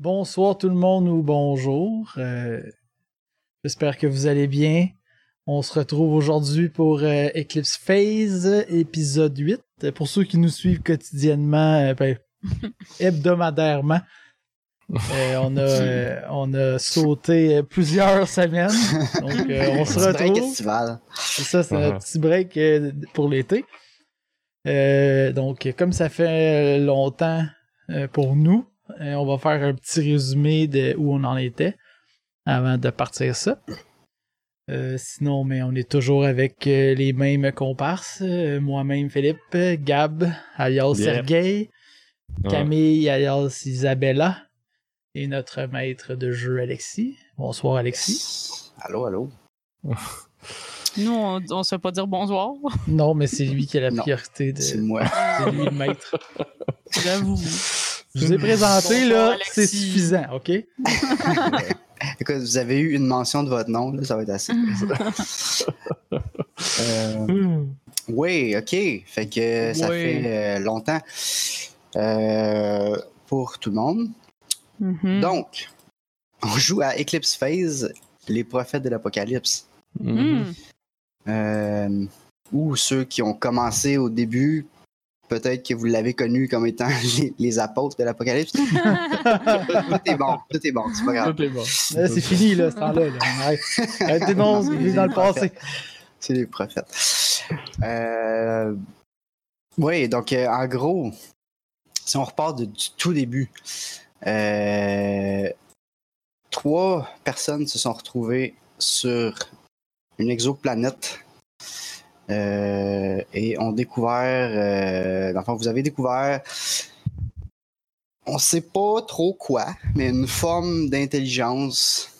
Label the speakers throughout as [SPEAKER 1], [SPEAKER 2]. [SPEAKER 1] Bonsoir tout le monde ou bonjour. Euh, J'espère que vous allez bien. On se retrouve aujourd'hui pour euh, Eclipse Phase, euh, épisode 8. Euh, Pour ceux qui nous suivent quotidiennement, euh, ben, hebdomadairement, euh, on, a, euh, on a sauté euh, plusieurs semaines. Donc, euh, on se
[SPEAKER 2] Petit break
[SPEAKER 1] retrouve.
[SPEAKER 2] estival.
[SPEAKER 1] C'est ça, c'est
[SPEAKER 3] Ah.
[SPEAKER 1] notre petit break euh, pour l'été. Euh, donc, euh, comme ça fait euh, longtemps euh, pour nous, euh, on va faire un petit résumé de où on en était avant de partir ça. Euh, sinon, mais on est toujours avec euh, les mêmes comparses. euh, Moi-même, Philippe, euh, Gab, alias
[SPEAKER 3] Yeah.
[SPEAKER 1] Sergei, Camille, alias Isabella, et notre maître de jeu, Alexis. Bonsoir, Alexis.
[SPEAKER 2] Allô, allô.
[SPEAKER 4] Nous, on ne sait pas dire bonsoir.
[SPEAKER 1] Non, mais c'est lui qui a la
[SPEAKER 2] Non,
[SPEAKER 1] priorité de...
[SPEAKER 2] C'est moi.
[SPEAKER 1] C'est lui le maître.
[SPEAKER 4] J'avoue.
[SPEAKER 1] Je
[SPEAKER 3] Mm.
[SPEAKER 1] vous ai présenté,
[SPEAKER 4] Bonsoir,
[SPEAKER 1] là,
[SPEAKER 4] Alexis.
[SPEAKER 1] c'est suffisant, OK?
[SPEAKER 2] Écoute, vous avez eu une mention de votre nom, là, ça va être assez. Euh, oui, ok. Fait que ça
[SPEAKER 4] Oui.
[SPEAKER 2] fait euh, longtemps euh, pour tout le monde. Mm-hmm.
[SPEAKER 4] Mhm.
[SPEAKER 2] Donc, on joue à Eclipse Phase, les prophètes de l'Apocalypse.
[SPEAKER 3] Mm.
[SPEAKER 1] Mm.
[SPEAKER 4] Mhm.
[SPEAKER 2] Euh, ou ceux qui ont commencé au début, peut-être que vous l'avez connu comme étant les, les apôtres de l'Apocalypse. tout est bon, tout est bon, c'est pas grave.
[SPEAKER 3] Tout est bon.
[SPEAKER 1] Là, c'est fini, là, ce temps-là. là. On Arrête. Arrêtez donc,
[SPEAKER 2] Oui,
[SPEAKER 1] vivez dans le passé.
[SPEAKER 2] C'est les prophètes. Euh, Oui, donc euh, en gros, si on repart de- du tout début, euh, trois personnes se sont retrouvées sur une exoplanète euh, et ont découvert, euh, dans le fond, vous avez découvert, on sait pas trop quoi, mais une forme d'intelligence.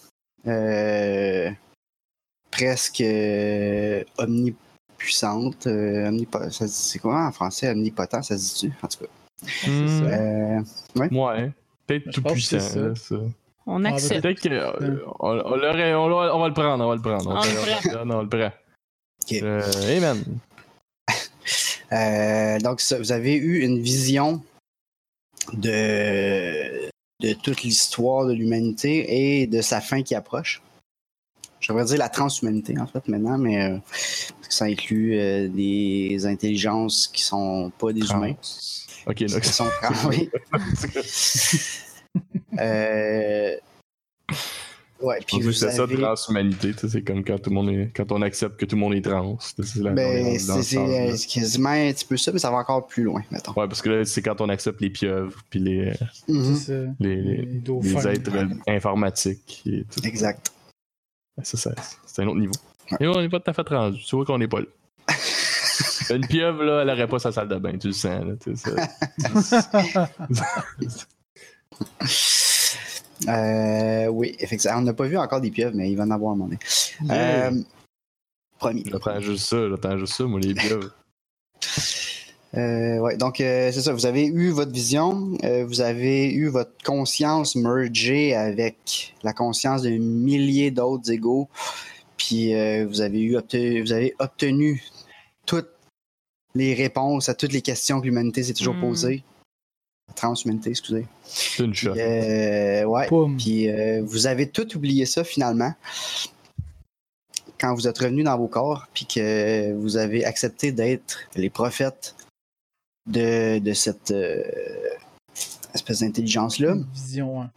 [SPEAKER 2] euh, presque euh, omnipuissante. euh, omnipo- ça se dit- c'est quoi en français omnipotent Ça se dit-tu En tout cas.
[SPEAKER 1] Ouais.
[SPEAKER 2] Euh,
[SPEAKER 3] Mm. Ouais. Peut-être
[SPEAKER 1] Je
[SPEAKER 3] tout
[SPEAKER 1] pense que c'est
[SPEAKER 3] puissant.
[SPEAKER 1] ça.
[SPEAKER 3] là, ça.
[SPEAKER 4] On
[SPEAKER 1] va
[SPEAKER 4] accepte.
[SPEAKER 3] Peut-être que. euh, On, on l'aurait- on l'a- on va le prendre, on va le prendre.
[SPEAKER 4] On le prend.
[SPEAKER 3] prend. On le prend.
[SPEAKER 2] Ok.
[SPEAKER 3] Euh, hey man.
[SPEAKER 2] euh, donc, ça- vous avez eu une vision de, de toute l'histoire de l'humanité et de sa fin qui approche. J'aimerais dire la transhumanité, en fait, maintenant, mais euh, parce que ça inclut euh, des intelligences qui sont pas des humains.
[SPEAKER 3] Ok, donc
[SPEAKER 2] qui sont trans, oui. Euh, Ouais,
[SPEAKER 3] Puis
[SPEAKER 2] puis
[SPEAKER 3] que
[SPEAKER 2] vous
[SPEAKER 3] c'est ça,
[SPEAKER 2] avez...
[SPEAKER 3] transhumanité, tu sais, c'est comme quand tout le monde est, quand on accepte que tout le monde est trans. tu sais, C'est la on
[SPEAKER 2] Ben,
[SPEAKER 3] est euh, dans
[SPEAKER 2] c'est
[SPEAKER 3] le
[SPEAKER 2] c'est,
[SPEAKER 3] sens,
[SPEAKER 2] euh,
[SPEAKER 3] là.
[SPEAKER 2] c'est quasiment un petit peu ça, mais ça va encore plus loin, mettons.
[SPEAKER 3] Ouais, parce que là, c'est quand on accepte les pieuvres, puis les,
[SPEAKER 1] C'est
[SPEAKER 2] Mhm,
[SPEAKER 1] ça.
[SPEAKER 3] les, les,
[SPEAKER 1] Les
[SPEAKER 3] les
[SPEAKER 1] dauphins.
[SPEAKER 3] êtres informatiques. Et tout.
[SPEAKER 2] Exact.
[SPEAKER 3] Ça, ça- c'est un autre niveau. Et on n'est pas tout à fait rendu. Tu vois qu'on n'est pas là. Une pieuvre, là, elle aurait pas sa salle de bain, tu le sens. Là, tu sais, ça-
[SPEAKER 2] Euh, oui, effectivement. On n'a pas vu encore des pieuvres, mais il va en avoir à un moment donné.
[SPEAKER 3] Yeah.
[SPEAKER 2] Euh, promis.
[SPEAKER 3] J'attends juste ça, j'attends juste ça, moi, les pieuvres.
[SPEAKER 2] Euh, ouais, donc euh, c'est ça, vous avez eu votre vision, euh, vous avez eu votre conscience mergée avec la conscience de milliers d'autres égaux, puis euh, vous, avez eu obtenu, vous avez obtenu toutes les réponses à toutes les questions que l'humanité s'est toujours
[SPEAKER 4] Mm.
[SPEAKER 2] posées. La transhumanité, excusez.
[SPEAKER 3] C'est une shot.
[SPEAKER 2] Euh, ouais,
[SPEAKER 1] Poum.
[SPEAKER 2] puis euh, vous avez tout oublié ça finalement quand vous êtes revenu dans vos corps, puis que vous avez accepté d'être les prophètes de, de cette euh, espèce d'intelligence-là
[SPEAKER 1] Une Vision, hein.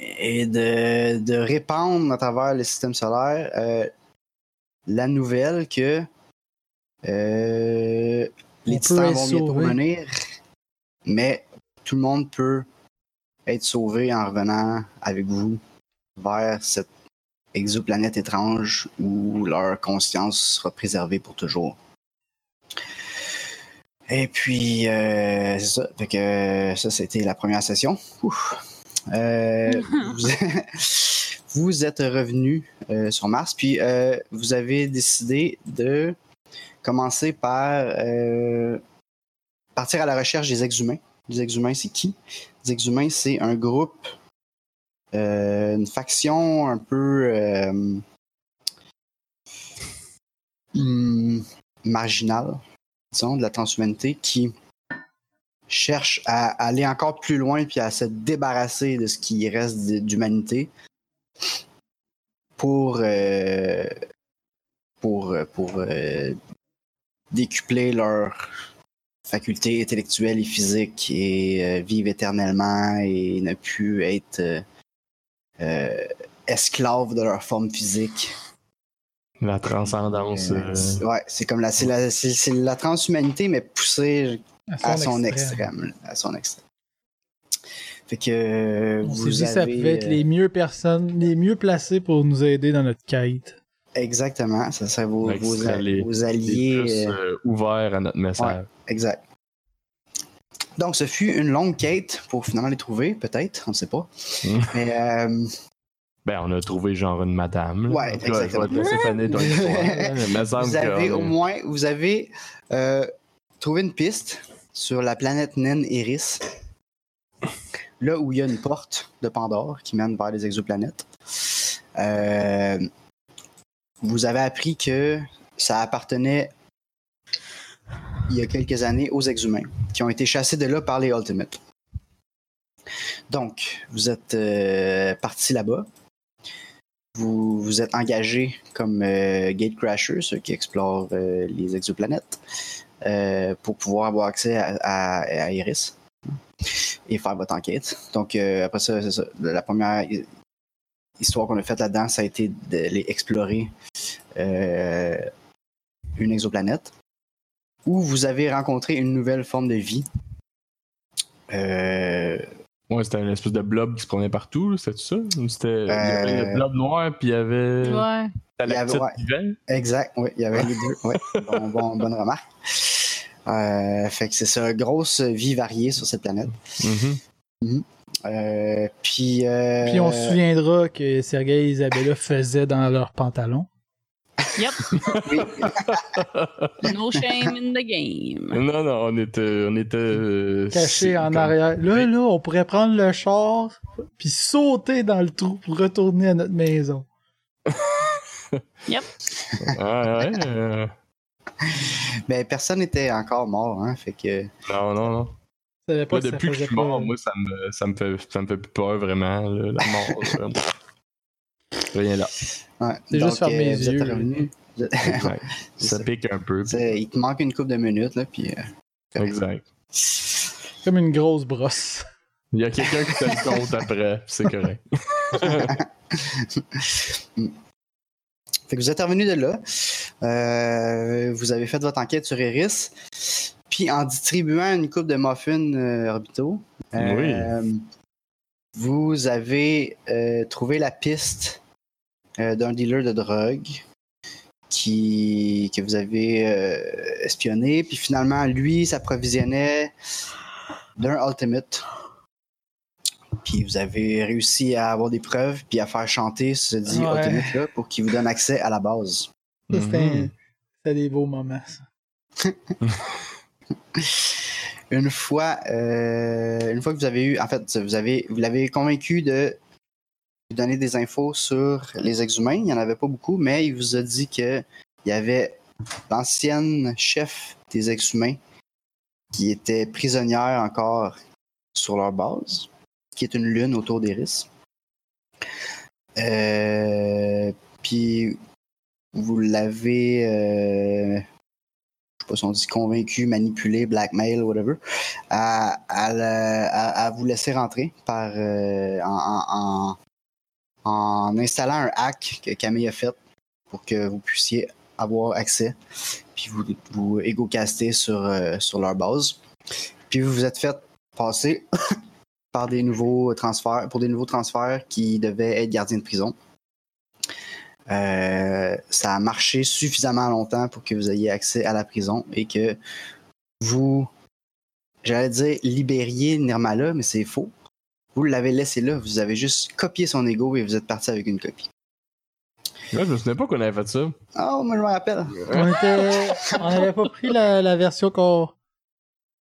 [SPEAKER 2] et de, de répandre à travers le système solaire euh, la nouvelle que euh, les
[SPEAKER 1] On peut
[SPEAKER 2] titans
[SPEAKER 1] être
[SPEAKER 2] vont bientôt
[SPEAKER 1] sauvé.
[SPEAKER 2] revenir, mais tout le monde peut être sauvé en revenant avec vous vers cette exoplanète étrange où leur conscience sera préservée pour toujours. Et puis, euh, c'est ça. Fait que, euh, ça, c'était la première session. Ouf. Euh, vous, vous êtes revenu euh, sur Mars, puis euh, vous avez décidé de commencer par euh, partir à la recherche des exhumains. Les exhumains, c'est qui Les exhumains, c'est un groupe, euh, une faction un peu euh, hmm, marginale, disons, de la transhumanité qui cherche à aller encore plus loin puis à se débarrasser de ce qui reste d- d'humanité pour euh, pour pour euh, décupler leurs facultés intellectuelles et physiques et euh, vivre éternellement et ne plus être euh, euh, esclaves de leur forme physique.
[SPEAKER 3] La transcendance.
[SPEAKER 2] Euh,
[SPEAKER 3] euh,
[SPEAKER 2] c'est- ouais, c'est comme la c'est la, c'est- c'est la transhumanité mais poussée à son extrême, à son extrême. Fait que euh,
[SPEAKER 1] On s'est
[SPEAKER 2] vous
[SPEAKER 1] dit que
[SPEAKER 2] avez
[SPEAKER 1] ça pouvait être
[SPEAKER 2] euh,
[SPEAKER 1] les mieux personnes, les mieux placés pour nous aider dans notre quête.
[SPEAKER 2] exactement, ça serait vos,
[SPEAKER 3] Fait que ce
[SPEAKER 2] vos,
[SPEAKER 3] serait les-
[SPEAKER 2] vos
[SPEAKER 3] les
[SPEAKER 2] alliés
[SPEAKER 3] plus
[SPEAKER 2] euh,
[SPEAKER 3] euh, ouverts à notre message.
[SPEAKER 2] Exact. Donc, ce fut une longue quête pour finalement les trouver, peut-être, on ne sait pas.
[SPEAKER 3] Mm.
[SPEAKER 2] Mais euh,
[SPEAKER 3] Ben, on a trouvé genre une madame. là.
[SPEAKER 2] Ouais,
[SPEAKER 3] En tout cas, Je vais te
[SPEAKER 2] exactement.
[SPEAKER 3] laisser faner dans l'histoire, là. Il me semble
[SPEAKER 2] vous
[SPEAKER 3] que-
[SPEAKER 2] avez au moins, vous avez euh, trouvé une piste sur la planète naine Iris, là où il y a une porte de Pandore qui mène vers les exoplanètes. Euh, vous avez appris que ça appartenait il y a quelques années aux exhumains, qui ont été chassés de là par les Ultimates. Donc, vous êtes euh, parti là-bas. Vous vous êtes engagé comme euh, gatecrasher, ceux qui explorent euh, les exoplanètes, euh, pour pouvoir avoir accès à, à- à Iris et faire votre enquête. Donc, euh, après ça, c'est ça. La première hi- histoire qu'on a faite là-dedans, ça a été d'aller explorer euh, une exoplanète où vous avez rencontré une nouvelle forme de vie. Euh,
[SPEAKER 3] Ouais, c'était une espèce de blob qui se promenait partout, là, c'était ça? Ou C'était il y avait
[SPEAKER 2] Euh,
[SPEAKER 3] le blob noir, puis il y avait
[SPEAKER 4] Ouais.
[SPEAKER 3] la lactite
[SPEAKER 2] ouais.
[SPEAKER 3] vivante.
[SPEAKER 2] Exact, oui, il y avait les deux. ouais. Bon, bon, bonne remarque. Euh, fait que c'est ça, grosse vie variée sur cette planète. Mm-hmm.
[SPEAKER 3] Mhm.
[SPEAKER 2] Euh, puis, euh,
[SPEAKER 1] Puis on se souviendra que Sergei et Isabella faisaient dans leurs pantalons.
[SPEAKER 4] No shame in the game.
[SPEAKER 3] Non, non, on était. On était euh,
[SPEAKER 1] Cachés
[SPEAKER 3] c'est
[SPEAKER 1] en
[SPEAKER 3] comme-
[SPEAKER 1] arrière. Là,
[SPEAKER 3] Oui.
[SPEAKER 1] là, on pourrait prendre le char, puis sauter dans le trou pour retourner à notre maison.
[SPEAKER 3] Ah, ouais, euh,
[SPEAKER 2] ben, personne n'était encore mort, hein, fait que.
[SPEAKER 3] Non, non, non.
[SPEAKER 1] Je savais pas
[SPEAKER 3] Moi,
[SPEAKER 1] que ça
[SPEAKER 3] depuis que je
[SPEAKER 1] faisait
[SPEAKER 3] suis
[SPEAKER 1] pas-
[SPEAKER 3] mort, moi, ça me, ça me, fait, ça me fait plus peur vraiment, là, la mort. là. Rien là.
[SPEAKER 2] ouais,
[SPEAKER 1] C'est juste
[SPEAKER 2] donc, euh,
[SPEAKER 1] fermer les
[SPEAKER 2] vous êtes
[SPEAKER 1] yeux.
[SPEAKER 2] revenus. Vous êtes-
[SPEAKER 3] Exact.
[SPEAKER 2] C'est
[SPEAKER 3] ça
[SPEAKER 2] ça.
[SPEAKER 3] pique un peu.
[SPEAKER 2] Tu sais, Il te manque une couple de minutes, là, puis. euh,
[SPEAKER 3] Exact.
[SPEAKER 1] Comme une grosse brosse.
[SPEAKER 3] Il y a quelqu'un qui te le compte après, puis c'est correct.
[SPEAKER 2] Fait que vous êtes revenu de là. Euh, vous avez fait votre enquête sur Iris. Puis en distribuant une coupe de muffins euh, orbitaux, euh, vous avez euh, trouvé la piste euh, d'un dealer de drogue qui, que vous avez euh, espionné. Puis finalement, lui s'approvisionnait d'un Ultimate. Puis vous avez réussi à avoir des preuves, puis à faire chanter ce dit
[SPEAKER 1] Ouais.
[SPEAKER 2] Ultimate-là pour qu'il vous donne accès à la base.
[SPEAKER 1] Ça, C'était
[SPEAKER 3] Mhm.
[SPEAKER 1] c'était des beaux moments, ça.
[SPEAKER 2] Une fois, euh, une fois que vous avez eu, en fait, vous avez, vous l'avez convaincu de lui donner des infos sur les exhumains. Il n'y en avait pas beaucoup, mais il vous a dit que il y avait l'ancienne chef des exhumains qui était prisonnière encore sur leur base, qui est une lune autour d'Iris. Euh, puis vous l'avez, euh, je sais pas si on dit convaincu, manipulé, blackmail, whatever, à, à le- à- à vous laisser rentrer par euh, en, en- en- en installant un hack que Camille a fait pour que vous puissiez avoir accès, puis vous vous égo-caster sur, euh, sur leur base. Puis vous vous êtes fait passer par des nouveaux transferts, pour des nouveaux transferts qui devaient être gardiens de prison. Euh, ça a marché suffisamment longtemps pour que vous ayez accès à la prison et que vous, j'allais dire, libériez Nirmala, mais c'est faux. Vous l'avez laissé là, vous avez juste copié son ego et vous êtes parti avec une copie.
[SPEAKER 3] Moi, je me souvenais pas qu'on avait fait ça.
[SPEAKER 2] Oh, moi je me rappelle.
[SPEAKER 1] On était... On n'avait pas pris la, la version qu'on...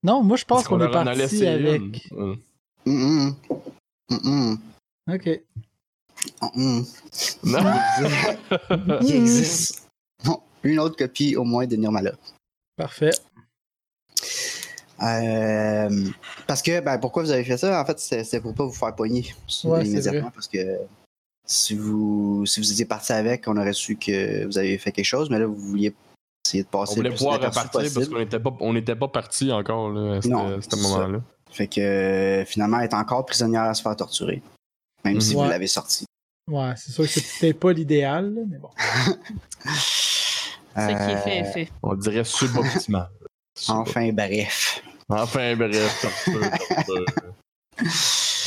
[SPEAKER 1] Non, moi, je pense qu'on
[SPEAKER 3] leur
[SPEAKER 1] est
[SPEAKER 3] en a
[SPEAKER 1] parti
[SPEAKER 3] laissé
[SPEAKER 1] avec...
[SPEAKER 3] une. Mm.
[SPEAKER 2] Mm-mm. Mm-mm.
[SPEAKER 1] OK.
[SPEAKER 2] Mm-mm.
[SPEAKER 3] Non.
[SPEAKER 1] Euh.
[SPEAKER 2] Il existe Bon, une autre copie au moins de Nirmala.
[SPEAKER 1] Parfait.
[SPEAKER 2] Euh, parce que, ben, pourquoi vous avez fait ça? En fait, c'est c'est pour pas vous faire poigner
[SPEAKER 1] Ouais, c'est
[SPEAKER 2] immédiatement.
[SPEAKER 1] vrai.
[SPEAKER 2] Parce que si vous, si vous étiez parti avec, on aurait su que vous aviez fait quelque chose, mais là, vous vouliez essayer de passer
[SPEAKER 3] On voulait
[SPEAKER 2] le plus
[SPEAKER 3] pouvoir
[SPEAKER 2] inaperçu
[SPEAKER 3] repartir parce qu'on n'était pas, on était pas parti encore là, à ce
[SPEAKER 2] Non,
[SPEAKER 3] à ce
[SPEAKER 2] c'est ça.
[SPEAKER 3] moment-là.
[SPEAKER 2] Fait que euh, finalement, elle est encore prisonnière à se faire torturer. Même si
[SPEAKER 1] Mhm.
[SPEAKER 2] vous
[SPEAKER 1] Ouais.
[SPEAKER 2] l'avez sortie.
[SPEAKER 1] Ouais, c'est sûr que c'était pas l'idéal, là, mais bon.
[SPEAKER 4] Ce qui est fait
[SPEAKER 2] Euh,
[SPEAKER 4] est fait.
[SPEAKER 3] On dirait suboptimal.
[SPEAKER 2] Enfin, bref.
[SPEAKER 3] Enfin, bref, torture, torture.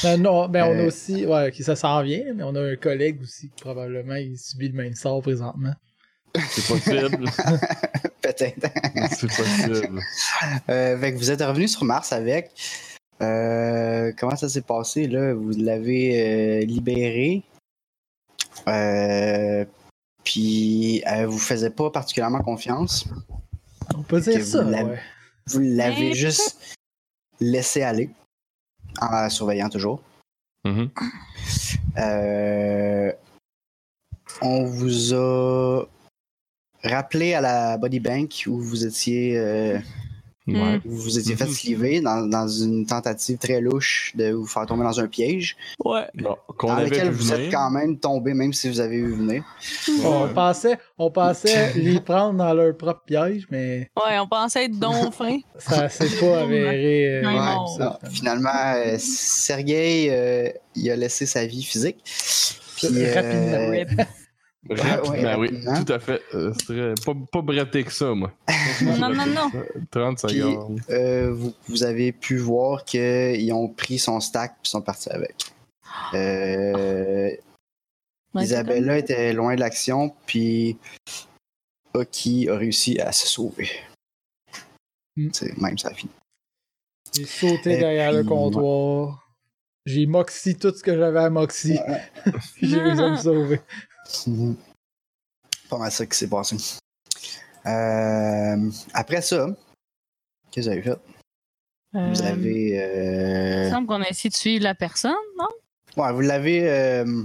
[SPEAKER 1] Ben non, ben on a
[SPEAKER 2] Euh.
[SPEAKER 1] aussi, ouais, ok, ça s'en vient, mais on a un collègue aussi qui probablement il subit le même sort présentement.
[SPEAKER 3] C'est possible.
[SPEAKER 2] Peut-être.
[SPEAKER 3] C'est possible.
[SPEAKER 2] Euh, fait que vous êtes revenu sur Mars avec. Euh, comment ça s'est passé là Vous l'avez euh, libéré. Euh, puis elle vous faisait pas particulièrement confiance.
[SPEAKER 1] On peut
[SPEAKER 2] Que
[SPEAKER 1] dire
[SPEAKER 2] vous
[SPEAKER 1] ça,
[SPEAKER 2] l'avez-
[SPEAKER 1] ouais.
[SPEAKER 2] Vous l'avez
[SPEAKER 4] Mais-
[SPEAKER 2] juste laissé aller en la surveillant toujours.
[SPEAKER 3] Mhm.
[SPEAKER 2] Euh, on vous a rappelé à la Body Bank où vous étiez euh,
[SPEAKER 4] Hmm. Mm.
[SPEAKER 3] Ouais.
[SPEAKER 2] vous vous étiez fait
[SPEAKER 3] Mhm.
[SPEAKER 2] sliver dans, dans une tentative très louche de vous faire tomber dans un piège,
[SPEAKER 4] Ouais.
[SPEAKER 3] Bon, qu'on
[SPEAKER 2] dans
[SPEAKER 3] avait
[SPEAKER 2] lequel
[SPEAKER 3] vu
[SPEAKER 2] vous êtes
[SPEAKER 3] venir.
[SPEAKER 2] quand même tombé, même si vous avez vu venir.
[SPEAKER 1] On pensait, on pensait les prendre dans leur propre piège, mais
[SPEAKER 4] Ouais, on pensait être donfin.
[SPEAKER 1] ça s'est pas avéré. euh, comme
[SPEAKER 4] Ouais, non.
[SPEAKER 1] ça,
[SPEAKER 2] Ah,
[SPEAKER 1] finalement.
[SPEAKER 2] finalement, euh, Sergueï, euh, il a laissé sa vie physique. Puis, euh,
[SPEAKER 1] Rapidement.
[SPEAKER 4] Rip.
[SPEAKER 3] Rapidement,
[SPEAKER 2] Ouais, ouais,
[SPEAKER 3] oui,
[SPEAKER 2] rapidement.
[SPEAKER 3] tout à fait. Euh, c'est très- pas, pas bretté que ça, moi.
[SPEAKER 4] Non, non, non.
[SPEAKER 3] 30
[SPEAKER 2] Puis-
[SPEAKER 3] secondes.
[SPEAKER 2] euh, vous, vous avez pu voir qu'ils ont pris son stack et sont partis avec. Euh,
[SPEAKER 4] Ouais, c'est
[SPEAKER 2] Isabella était loin de l'action, puis Oki a réussi à se sauver.
[SPEAKER 4] Hmm.
[SPEAKER 1] Mm.
[SPEAKER 2] C'est même ça finit.
[SPEAKER 1] J'ai sauté
[SPEAKER 2] Et
[SPEAKER 1] derrière le
[SPEAKER 2] puis,
[SPEAKER 1] comptoir. J'ai moxie tout ce que j'avais à moxie. J'ai réussi à me sauver.
[SPEAKER 2] Mhm. Pas mal ça qui s'est passé. Euh, après ça, qu'est-ce que vous avez fait?
[SPEAKER 4] comme-
[SPEAKER 2] Vous
[SPEAKER 4] Euh,
[SPEAKER 2] avez.
[SPEAKER 4] Il
[SPEAKER 2] euh,
[SPEAKER 4] semble qu'on a essayé de suivre la personne, non?
[SPEAKER 2] ouais, vous l'avez euh,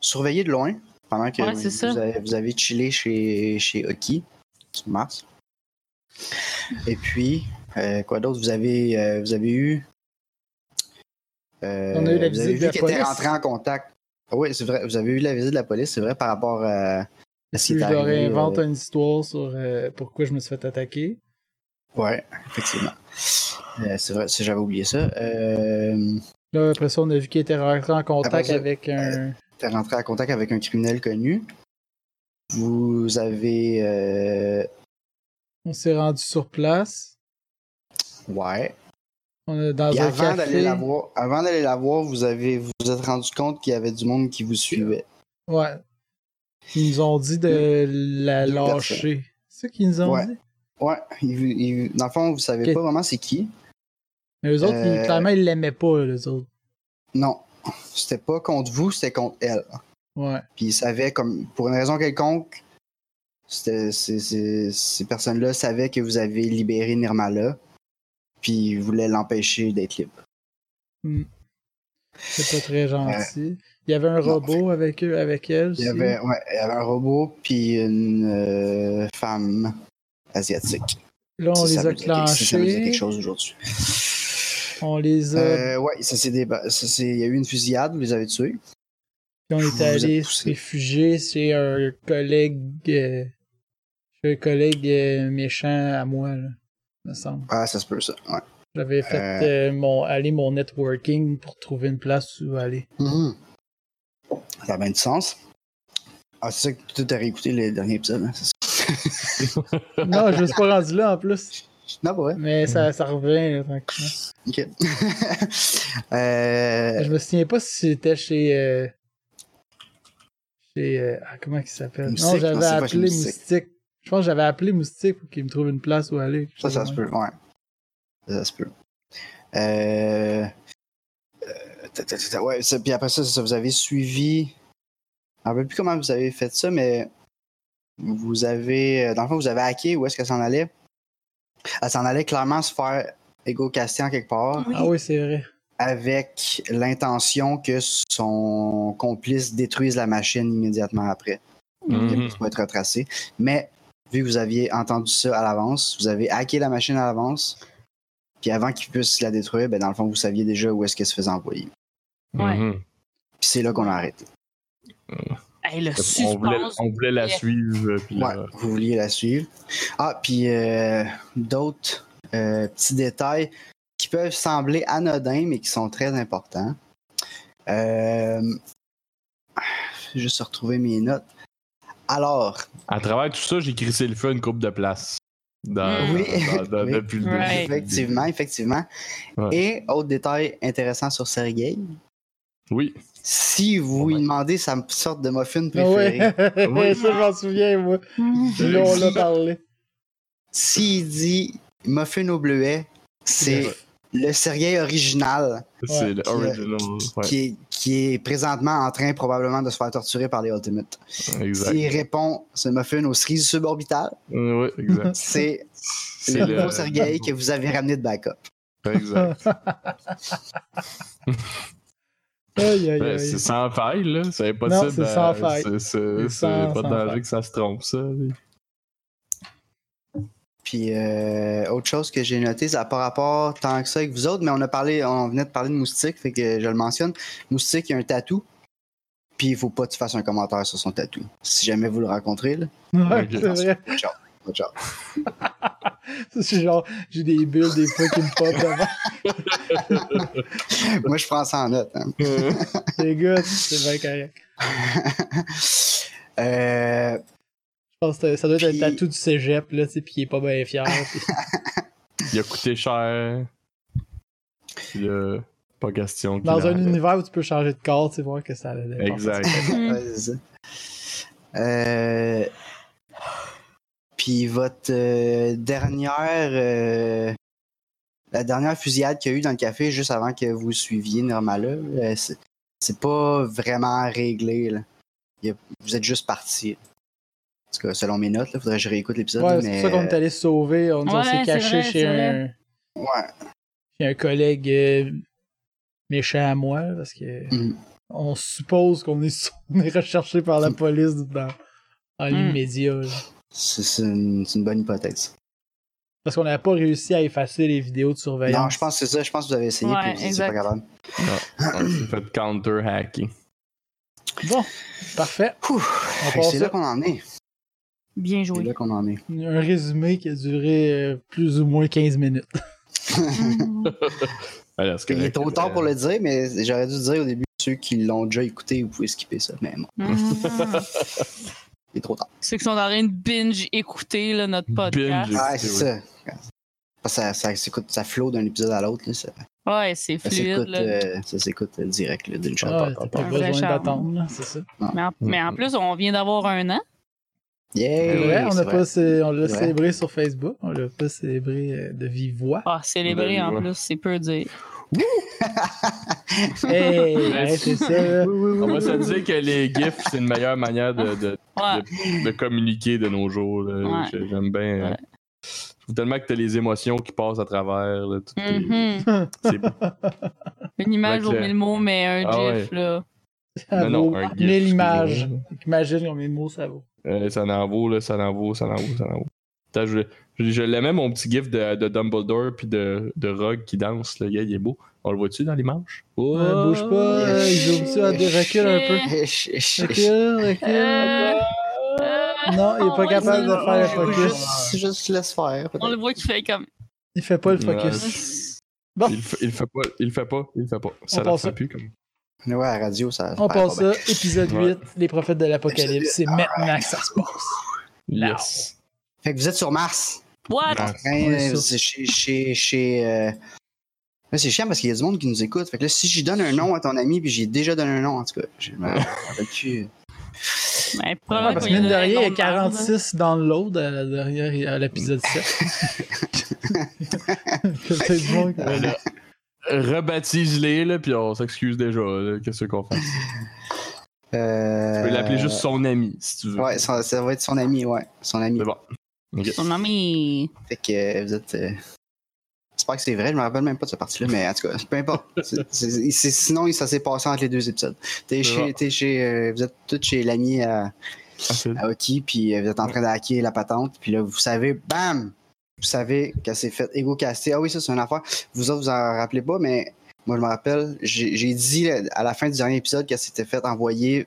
[SPEAKER 2] surveillé de loin pendant que
[SPEAKER 4] Ouais,
[SPEAKER 2] vous,
[SPEAKER 4] c'est ça.
[SPEAKER 2] vous avez, vous avez chillé chez, chez Oki sur Mars. Et puis, euh, quoi d'autre? Vous avez, euh, vous avez eu. euh,
[SPEAKER 1] On a eu la
[SPEAKER 2] vous
[SPEAKER 1] visite
[SPEAKER 2] avez vu
[SPEAKER 1] de la
[SPEAKER 2] qu'elle était
[SPEAKER 1] police.
[SPEAKER 2] rentrée en contact. Ah Oui, c'est vrai. Vous avez eu la visite de la police, c'est vrai, par rapport à. à ce qui
[SPEAKER 1] Je
[SPEAKER 2] est
[SPEAKER 1] leur
[SPEAKER 2] arrivé,
[SPEAKER 1] invente
[SPEAKER 2] euh,
[SPEAKER 1] une histoire sur euh, pourquoi je me suis fait attaquer.
[SPEAKER 2] Ouais, effectivement. Euh, c'est vrai, si j'avais oublié ça. Euh,
[SPEAKER 1] Là, après ça, on a vu qu'il était rentré en
[SPEAKER 2] Après
[SPEAKER 1] contact
[SPEAKER 2] ça, euh,
[SPEAKER 1] avec un.
[SPEAKER 2] T'es rentré en contact avec un criminel connu. Vous avez. euh,
[SPEAKER 1] On s'est rendu sur place.
[SPEAKER 2] ouais.
[SPEAKER 1] On est dans
[SPEAKER 2] Puis
[SPEAKER 1] un
[SPEAKER 2] avant d'aller
[SPEAKER 1] café.
[SPEAKER 2] la voir, avant d'aller la voir, vous avez, vous vous êtes rendu compte qu'il y avait du monde qui vous suivait.
[SPEAKER 1] Ouais. Ils nous ont dit de la
[SPEAKER 2] Deux
[SPEAKER 1] lâcher. C'est ça qu'ils nous ont
[SPEAKER 2] Ouais.
[SPEAKER 1] dit?
[SPEAKER 2] Ouais. il vous- il- dans le fond, vous savez
[SPEAKER 1] Ok.
[SPEAKER 2] pas vraiment c'est qui.
[SPEAKER 1] Mais eux autres, ils-
[SPEAKER 2] Euh,
[SPEAKER 1] clairement, ils l'aimaient pas, les autres.
[SPEAKER 2] Non. C'était pas contre vous, c'était contre elle.
[SPEAKER 1] Ouais.
[SPEAKER 2] Puis ils savaient, comme, pour une raison quelconque, c'était- c'est- c'est- ces personnes-là savaient que vous avez libéré Nirmala. Puis ils voulaient l'empêcher d'être libre.
[SPEAKER 1] C'est pas très gentil. Il y avait un robot avec eux, avec elle.
[SPEAKER 2] Il
[SPEAKER 1] aussi.
[SPEAKER 2] y avait, ouais, il y avait un robot puis une euh, femme asiatique.
[SPEAKER 1] Là, on
[SPEAKER 2] Si ça
[SPEAKER 1] les a
[SPEAKER 2] vous dit quelque- si ça vous dit
[SPEAKER 1] clenchés.
[SPEAKER 2] quelque chose aujourd'hui.
[SPEAKER 1] On les a.
[SPEAKER 2] Euh, ouais, ça c'est des, ça c'est, il y a eu une fusillade, vous les avez tués.
[SPEAKER 1] puis on
[SPEAKER 2] vous
[SPEAKER 1] est
[SPEAKER 2] vous
[SPEAKER 1] allé
[SPEAKER 2] êtes
[SPEAKER 1] se
[SPEAKER 2] poussé.
[SPEAKER 1] réfugier chez un collègue. euh, chez un collègue euh, méchant à moi, là, me semble.
[SPEAKER 2] Ah, ça se peut ça. Ouais.
[SPEAKER 1] J'avais fait euh, mon, aller mon networking pour trouver une place où aller.
[SPEAKER 2] Ça a bien du sens. Ah, c'est ça que tu as réécouté le dernier épisode. hein, c'est ça.
[SPEAKER 1] Non, je me suis pas rendu là en plus.
[SPEAKER 2] Non, pas vrai.
[SPEAKER 1] Mais
[SPEAKER 2] Hmm.
[SPEAKER 1] ça, ça revient là, tranquillement.
[SPEAKER 2] Ok. Euh,
[SPEAKER 1] Je me souviens pas si c'était chez. euh, chez. euh, ah, comment il s'appelle Non,
[SPEAKER 2] Moustique? Non,
[SPEAKER 1] j'avais
[SPEAKER 2] c'est pas chez
[SPEAKER 1] appelé
[SPEAKER 2] Moustique.
[SPEAKER 1] Moustique. Je pense que j'avais appelé Moustique pour qu'il me trouve une place où aller.
[SPEAKER 2] ça, ça se peut. Ouais. Ça, ça se peut. Euh, euh, ta- ta- ta- ta- ouais, ça- puis après ça, c'est ça, vous avez suivi. Je ne rappelle plus comment vous avez fait ça, mais vous avez. euh, Dans le fond, vous avez hacké où est-ce qu'elle s'en allait. Elle s'en allait clairement se faire égo-caster en quelque part
[SPEAKER 1] Ah oui, c'est vrai.
[SPEAKER 2] avec l'intention que son complice détruise la machine immédiatement après qui
[SPEAKER 3] Mhm.
[SPEAKER 2] va être retracé. Mais vu que vous aviez entendu ça à l'avance, vous avez hacké la machine à l'avance, Puis avant qu'ils puissent la détruire, ben, dans le fond, vous saviez déjà où est-ce qu'elle se faisait envoyer.
[SPEAKER 4] Ouais.
[SPEAKER 3] Mhm.
[SPEAKER 2] Puis c'est là qu'on a arrêté.
[SPEAKER 4] Hey, le
[SPEAKER 3] on, voulait,
[SPEAKER 4] suspense.
[SPEAKER 3] on voulait la
[SPEAKER 4] Yeah.
[SPEAKER 3] suivre. euh, puis
[SPEAKER 2] Ouais,
[SPEAKER 3] la-
[SPEAKER 2] vous vouliez la suivre. Ah, puis euh, d'autres euh, petits détails qui peuvent sembler anodins, mais qui sont très importants. Euh, je vais juste retrouver mes notes. Alors,
[SPEAKER 3] À travers tout ça, j'ai crissé le feu une coupe de place. Dans-
[SPEAKER 2] Oui.
[SPEAKER 3] dans- dans-
[SPEAKER 2] Oui.
[SPEAKER 3] Depuis le début.
[SPEAKER 4] Mm. Right.
[SPEAKER 2] effectivement, effectivement.
[SPEAKER 3] Ouais.
[SPEAKER 2] Et autre détail intéressant sur Sergei,
[SPEAKER 3] Oui.
[SPEAKER 2] si vous
[SPEAKER 3] Oh my.
[SPEAKER 2] lui demandez sa sorte de muffin
[SPEAKER 1] Ah
[SPEAKER 2] préférée,
[SPEAKER 1] ouais,
[SPEAKER 3] Oui.
[SPEAKER 1] ça, je m'en souviens, moi.
[SPEAKER 4] Mm-hmm.
[SPEAKER 1] Là, on l'a parlé.
[SPEAKER 2] s'il dit muffin au bleuet, c'est le Sergei original.
[SPEAKER 3] C'est
[SPEAKER 1] Ouais.
[SPEAKER 3] le
[SPEAKER 2] Puis, euh,
[SPEAKER 3] original. Ouais,
[SPEAKER 2] qui, est, qui est présentement en train probablement de se faire torturer par les Ultimates.
[SPEAKER 3] exact.
[SPEAKER 2] S'il répond ce muffin aux cerises suborbitales,
[SPEAKER 3] Euh, ouais, exact.
[SPEAKER 2] c'est
[SPEAKER 3] C'est
[SPEAKER 2] le nouveau Sergei que vous avez ramené de backup.
[SPEAKER 3] Exact.
[SPEAKER 1] Aïe, aïe,
[SPEAKER 3] Ben,
[SPEAKER 1] aïe.
[SPEAKER 3] c'est sans faille, là. C'est impossible.
[SPEAKER 1] Non, c'est
[SPEAKER 3] à-
[SPEAKER 1] sans faille.
[SPEAKER 3] c'est- C'est
[SPEAKER 1] C'est
[SPEAKER 3] c'est
[SPEAKER 1] sans- sans
[SPEAKER 3] pas de danger
[SPEAKER 1] faille.
[SPEAKER 3] que ça se trompe, ça.
[SPEAKER 2] Puis euh, autre chose que j'ai noté, ça n'a pas rapport tant que ça avec vous autres, mais on a parlé, on venait de parler de moustique, fait que je le mentionne. Moustique, il y a un tatou. Puis il faut pas que tu fasses un commentaire sur son tatou. Si jamais vous le rencontrez, là.
[SPEAKER 1] Ouais,
[SPEAKER 3] Ok.
[SPEAKER 1] c'est vrai.
[SPEAKER 2] watch out.
[SPEAKER 1] Je suis genre, j'ai des bulles des fois qui me popent devant.
[SPEAKER 2] Moi, je prends ça en note. hein.
[SPEAKER 1] C'est good, c'est bien correct.
[SPEAKER 2] Euh,
[SPEAKER 1] Je pense que ça doit être
[SPEAKER 2] Puis-
[SPEAKER 1] le tatou du cégep, là, tu sais, pis il est pas bien fier.
[SPEAKER 3] Ah,
[SPEAKER 1] puis-
[SPEAKER 3] Il a coûté cher. Puis, euh, pas question. qu'il
[SPEAKER 1] Dans un
[SPEAKER 3] enlève.
[SPEAKER 1] univers où tu peux changer de corps, tu sais, voir que ça allait
[SPEAKER 3] ben, Exact.
[SPEAKER 4] Mm.
[SPEAKER 2] Ouais, c'est ça. Euh, Puis votre euh, dernière. euh, La dernière fusillade qu'il y a eu dans le café juste avant que vous suiviez Normala, euh, c'est- c'est pas vraiment réglé. Là. Il y a- vous êtes juste parti. En tout cas, selon mes notes, il faudrait que je réécoute l'épisode.
[SPEAKER 1] Ouais,
[SPEAKER 2] là,
[SPEAKER 1] c'est
[SPEAKER 2] mais...
[SPEAKER 1] pour ça qu'on est allé se sauver. On, on
[SPEAKER 4] Ouais,
[SPEAKER 1] s'est
[SPEAKER 4] c'est
[SPEAKER 1] caché
[SPEAKER 4] vrai,
[SPEAKER 1] chez
[SPEAKER 4] c'est
[SPEAKER 1] un,
[SPEAKER 2] Ouais,
[SPEAKER 1] chez un collègue euh, méchant à moi, parce que
[SPEAKER 2] Mhm.
[SPEAKER 1] on suppose qu'on est, on est recherché par
[SPEAKER 2] Mm.
[SPEAKER 1] la police dans, dans
[SPEAKER 4] Mm.
[SPEAKER 1] l'immédiat. là.
[SPEAKER 2] c'est c'est une, c'est une bonne hypothèse.
[SPEAKER 1] Parce qu'on n'a pas réussi à effacer les vidéos de surveillance.
[SPEAKER 2] Non, je pense que c'est ça. Je pense que vous avez essayé,
[SPEAKER 4] Ouais,
[SPEAKER 2] puis vous étiez pas
[SPEAKER 4] exact.
[SPEAKER 2] capable.
[SPEAKER 3] On s'est fait counter-hacker.
[SPEAKER 1] Bon, parfait.
[SPEAKER 2] Ouh,
[SPEAKER 1] On
[SPEAKER 2] Fait que
[SPEAKER 1] passe
[SPEAKER 2] C'est
[SPEAKER 1] ça.
[SPEAKER 2] là qu'on en est.
[SPEAKER 4] Bien
[SPEAKER 2] C'est
[SPEAKER 4] joué.
[SPEAKER 2] là qu'on en est.
[SPEAKER 1] Un résumé qui a duré euh, plus ou moins 15 minutes.
[SPEAKER 4] Mm.
[SPEAKER 3] Alors, c'est
[SPEAKER 2] Il est
[SPEAKER 3] correct.
[SPEAKER 2] trop tard pour le dire, mais j'aurais dû dire au début, ceux qui l'ont déjà écouté, vous pouvez skipper ça. Mais non,
[SPEAKER 4] Mm.
[SPEAKER 2] il est trop tard.
[SPEAKER 4] Ceux qui sont en train de binge écouter là, notre podcast.
[SPEAKER 3] Binge.
[SPEAKER 2] Ah, c'est
[SPEAKER 3] oui.
[SPEAKER 2] ça. Parce que Ça, ça, s'écoute- ça flow d'un épisode à l'autre. là, Ça,
[SPEAKER 4] Ouais, c'est
[SPEAKER 2] ça
[SPEAKER 4] fluide.
[SPEAKER 2] s'écoute
[SPEAKER 4] là.
[SPEAKER 2] euh, ça s'écoute, euh, direct là, d'une shot.
[SPEAKER 1] Ah, T'as pas
[SPEAKER 4] Un
[SPEAKER 1] besoin
[SPEAKER 4] vrai charme.
[SPEAKER 1] d'attendre, là, c'est
[SPEAKER 2] Eh
[SPEAKER 1] ça.
[SPEAKER 4] Mais, en, mais en plus, on vient d'avoir un an.
[SPEAKER 2] Yeah,
[SPEAKER 1] C'est vrai, on
[SPEAKER 2] c'est
[SPEAKER 1] a
[SPEAKER 2] vrai.
[SPEAKER 1] pas cé- on l'a
[SPEAKER 2] C'est vrai.
[SPEAKER 1] célébré sur Facebook, on l'a pas célébré euh, de vive voix.
[SPEAKER 4] Ah, célébrer
[SPEAKER 3] Ben,
[SPEAKER 4] en
[SPEAKER 3] ouais.
[SPEAKER 4] plus, c'est peu dire.
[SPEAKER 1] Hey, hey, c'est ça. là.
[SPEAKER 3] On va se dire que les GIFs, c'est une meilleure manière de, de,
[SPEAKER 4] Ouais.
[SPEAKER 3] de communiquer de nos jours. là.
[SPEAKER 4] Ouais.
[SPEAKER 3] J'ai- J'aime bien. euh,
[SPEAKER 4] Ouais.
[SPEAKER 3] Je trouve tellement que t'as les émotions qui passent à travers. là, toutes les-
[SPEAKER 2] Mm-hmm.
[SPEAKER 4] Mhm.
[SPEAKER 3] c'est-
[SPEAKER 4] Une image
[SPEAKER 3] Avec
[SPEAKER 4] aux
[SPEAKER 3] le-
[SPEAKER 4] mille mots, mais un
[SPEAKER 3] Ah
[SPEAKER 4] gif, là.
[SPEAKER 1] Ça
[SPEAKER 3] Non, non,
[SPEAKER 1] vaut
[SPEAKER 3] un gif,
[SPEAKER 1] mille
[SPEAKER 3] c'est
[SPEAKER 1] images.
[SPEAKER 3] drôle.
[SPEAKER 1] Imagine combien de mots ça vaut.
[SPEAKER 3] Euh, ça en vaut, là, ça en vaut, ça en vaut, ça en vaut. Putain, je, je, je l'aimais, mon petit gif de, de Dumbledore puis de, de Rogue qui danse. Le gars, il est beau. On le voit-tu dans l'image? Oh,
[SPEAKER 1] Ouais, bouge pas, euh, ils ouvrent ça, des- recule un peu. Recule, recule.
[SPEAKER 4] Euh,
[SPEAKER 1] Non, il est pas
[SPEAKER 4] ouais,
[SPEAKER 1] capable de
[SPEAKER 4] c'est-
[SPEAKER 1] faire le
[SPEAKER 4] on le voit
[SPEAKER 1] focus.
[SPEAKER 2] Juste, juste laisse faire. peut-être.
[SPEAKER 4] On le voit qui fait comme.
[SPEAKER 1] Il fait pas le
[SPEAKER 3] Ouais.
[SPEAKER 1] focus.
[SPEAKER 3] Il, le fait- il le fait pas, il le fait pas, il le fait pas. Ça
[SPEAKER 1] On
[SPEAKER 3] la
[SPEAKER 1] passe
[SPEAKER 3] fait
[SPEAKER 1] ça.
[SPEAKER 3] plus comme.
[SPEAKER 2] Mais ouais, à la radio, ça.
[SPEAKER 1] On
[SPEAKER 2] perd
[SPEAKER 1] passe
[SPEAKER 2] pas bien.
[SPEAKER 1] ça, épisode 8,
[SPEAKER 3] ben. Ouais.
[SPEAKER 1] les prophètes de l'apocalypse, c'est maintenant que ça se passe.
[SPEAKER 3] Yes.
[SPEAKER 2] Fait que vous êtes sur Mars.
[SPEAKER 4] What? Ben,
[SPEAKER 3] Ah,
[SPEAKER 2] Hein,
[SPEAKER 1] On est
[SPEAKER 2] euh,
[SPEAKER 1] sur-
[SPEAKER 2] c'est chez. chez, chez euh, Là, c'est chiant parce qu'il y a du monde qui nous écoute. Fait que là, si j'y donne un nom à ton ami, puis j'ai déjà donné un nom, en tout cas, je me rappelle plus.
[SPEAKER 4] Ben,
[SPEAKER 1] Ouais,
[SPEAKER 4] probablement
[SPEAKER 1] parce que
[SPEAKER 4] qu'il y a
[SPEAKER 1] mine de
[SPEAKER 4] un
[SPEAKER 1] rien, il y a
[SPEAKER 3] hein.
[SPEAKER 4] nombre de membres,
[SPEAKER 1] 46 dans euh, le load à la dernière, à l'épisode 7. Peut-être bon que-
[SPEAKER 3] Ben là, Rebaptise-les, là, puis on s'excuse déjà. là. Qu'est-ce qu'on fait? Tu
[SPEAKER 2] Euh...
[SPEAKER 3] peux l'appeler juste son ami, si tu veux.
[SPEAKER 2] Ouais, son- ça va être son ami, ouais. Son ami.
[SPEAKER 3] C'est bon.
[SPEAKER 4] là. Son ami.
[SPEAKER 2] Fait que euh, vous êtes. euh, J'espère que c'est vrai, je me rappelle même pas de cette partie-là, mais en tout cas, peu importe. C'est- c'est- c'est- sinon, ça s'est passé entre les deux épisodes. T'es
[SPEAKER 3] C'est
[SPEAKER 2] chez,
[SPEAKER 3] bon.
[SPEAKER 2] t'es chez, euh, vous êtes tous chez l'ami à,
[SPEAKER 3] Facile.
[SPEAKER 2] à Hockey, puis euh, vous êtes en train de hacker la patente, puis là, vous savez, bam! vous savez qu'elle s'est faite égo-caster. Ah oui, ça, c'est une affaire. Vous autres, vous en rappelez pas, mais moi, je me rappelle, j'ai j'ai dit à la fin du dernier épisode qu'elle s'était faite envoyer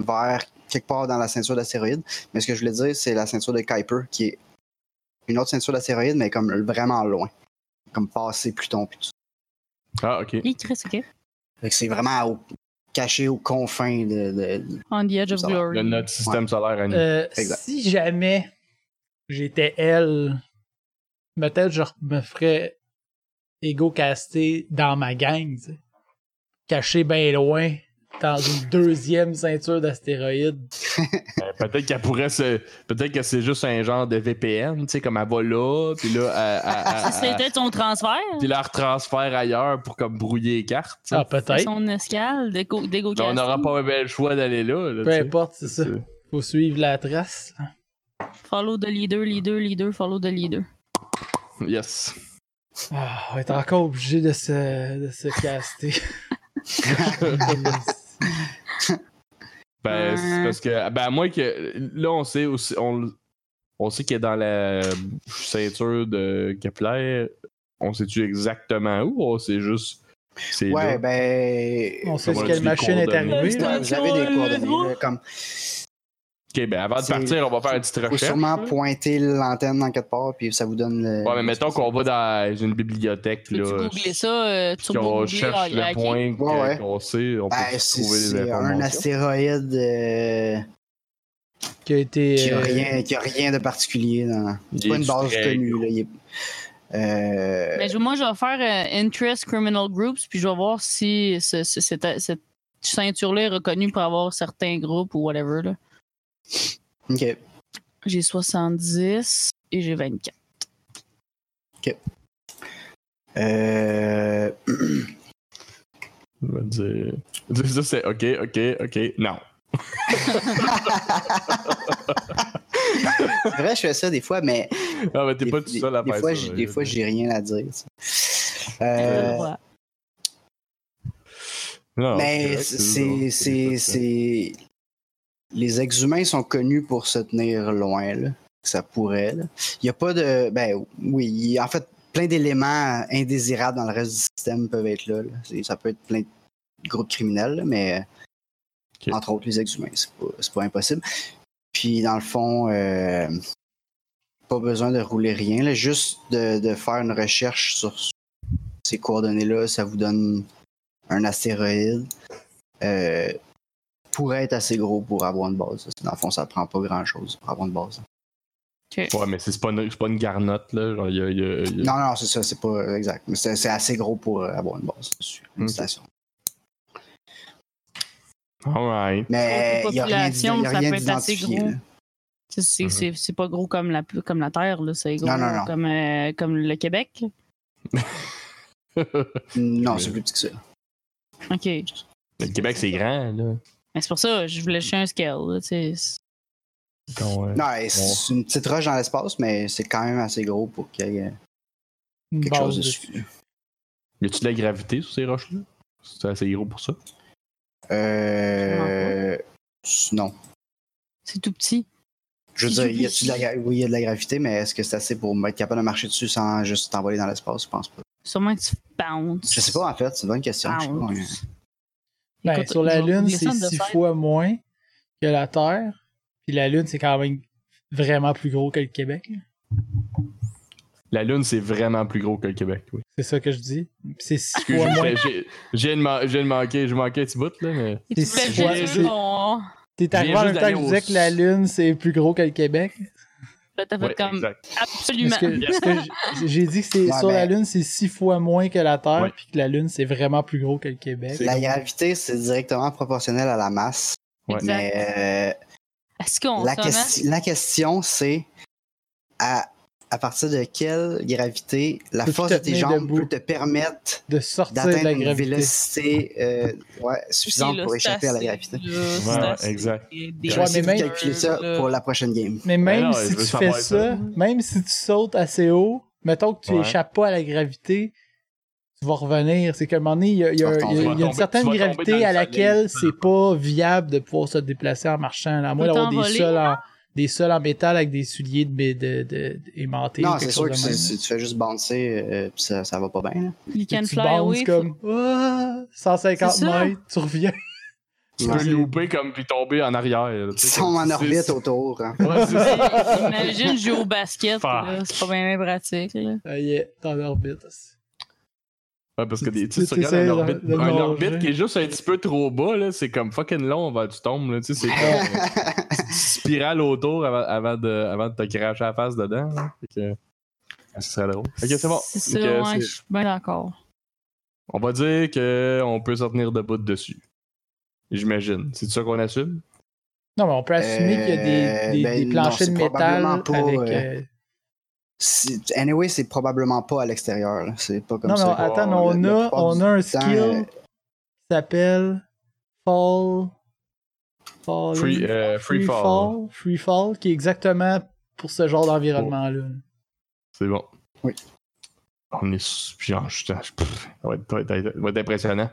[SPEAKER 2] vers quelque part dans la ceinture d'astéroïdes. Mais ce que je voulais dire, c'est la ceinture de Kuiper, qui est une autre ceinture d'astéroïdes, mais comme vraiment loin. Comme passer Pluton. Puis tout.
[SPEAKER 3] Ah, ok.
[SPEAKER 4] Et Chris, ok.
[SPEAKER 2] Fait que c'est vraiment au- caché aux confins de. de-
[SPEAKER 4] On the edge of
[SPEAKER 2] Ça va.
[SPEAKER 3] De
[SPEAKER 4] glory.
[SPEAKER 3] notre système solaire à nous.
[SPEAKER 1] Euh,
[SPEAKER 2] Exact.
[SPEAKER 1] si jamais j'étais elle, peut-être je me ferais égo caster dans ma gang, tu sais. caché bien loin dans une deuxième ceinture d'astéroïdes.
[SPEAKER 3] Euh, Peut-être qu'elle pourrait se. Peut-être que c'est juste un genre de VPN, tu sais, comme elle va là, puis là, elle- elle- elle-
[SPEAKER 4] Ça serait
[SPEAKER 3] elle-
[SPEAKER 4] peut-être son transfert,
[SPEAKER 3] puis là, elle retransfère ailleurs pour comme brouiller les cartes. tu sais.
[SPEAKER 1] Ah, peut-être.
[SPEAKER 4] son escale d'égo d'égo
[SPEAKER 3] Ben, on n'aura pas un bel choix d'aller là. là,
[SPEAKER 1] Peu
[SPEAKER 3] tu sais.
[SPEAKER 1] importe, c'est ça.
[SPEAKER 3] C'est-
[SPEAKER 1] Faut suivre la trace. là.
[SPEAKER 4] Follow the leader, leader, leader, follow the leader.
[SPEAKER 3] Yes.
[SPEAKER 1] Ah, on va être encore obligé de se, de se caster.
[SPEAKER 3] Ben, c'est
[SPEAKER 4] Ouais.
[SPEAKER 3] parce que. Ben, à moins que. Là, on sait aussi. On, on sait qu'elle est dans la ceinture de Kepler. On sait-tu exactement où? On sait juste. C'est
[SPEAKER 2] Ouais,
[SPEAKER 3] là.
[SPEAKER 2] ben.
[SPEAKER 1] on sait ce
[SPEAKER 3] Comment
[SPEAKER 1] quelle
[SPEAKER 3] tu
[SPEAKER 1] machine est
[SPEAKER 3] coordonnes?
[SPEAKER 1] arrivée. là.
[SPEAKER 2] Ouais, vous avez des coordonnées. là, comme,
[SPEAKER 3] Ok, ben avant de
[SPEAKER 2] c'est-
[SPEAKER 3] partir, on va faire un petit
[SPEAKER 2] faut
[SPEAKER 3] recherche.
[SPEAKER 2] sûrement
[SPEAKER 3] là.
[SPEAKER 2] pointer l'antenne dans quatre parts, puis ça vous donne le.
[SPEAKER 3] Ouais, mais mettons qu'on va dans une bibliothèque.
[SPEAKER 4] Peux-tu
[SPEAKER 3] là,
[SPEAKER 4] googler ça? euh,
[SPEAKER 3] Puis on
[SPEAKER 4] turbo-googler, ah,
[SPEAKER 3] cherche
[SPEAKER 4] ah,
[SPEAKER 3] le
[SPEAKER 4] ok.
[SPEAKER 3] point que-
[SPEAKER 2] Ouais, ouais.
[SPEAKER 3] qu'on sait, on peut
[SPEAKER 2] Ben, c'est-
[SPEAKER 3] trouver les
[SPEAKER 2] c'est un
[SPEAKER 3] informations.
[SPEAKER 2] astéroïde euh,
[SPEAKER 1] Qui a été.
[SPEAKER 2] qui n'a
[SPEAKER 1] euh,
[SPEAKER 2] rien, qui a rien de particulier. dans-
[SPEAKER 3] Il
[SPEAKER 2] C'est pas
[SPEAKER 3] est
[SPEAKER 2] une base
[SPEAKER 3] très
[SPEAKER 2] connue. Là. il est- Euh,
[SPEAKER 4] Mais Ben, je- moi, je vais faire euh, Interest Criminal Groups, puis je vais voir si ce- ce- cette, cette ceinture-là est reconnue pour avoir certains groupes ou whatever. là.
[SPEAKER 2] ok.
[SPEAKER 4] J'ai 70 et j'ai 24.
[SPEAKER 2] Euh,
[SPEAKER 3] Il va dire- dire Ça, c'est OK, OK, OK. Non.
[SPEAKER 2] C'est vrai, je fais ça des fois, mais.
[SPEAKER 3] Ah, mais t'es
[SPEAKER 2] des,
[SPEAKER 3] pas tout
[SPEAKER 2] des-
[SPEAKER 3] seul à
[SPEAKER 2] des
[SPEAKER 3] faire
[SPEAKER 2] fois,
[SPEAKER 3] ça.
[SPEAKER 2] j'ai- Des fois, j'ai rien à dire. ça.
[SPEAKER 4] Euh,
[SPEAKER 2] Euh,
[SPEAKER 4] ouais.
[SPEAKER 3] Non,
[SPEAKER 2] mais
[SPEAKER 3] correct,
[SPEAKER 2] Ben, c'est. c'est-
[SPEAKER 3] c'est-
[SPEAKER 2] c'est- Les exhumains sont connus pour se tenir loin, là. Ça pourrait, là. Il n'y a pas de. Ben oui, il y a- en fait, plein d'éléments indésirables dans le reste du système peuvent être là. là. C'est- Ça peut être plein de groupes criminels, là, mais
[SPEAKER 3] Ok.
[SPEAKER 2] entre autres les exhumains, c'est pas, c'est pas impossible. Puis dans le fond, euh, pas besoin de rouler rien, là. juste de, de faire une recherche sur ces coordonnées-là, ça vous donne un astéroïde. Euh, pourrait être assez gros pour avoir une base. Dans le fond, ça prend pas grand-chose pour avoir une base.
[SPEAKER 3] Ouais, mais c'est c'est pas, une- c'est pas une garnotte, là. Genre, il y a. il y a- il y a-
[SPEAKER 2] Non, non, c'est ça, c'est pas exact. Mais c'est c'est assez gros pour euh, avoir une base dessus, une
[SPEAKER 3] Ok.
[SPEAKER 2] station.
[SPEAKER 3] Alright.
[SPEAKER 2] Mais
[SPEAKER 4] Pour
[SPEAKER 2] il
[SPEAKER 4] les
[SPEAKER 2] n'y a rien d'i-
[SPEAKER 4] populations,
[SPEAKER 2] y a
[SPEAKER 4] ça
[SPEAKER 2] rien
[SPEAKER 4] peut être assez
[SPEAKER 2] d'identifié.
[SPEAKER 4] gros.
[SPEAKER 2] là.
[SPEAKER 4] C'est- C'est
[SPEAKER 3] Mhm.
[SPEAKER 4] c'est- c'est pas gros comme la, comme la Terre, là. c'est gros
[SPEAKER 2] Non, non, non.
[SPEAKER 4] Comme, euh, comme le Québec.
[SPEAKER 3] Le
[SPEAKER 2] Non,
[SPEAKER 3] Mais-
[SPEAKER 2] c'est plus petit que ça.
[SPEAKER 4] OK. Mais
[SPEAKER 3] Québec, c'est grand, là.
[SPEAKER 4] c'est pour ça, je voulais chercher un scale. là, tu sais. C'est-
[SPEAKER 3] Donc, euh,
[SPEAKER 2] Non, ouais, c'est une petite roche dans l'espace, mais c'est quand même assez gros pour qu'il y ait euh,
[SPEAKER 1] une
[SPEAKER 2] quelque
[SPEAKER 1] base
[SPEAKER 2] chose
[SPEAKER 1] de-
[SPEAKER 2] dessus.
[SPEAKER 3] Y a-tu de la gravité sur ces roches-là? C'est assez gros pour ça.
[SPEAKER 2] Euh... Non.
[SPEAKER 4] C'est tout petit.
[SPEAKER 2] Je veux
[SPEAKER 4] C'est
[SPEAKER 2] dire,
[SPEAKER 4] tout
[SPEAKER 2] y a-tu de la...
[SPEAKER 4] petit.
[SPEAKER 2] gra- oui, il y a de la gravité, mais est-ce que c'est assez pour être capable de marcher dessus sans juste t'envoler dans l'espace? Je pense pas.
[SPEAKER 4] Sûrement que tu bounces.
[SPEAKER 2] Je sais pas, en fait, c'est une bonne
[SPEAKER 4] Ah,
[SPEAKER 2] question. Je sais pas, hein. mais-
[SPEAKER 4] Bounce.
[SPEAKER 1] Ben,
[SPEAKER 4] Écoute,
[SPEAKER 1] sur la
[SPEAKER 4] je vais
[SPEAKER 1] Lune,
[SPEAKER 4] googler
[SPEAKER 1] c'est
[SPEAKER 4] ça de
[SPEAKER 1] six
[SPEAKER 4] faire.
[SPEAKER 1] fois moins que la Terre. Puis la Lune, c'est quand même vraiment plus gros que le Québec. là.
[SPEAKER 3] La Lune, c'est vraiment plus gros que le Québec, oui.
[SPEAKER 1] C'est ça que je dis. Puis C'est six
[SPEAKER 3] Excuse,
[SPEAKER 1] fois moins.
[SPEAKER 3] j'ai- j'ai- J'ai de ma- j'ai de manquer, j'ai manqué un petit bout, là, mais.
[SPEAKER 4] Et tu
[SPEAKER 1] C'est
[SPEAKER 4] voulais
[SPEAKER 1] six fois-
[SPEAKER 4] chercher
[SPEAKER 1] c'est-
[SPEAKER 4] ton-
[SPEAKER 1] T'es arrivé en même
[SPEAKER 3] juste
[SPEAKER 1] temps
[SPEAKER 3] d'aller
[SPEAKER 1] que je
[SPEAKER 3] au-
[SPEAKER 1] disais que la Lune, c'est plus gros que le Québec.
[SPEAKER 4] Là, t'as fait
[SPEAKER 3] Ouais,
[SPEAKER 4] comme
[SPEAKER 3] exact.
[SPEAKER 4] absolument.
[SPEAKER 1] Parce que, parce que j'ai- j'ai dit que c'est
[SPEAKER 2] Ouais,
[SPEAKER 1] sur la
[SPEAKER 2] ben-
[SPEAKER 1] Lune, c'est six fois moins que la Terre.
[SPEAKER 3] Ouais.
[SPEAKER 1] Puis que la Lune, c'est vraiment plus gros que le Québec.
[SPEAKER 2] La gravité, c'est directement proportionnel à la masse.
[SPEAKER 3] Ouais.
[SPEAKER 4] Exact.
[SPEAKER 2] Mais. euh,
[SPEAKER 4] Est-ce qu'on
[SPEAKER 2] La,
[SPEAKER 4] s'en
[SPEAKER 2] questi- la question, c'est à, à partir de quelle gravité la
[SPEAKER 1] Peux-tu
[SPEAKER 2] force
[SPEAKER 1] te
[SPEAKER 2] de tes
[SPEAKER 1] tenir
[SPEAKER 2] jambes
[SPEAKER 1] debout?
[SPEAKER 2] peut te permettre
[SPEAKER 1] De sortir de
[SPEAKER 2] d'atteindre
[SPEAKER 1] la
[SPEAKER 2] une
[SPEAKER 1] gravité.
[SPEAKER 2] vélocité euh, ouais, suffisante
[SPEAKER 4] Là,
[SPEAKER 2] pour
[SPEAKER 4] c'est
[SPEAKER 2] échapper à la
[SPEAKER 4] assez,
[SPEAKER 2] gravité.
[SPEAKER 4] là, c'est
[SPEAKER 3] Ouais, ouais,
[SPEAKER 4] assez.
[SPEAKER 3] exact.
[SPEAKER 4] Des-
[SPEAKER 2] Je
[SPEAKER 3] Ouais,
[SPEAKER 2] vais
[SPEAKER 1] mais
[SPEAKER 2] essayer de
[SPEAKER 1] même-
[SPEAKER 2] calculer ça
[SPEAKER 4] là,
[SPEAKER 2] pour la prochaine game.
[SPEAKER 1] Mais même
[SPEAKER 3] Ben non, je
[SPEAKER 1] si
[SPEAKER 3] veux
[SPEAKER 1] tu fais
[SPEAKER 3] savoir
[SPEAKER 1] ça,
[SPEAKER 3] ça.
[SPEAKER 1] même si tu sautes assez haut, mettons que tu
[SPEAKER 3] Ouais.
[SPEAKER 1] échappes pas à la gravité, tu vas revenir. C'est qu'à un moment donné, il y a, il y a-
[SPEAKER 2] Tu vas
[SPEAKER 1] il y a- il y
[SPEAKER 2] retomber.
[SPEAKER 1] a
[SPEAKER 3] Ah, Tu vas
[SPEAKER 1] une
[SPEAKER 3] tomber-
[SPEAKER 1] certaine
[SPEAKER 3] tu vas tomber dans
[SPEAKER 1] gravité
[SPEAKER 3] le
[SPEAKER 1] à
[SPEAKER 3] soleil.
[SPEAKER 1] laquelle c'est pas viable de pouvoir se déplacer en marchant, à moins
[SPEAKER 4] Peut
[SPEAKER 1] d'avoir des
[SPEAKER 4] t'envoler,
[SPEAKER 1] sols en, des sols en métal avec des souliers de, mais de, de- aimantés. ou
[SPEAKER 2] Non,
[SPEAKER 1] quelque
[SPEAKER 2] c'est sûr
[SPEAKER 1] chose
[SPEAKER 2] que
[SPEAKER 1] de même.
[SPEAKER 2] c'est- c'est- tu fais juste bouncer, euh, pis ça, ça va pas bien. là.
[SPEAKER 4] You can
[SPEAKER 1] tu
[SPEAKER 4] fly
[SPEAKER 1] bounces
[SPEAKER 4] away.
[SPEAKER 1] comme Ah, 150
[SPEAKER 4] C'est ça.
[SPEAKER 1] mètres, tu reviens.
[SPEAKER 3] Tu
[SPEAKER 2] Ouais.
[SPEAKER 3] peux louper comme puis tomber en arrière. là, tu
[SPEAKER 2] Ils
[SPEAKER 3] sais,
[SPEAKER 2] sont
[SPEAKER 3] comme-
[SPEAKER 2] en
[SPEAKER 3] c'est-
[SPEAKER 2] orbite
[SPEAKER 3] c'est-
[SPEAKER 2] autour. hein.
[SPEAKER 3] Ouais, c'est ça.
[SPEAKER 4] Faut- Imagine jouer au basket,
[SPEAKER 3] Fuck.
[SPEAKER 4] là, c'est pas bien bien pratique. Là.
[SPEAKER 1] Ah, yeah, t'es en orbite.
[SPEAKER 3] Ouais, parce que des,
[SPEAKER 1] Tu-
[SPEAKER 3] tu sais, tu
[SPEAKER 1] tu
[SPEAKER 3] regardes un
[SPEAKER 1] essaies
[SPEAKER 3] orbite,
[SPEAKER 1] de- de
[SPEAKER 3] un
[SPEAKER 1] manger.
[SPEAKER 3] orbite qui est juste un petit peu trop bas, là, c'est comme fucking long avant que tu tombes. Là, tu sais, c'est comme euh, une spirale autour avant, avant de, avant de te cracher la face dedans. là. Fait que, ça serait drôle. Ok, c'est bon.
[SPEAKER 4] C'est ça,
[SPEAKER 3] Ok,
[SPEAKER 4] ouais,
[SPEAKER 3] c'est-
[SPEAKER 4] je suis bien d'accord.
[SPEAKER 3] On va dire qu'on peut s'en tenir debout dessus. J'imagine. C'est ça qu'on assume?
[SPEAKER 1] Non, mais on peut assumer qu'il y a des, des,
[SPEAKER 2] Euh, ben,
[SPEAKER 1] des planchers
[SPEAKER 2] non,
[SPEAKER 1] de
[SPEAKER 2] c'est
[SPEAKER 1] métal
[SPEAKER 2] probablement pas,
[SPEAKER 1] avec.
[SPEAKER 2] euh,
[SPEAKER 1] euh,
[SPEAKER 2] C'est- Anyway, c'est probablement pas à l'extérieur. là. C'est pas comme
[SPEAKER 1] Non,
[SPEAKER 2] ça.
[SPEAKER 1] non,
[SPEAKER 2] qu'on-
[SPEAKER 1] attends,
[SPEAKER 2] la-
[SPEAKER 1] on
[SPEAKER 2] la
[SPEAKER 1] a,
[SPEAKER 2] plupart
[SPEAKER 1] on
[SPEAKER 2] du
[SPEAKER 1] a un
[SPEAKER 2] temps,
[SPEAKER 1] skill
[SPEAKER 2] euh,
[SPEAKER 1] qui s'appelle Fall. Fall.
[SPEAKER 3] Free, euh, free
[SPEAKER 1] Free
[SPEAKER 3] fall.
[SPEAKER 1] fall. Free fall, qui est exactement pour ce genre d'environnement-là.
[SPEAKER 3] Oh. C'est bon.
[SPEAKER 2] Oui.
[SPEAKER 3] On est. su- puis en- je- je- pff, Ça va être- ça va être- ça va être impressionnant.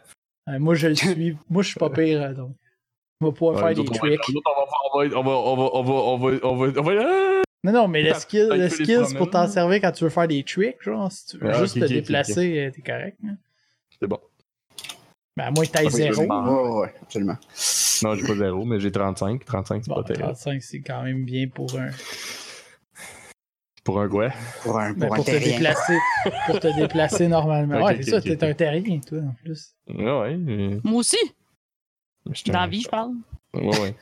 [SPEAKER 1] Euh, moi, je le suis. moi, je suis pas pire, euh, donc. On va pouvoir
[SPEAKER 3] Ouais,
[SPEAKER 1] faire
[SPEAKER 3] nous
[SPEAKER 1] des
[SPEAKER 3] autres, on va-
[SPEAKER 1] tricks.
[SPEAKER 3] nous autres, on va- on va- on va- on va- on va- on va- on va- Ah!
[SPEAKER 1] Non, non, mais le
[SPEAKER 3] Ça-
[SPEAKER 1] skill, le
[SPEAKER 3] ça peut les
[SPEAKER 1] skill c'est
[SPEAKER 3] promènes,
[SPEAKER 1] pour t'en
[SPEAKER 3] là.
[SPEAKER 1] servir quand tu veux faire des tricks, genre. Si tu veux
[SPEAKER 3] Ah,
[SPEAKER 1] juste
[SPEAKER 3] ok,
[SPEAKER 1] te
[SPEAKER 3] ok, ok,
[SPEAKER 1] déplacer, euh, t'es correct. hein.
[SPEAKER 3] C'est bon.
[SPEAKER 1] Ben, à moins que t'ailles
[SPEAKER 3] Ah, oui,
[SPEAKER 1] zéro.
[SPEAKER 3] absolument.
[SPEAKER 1] là.
[SPEAKER 2] Ouais, ouais, absolument.
[SPEAKER 3] Non, j'ai pas zéro, mais j'ai 35. 35, c'est
[SPEAKER 1] Bon,
[SPEAKER 3] pas terrible.
[SPEAKER 1] 35, c'est quand même bien pour un.
[SPEAKER 3] Pour un quoi?
[SPEAKER 2] Pour un,
[SPEAKER 1] Ben,
[SPEAKER 2] pour
[SPEAKER 1] pour,
[SPEAKER 2] un
[SPEAKER 1] te
[SPEAKER 2] terrien.
[SPEAKER 1] déplacer, pour te déplacer normalement.
[SPEAKER 3] Ok,
[SPEAKER 1] ouais,
[SPEAKER 3] ok,
[SPEAKER 1] c'est ça,
[SPEAKER 3] ok,
[SPEAKER 1] t'es
[SPEAKER 3] ok.
[SPEAKER 1] un terrien, toi, en plus.
[SPEAKER 3] Ah Ouais, ouais. mais-
[SPEAKER 4] Moi aussi,
[SPEAKER 3] mais je suis un-
[SPEAKER 4] dans la vie, je parle.
[SPEAKER 3] Ouais, ouais.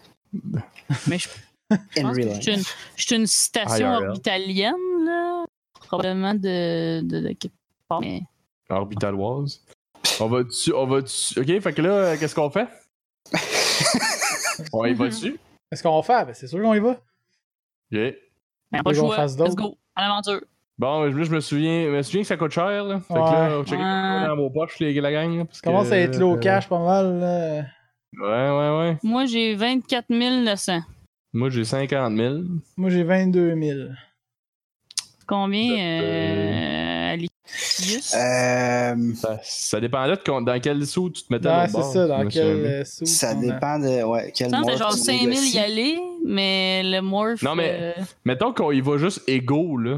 [SPEAKER 4] Mais je Je
[SPEAKER 2] In
[SPEAKER 4] pense que
[SPEAKER 2] real
[SPEAKER 4] je suis une- je suis une station
[SPEAKER 3] IRL.
[SPEAKER 4] orbitalienne, là. Probablement de, de, de quelque part. Mais
[SPEAKER 3] Orbitaloise. On va dessus, on va dessus. Ok, fait que là, euh, qu'est-ce qu'on fait? On y va dessus?
[SPEAKER 1] Est-ce qu'on va faire? Ben, c'est sûr qu'on y va.
[SPEAKER 3] Ok.
[SPEAKER 4] mais pas le
[SPEAKER 1] Faut qu'on
[SPEAKER 4] choix.
[SPEAKER 1] fasse d'autres.
[SPEAKER 4] Let's go. À l'aventure.
[SPEAKER 3] Bon, mais je, je me souviens, je me souviens que ça coûte cher, là. Fait que là, check
[SPEAKER 4] Ouais.
[SPEAKER 3] dans vos poches, les, la gang. là, parce
[SPEAKER 1] Ça commence
[SPEAKER 3] que- euh,
[SPEAKER 1] à être low cash pas mal. là.
[SPEAKER 3] Ouais, ouais, ouais.
[SPEAKER 4] Moi, j'ai 24 900.
[SPEAKER 3] Moi, j'ai 50 000.
[SPEAKER 1] Moi, j'ai 22 000.
[SPEAKER 4] Combien,
[SPEAKER 3] Euh,
[SPEAKER 4] euh, Ali? Juste?
[SPEAKER 2] Euh,
[SPEAKER 3] Ça, ça dépendait de con- dans quel sou tu te mettais
[SPEAKER 1] Ouais,
[SPEAKER 3] l'autre
[SPEAKER 1] c'est
[SPEAKER 3] bord,
[SPEAKER 1] ça,
[SPEAKER 3] je
[SPEAKER 1] dans
[SPEAKER 3] me
[SPEAKER 1] quel
[SPEAKER 3] souviens.
[SPEAKER 1] euh, sous
[SPEAKER 2] ça
[SPEAKER 1] on a.
[SPEAKER 2] dépend de ouais, quel
[SPEAKER 4] hein. Ça me semble
[SPEAKER 2] morph
[SPEAKER 4] genre
[SPEAKER 2] tu
[SPEAKER 4] 5000
[SPEAKER 2] négocies.
[SPEAKER 4] y aller, mais le morph.
[SPEAKER 3] Non, mais-
[SPEAKER 4] euh,
[SPEAKER 3] Mettons qu'on y va juste égaux, là.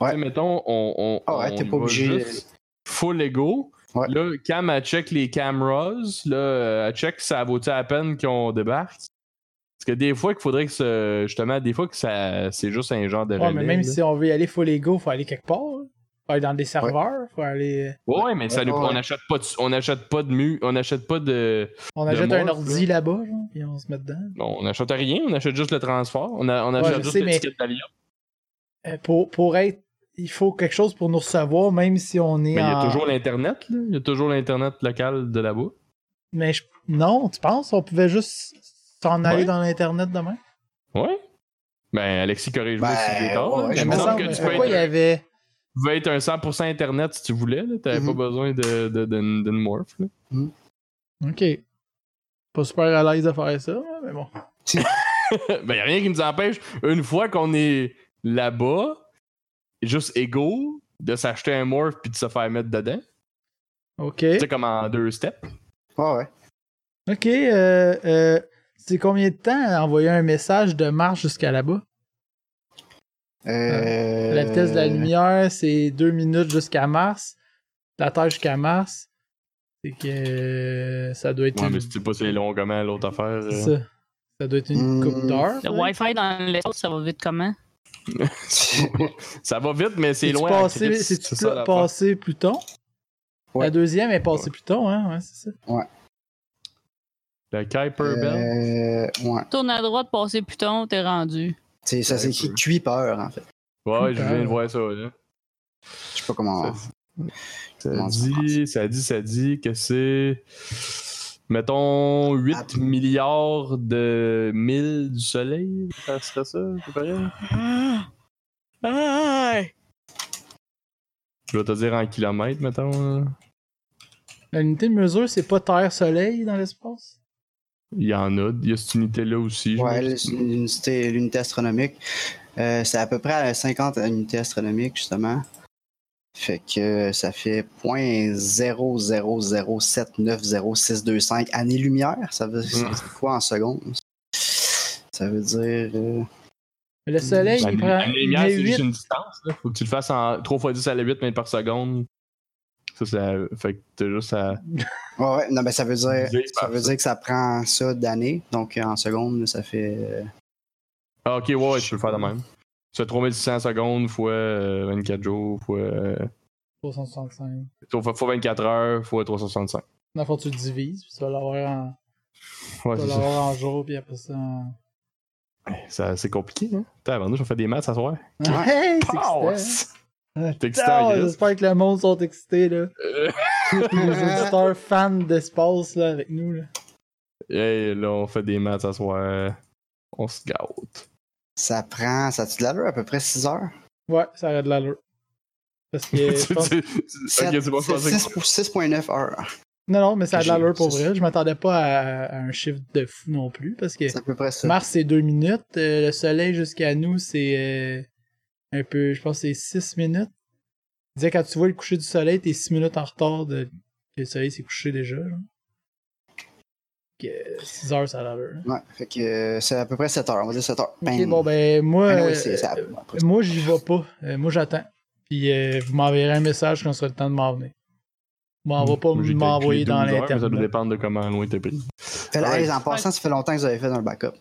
[SPEAKER 2] Ouais.
[SPEAKER 3] Tu sais, mettons, on. on
[SPEAKER 2] Ah ouais,
[SPEAKER 3] on
[SPEAKER 2] t'es
[SPEAKER 3] y
[SPEAKER 2] pas
[SPEAKER 3] va
[SPEAKER 2] obligé.
[SPEAKER 3] juste Full égaux.
[SPEAKER 2] Ouais.
[SPEAKER 3] Là, Cam, elle check les cameras. Là, elle check si ça vaut-tu la peine qu'on débarque. Parce que des fois, qu'il faudrait que ce. Justement, des fois, que ça c'est juste un genre de.
[SPEAKER 1] Ouais, mais
[SPEAKER 3] relais,
[SPEAKER 1] même
[SPEAKER 3] là.
[SPEAKER 1] si on veut y aller full ego, faut aller quelque part. là. Faut aller dans des serveurs, faut aller. euh,
[SPEAKER 3] Ouais, ouais, mais ça nous-
[SPEAKER 2] Ouais, ouais.
[SPEAKER 3] on n'achète pas de, on n'achète pas de mu, on n'achète pas de,
[SPEAKER 1] On
[SPEAKER 3] Le
[SPEAKER 1] achète un
[SPEAKER 3] morph,
[SPEAKER 1] ordi là-bas, genre, puis on se met dedans.
[SPEAKER 3] non, on n'achète rien, on achète juste le transport, on, a- on
[SPEAKER 1] Ouais,
[SPEAKER 3] achète
[SPEAKER 1] je
[SPEAKER 3] juste
[SPEAKER 1] sais, mais-
[SPEAKER 3] l'étiquette d'avion.
[SPEAKER 1] Euh, pour, pour être. Il faut quelque chose pour nous recevoir, même si on est
[SPEAKER 3] Mais il y a
[SPEAKER 1] en-
[SPEAKER 3] toujours l'internet, là. il y a toujours l'internet local de là-bas.
[SPEAKER 1] Mais je- non, tu penses? On pouvait juste s'en aller
[SPEAKER 3] Ouais.
[SPEAKER 1] dans l'Internet demain?
[SPEAKER 3] Ouais. Ben, Alexis, corrige-moi
[SPEAKER 2] Ben,
[SPEAKER 3] si j'ai tort.
[SPEAKER 2] ouais,
[SPEAKER 3] là, mais
[SPEAKER 2] je
[SPEAKER 3] il me
[SPEAKER 2] pense-
[SPEAKER 3] semble que
[SPEAKER 1] mais
[SPEAKER 3] tu peux
[SPEAKER 1] pourquoi
[SPEAKER 3] être,
[SPEAKER 1] il y avait.
[SPEAKER 3] tu pouvais être un 100% Internet si tu voulais. là.
[SPEAKER 1] Mm-hmm.
[SPEAKER 3] T'avais
[SPEAKER 2] Mhm.
[SPEAKER 3] pas besoin de, de, de- d'une morph. là.
[SPEAKER 1] Ok. Pas super à l'aise de faire ça, hein, mais bon.
[SPEAKER 3] ben, y a rien qui nous empêche, une fois qu'on est là-bas, juste égaux, de s'acheter un morph puis de se faire mettre dedans.
[SPEAKER 1] Ok.
[SPEAKER 3] Tu sais, comme en deux steps.
[SPEAKER 2] Ouais, ouais.
[SPEAKER 1] Ok. euh, euh, c'est combien de temps à envoyer un message de marche jusqu'à là-bas?
[SPEAKER 2] Euh,
[SPEAKER 1] La vitesse de la lumière, c'est deux minutes jusqu'à Mars. La Terre jusqu'à Mars. C'est que ça doit être
[SPEAKER 3] Ouais,
[SPEAKER 1] une...
[SPEAKER 3] mais si tu pas c'est long comment l'autre affaire. euh,
[SPEAKER 1] Mm-hmm. c'est ça. Ça doit être une
[SPEAKER 2] Hmm.
[SPEAKER 1] coupe d'heure.
[SPEAKER 4] Le
[SPEAKER 1] ouais.
[SPEAKER 4] Wi-Fi dans l'espace, ça va vite comment?
[SPEAKER 3] ça va vite, mais c'est
[SPEAKER 1] C'est-tu
[SPEAKER 3] loin. en
[SPEAKER 1] passé,
[SPEAKER 3] crise,
[SPEAKER 1] c'est-tu
[SPEAKER 3] ça, l'affaire.
[SPEAKER 1] passé Pluton?
[SPEAKER 2] Ouais.
[SPEAKER 1] La deuxième est passée Pluton, hein? Ouais, c'est ça.
[SPEAKER 3] Le Kuiper Belt.
[SPEAKER 2] euh, ouais.
[SPEAKER 4] Tourne à droite, passer Pluton, t'es rendu.
[SPEAKER 2] C'est- Ça s'écrit Kuiper, en fait.
[SPEAKER 3] Ouais, ouais, je viens de voir ça. Là.
[SPEAKER 2] Je sais pas
[SPEAKER 1] Ah.
[SPEAKER 2] comment.
[SPEAKER 3] Ça
[SPEAKER 2] Comment ça
[SPEAKER 3] dit, ça dit, ça dit que c'est. Mettons 8
[SPEAKER 2] Ah.
[SPEAKER 3] milliards de milles du soleil. Ça serait ça, à peu près?
[SPEAKER 2] Ah.
[SPEAKER 1] Ah.
[SPEAKER 3] Je vais te dire en kilomètres, mettons. là.
[SPEAKER 1] L'unité de mesure, c'est pas Terre-Soleil dans l'espace?
[SPEAKER 3] Il y en a. Il y a cette unité-là aussi. je
[SPEAKER 2] Ouais,
[SPEAKER 3] me-
[SPEAKER 2] l'unité, l'unité astronomique. Euh, c'est à peu près à 50 unités astronomiques, justement. Fait que euh, ça fait 0.000790625 années-lumière. Ça veut
[SPEAKER 3] Mm.
[SPEAKER 2] c'est quoi en secondes? Ça veut dire. euh,
[SPEAKER 1] Le soleil,
[SPEAKER 3] La
[SPEAKER 1] il
[SPEAKER 3] lu-
[SPEAKER 1] prend
[SPEAKER 3] Ben, la lumière, c'est juste
[SPEAKER 1] 1,8.
[SPEAKER 3] une distance. Là. Faut que tu le fasses en 3 x 10 à la 8 mètres par seconde. Ça, ça fait que t'as juste à.
[SPEAKER 2] Ouais, ouais, non, mais ça veut dire,
[SPEAKER 3] Divisé
[SPEAKER 2] Ben, ça
[SPEAKER 3] par
[SPEAKER 2] veut
[SPEAKER 3] ça.
[SPEAKER 2] dire que ça prend ça d'années. Donc, euh, en secondes, ça fait. euh,
[SPEAKER 3] Ah, ok, ouais, ouais, tu peux le faire de même. Tu fais 3600 secondes fois euh, 24 jours, fois, euh,
[SPEAKER 1] 365.
[SPEAKER 3] fois, fois 24 heures, fois 365.
[SPEAKER 1] Dans le fond, tu le divises, puis tu vas l'avoir en,
[SPEAKER 3] Ouais,
[SPEAKER 1] tu vas
[SPEAKER 3] c'est ça.
[SPEAKER 1] l'avoir en jour, puis après ça. en-
[SPEAKER 3] Ça, C'est compliqué, hein. Putain, avant nous, je fais des maths à soir.
[SPEAKER 1] Hey, c'est
[SPEAKER 3] Pow!
[SPEAKER 1] excitant.
[SPEAKER 3] T'es excitant,
[SPEAKER 1] Ah,
[SPEAKER 3] Chris.
[SPEAKER 1] J'espère que le monde sont excités, là.
[SPEAKER 3] Euh,
[SPEAKER 1] Tous les auditeurs fans d'espace, là, avec nous, là.
[SPEAKER 3] hey, là, on fait des maths à soir. On se gâte.
[SPEAKER 2] Ça prend. Ça a-tu de l'allure à peu près 6 heures?
[SPEAKER 1] Ouais, ça aurait de l'allure. Parce que.
[SPEAKER 3] Tu-
[SPEAKER 1] je pense-
[SPEAKER 3] tu- tu-
[SPEAKER 2] Sept-
[SPEAKER 3] Ok, c'est bon, je
[SPEAKER 2] six-
[SPEAKER 3] pensais que-
[SPEAKER 2] six pour- 6.9 heures.
[SPEAKER 1] Non, non, mais ça a de
[SPEAKER 2] J'ai-
[SPEAKER 1] l'allure pour
[SPEAKER 2] c'est-
[SPEAKER 1] vrai. Je m'attendais pas à, à un chiffre de fou non plus, parce que
[SPEAKER 2] C'est à peu près ça.
[SPEAKER 1] Mars, c'est 2 minutes. euh, le soleil jusqu'à nous, c'est euh, un peu. Je pense que c'est 6 minutes. Je disais, quand tu vois le coucher du soleil, t'es 6 minutes en retard de. que Le soleil s'est couché déjà, là. Que 6 heures, ça a de l'allure.
[SPEAKER 2] Ouais, fait que euh, c'est à peu près 7 heures. On va dire 7 heures.
[SPEAKER 1] Ok, bon, ben, moi.
[SPEAKER 2] Ben oui, c'est-
[SPEAKER 1] euh,
[SPEAKER 2] c'est à- après-
[SPEAKER 1] Moi, j'y vais pas. Euh, moi, j'attends. Puis euh, vous m'enverrez un message quand ce sera le temps de m'en venir. M'en va pas
[SPEAKER 3] Mm. Moi, j'ai
[SPEAKER 1] m'envoyer dans
[SPEAKER 3] calculé 12 heures, mais Ça doit
[SPEAKER 1] l'internet.
[SPEAKER 3] dépendre de comment loin t'es pris.
[SPEAKER 1] euh,
[SPEAKER 2] Fait-
[SPEAKER 3] Ouais.
[SPEAKER 2] hey, en passant, ça fait longtemps que vous avez fait dans le backup.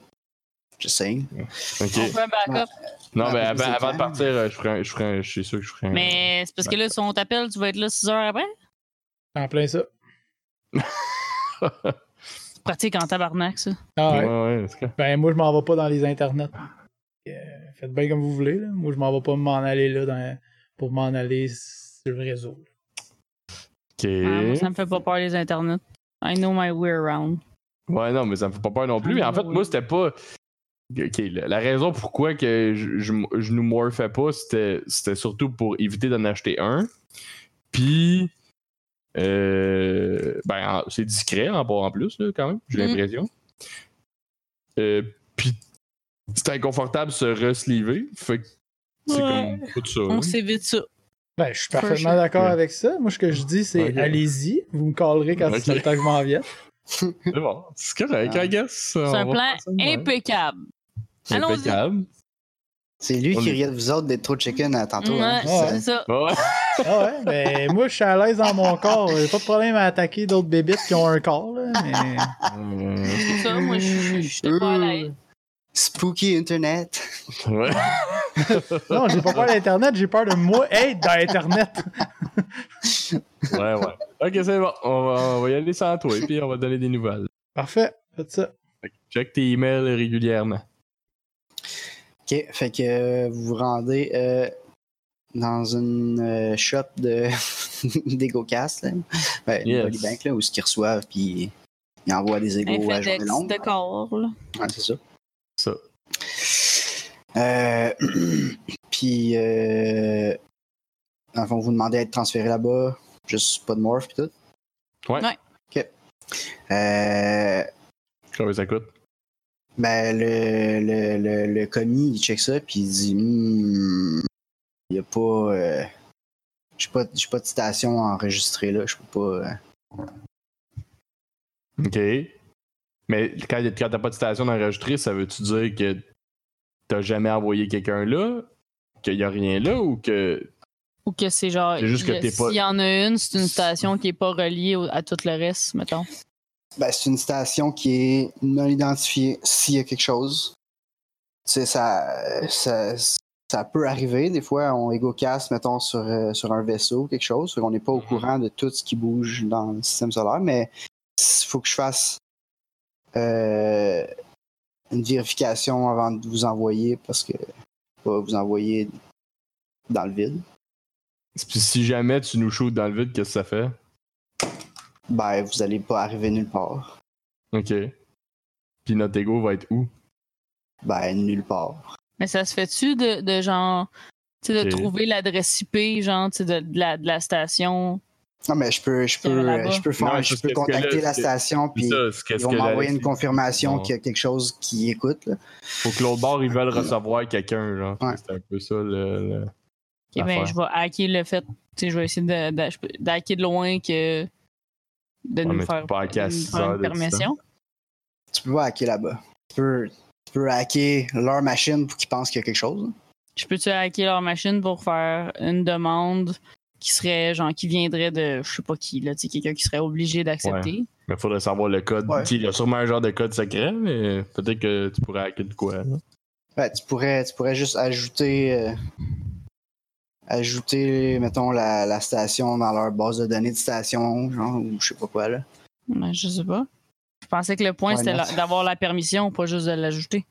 [SPEAKER 2] Je sais.
[SPEAKER 3] Ok.
[SPEAKER 4] On fait un backup,
[SPEAKER 3] Non,
[SPEAKER 2] Ouais,
[SPEAKER 3] mais
[SPEAKER 2] c'est
[SPEAKER 3] avant,
[SPEAKER 2] clair.
[SPEAKER 3] avant de partir, euh, je ferai, un- je ferai, un- je suis sûr que je ferai. un-
[SPEAKER 4] mais c'est parce que là, si on t'appelle, tu vas être là 6 heures après.
[SPEAKER 1] En plein ça.
[SPEAKER 4] C'est pratique en tabarnak, ça.
[SPEAKER 1] Ah
[SPEAKER 3] Ouais,
[SPEAKER 1] ouais.
[SPEAKER 3] ouais, c'est clair.
[SPEAKER 1] Ben, moi, je m'en vais pas dans les internets. Euh, faites bien comme vous voulez. là. Moi, je m'en vais pas m'en aller là dans- pour m'en aller sur le réseau. là.
[SPEAKER 3] Ok.
[SPEAKER 4] Ah, moi, ça me fait pas peur les internets. I know my way around.
[SPEAKER 3] Ouais, non, mais ça me fait pas peur non plus.
[SPEAKER 4] Ah,
[SPEAKER 3] Mais en fait, moi, c'était pas. Ok, la la raison pourquoi que je, je, je nous morphais pas, c'était c'était surtout pour éviter d'en acheter un. Puis. euh, ben, en- c'est discret en, en plus, là, quand même, j'ai
[SPEAKER 4] Mm.
[SPEAKER 3] l'impression. Euh, puis, c'était inconfortable de se resliver. Fait que c'est
[SPEAKER 4] Ouais.
[SPEAKER 3] comme tout ça.
[SPEAKER 4] On
[SPEAKER 3] là.
[SPEAKER 4] s'évite ça.
[SPEAKER 1] Ben, je suis
[SPEAKER 4] For
[SPEAKER 1] parfaitement
[SPEAKER 4] sure.
[SPEAKER 1] d'accord
[SPEAKER 3] Ouais.
[SPEAKER 1] avec ça. Moi, ce que je dis, c'est
[SPEAKER 3] Ok.
[SPEAKER 1] allez-y. Vous me callerez quand
[SPEAKER 3] Ok.
[SPEAKER 1] c'est le temps que je m'en vienne.
[SPEAKER 3] C'est bon, c'est correct,
[SPEAKER 2] Ah.
[SPEAKER 3] I guess.
[SPEAKER 4] C'est un plan impeccable. Allons-y.
[SPEAKER 3] impeccable.
[SPEAKER 2] C'est lui
[SPEAKER 3] On
[SPEAKER 2] qui
[SPEAKER 3] est-
[SPEAKER 2] riait de vous autres d'être trop chicken à tantôt. hein.
[SPEAKER 4] Ouais,
[SPEAKER 1] Ouais.
[SPEAKER 4] c'est ça.
[SPEAKER 3] Ouais.
[SPEAKER 1] Ah ouais, ben, moi, je suis à l'aise dans mon corps. J'ai pas de problème à attaquer d'autres bébites qui ont un corps, là, mais.
[SPEAKER 3] Euh,
[SPEAKER 4] C'est ça, moi, je- je je- j'étais pas à l'aise.
[SPEAKER 2] Spooky Internet.
[SPEAKER 3] ouais.
[SPEAKER 1] Non, j'ai pas peur d'Internet, j'ai peur de moi être dans Internet.
[SPEAKER 3] Ouais, ouais. Ok, c'est bon. On va, on va y aller sans toi et puis on va te donner des nouvelles.
[SPEAKER 1] Parfait, faites ça.
[SPEAKER 3] Fait que Check tes emails régulièrement.
[SPEAKER 2] Ok, fait que euh, vous vous rendez euh, dans une euh, shop de d'EgoCast, là. Ben,
[SPEAKER 3] Yes.
[SPEAKER 2] Polybank, là, où ce qu'ils reçoivent, puis ils envoient des
[SPEAKER 4] Un
[SPEAKER 2] égos à journée
[SPEAKER 4] FedEx
[SPEAKER 2] longue.
[SPEAKER 4] de corps, là.
[SPEAKER 2] Ouais, c'est ça.
[SPEAKER 3] Ça.
[SPEAKER 2] Euh, puis, euh, dans le fond, vous demandez à être transféré là-bas, juste pas de morph pis tout.
[SPEAKER 3] Ouais.
[SPEAKER 4] Ouais.
[SPEAKER 2] Ok. Euh,
[SPEAKER 3] Combien ça coûte?
[SPEAKER 2] ben, le, le, le, le commis, il check ça, puis il dit Hmm, il y a pas. Euh, j'ai pas, j'ai pas de citation enregistrée là, je peux pas. euh.
[SPEAKER 3] Ok. Mais quand, quand t'as pas de station d'enregistrer, ça veut-tu dire que t'as jamais envoyé quelqu'un là? Qu'il y a rien là ou que.
[SPEAKER 4] Ou que c'est genre.
[SPEAKER 3] C'est juste que t'es pas-
[SPEAKER 4] S'il y en a une, c'est une station qui est pas reliée au- à tout le reste, mettons.
[SPEAKER 2] Ben, c'est une citation qui est non identifiée s'il y a quelque chose. Tu sais, ça, ça, ça peut arriver. Des fois, on égocasse, mettons, sur, euh, sur un vaisseau ou quelque chose. On n'est pas au
[SPEAKER 3] Mhm.
[SPEAKER 2] courant de tout ce qui bouge dans le système solaire, mais il faut que je fasse euh, une vérification avant de vous envoyer parce que je vais vous envoyer dans le vide.
[SPEAKER 3] Puis si jamais tu nous shoots dans le vide, qu'est-ce que ça fait?
[SPEAKER 2] Ben, vous n'allez pas arriver nulle part.
[SPEAKER 3] Ok. Puis notre ego va être où?
[SPEAKER 2] Ben, nulle part.
[SPEAKER 4] Mais ça se fait-tu de, de genre. Tu sais, de
[SPEAKER 3] Ok.
[SPEAKER 4] trouver l'adresse IP, genre, tu sais, de, de la, de la station.
[SPEAKER 2] Non, mais je peux, je peux,
[SPEAKER 4] Tiens, là-bas.
[SPEAKER 2] je peux, faire-
[SPEAKER 3] Non, mais
[SPEAKER 2] je
[SPEAKER 3] parce
[SPEAKER 2] peux
[SPEAKER 3] que- parce que
[SPEAKER 2] contacter
[SPEAKER 3] là,
[SPEAKER 2] la
[SPEAKER 3] c'est-
[SPEAKER 2] station, puis
[SPEAKER 3] ce
[SPEAKER 2] Ils vont m'envoyer une confirmation qu'il y a quelque chose qui écoute. là.
[SPEAKER 3] Faut que l'autre bord, ils veulent recevoir quelqu'un, genre.
[SPEAKER 2] Ouais.
[SPEAKER 3] C'est un peu ça le. le-
[SPEAKER 4] Ok, ben,
[SPEAKER 3] l'affaire.
[SPEAKER 4] je vais hacker le fait. Tu sais, je vais essayer de- de- je peux- d'hacker de loin que. De
[SPEAKER 3] Ouais, mais
[SPEAKER 4] nous
[SPEAKER 3] tu
[SPEAKER 4] faire.
[SPEAKER 3] peux pas hacker à
[SPEAKER 4] de nous
[SPEAKER 3] six
[SPEAKER 4] faire
[SPEAKER 3] heures
[SPEAKER 4] une
[SPEAKER 3] de distance.
[SPEAKER 4] permission.
[SPEAKER 2] Tu peux pas hacker là-bas. Tu peux, tu tu peux hacker leur machine pour qu'ils pensent qu'il y a quelque chose.
[SPEAKER 4] Je peux-tu hacker leur machine pour faire une demande qui serait, genre, qui viendrait de, je sais pas qui, là, tu sais, quelqu'un qui serait obligé d'accepter.
[SPEAKER 3] Mais faudrait savoir le code.
[SPEAKER 2] Ouais.
[SPEAKER 3] Il y a sûrement un genre de code secret, mais peut-être que tu pourrais hacker de quoi. là.
[SPEAKER 2] Ouais, tu pourrais, tu pourrais juste ajouter, euh, ajouter, mettons, la, la station dans leur base de données de station, genre, ou je sais pas quoi, là.
[SPEAKER 4] Ben, je sais pas. Je pensais que le point,
[SPEAKER 2] Ouais,
[SPEAKER 4] c'était
[SPEAKER 2] non.
[SPEAKER 4] la- d'avoir la permission, pas juste de l'ajouter.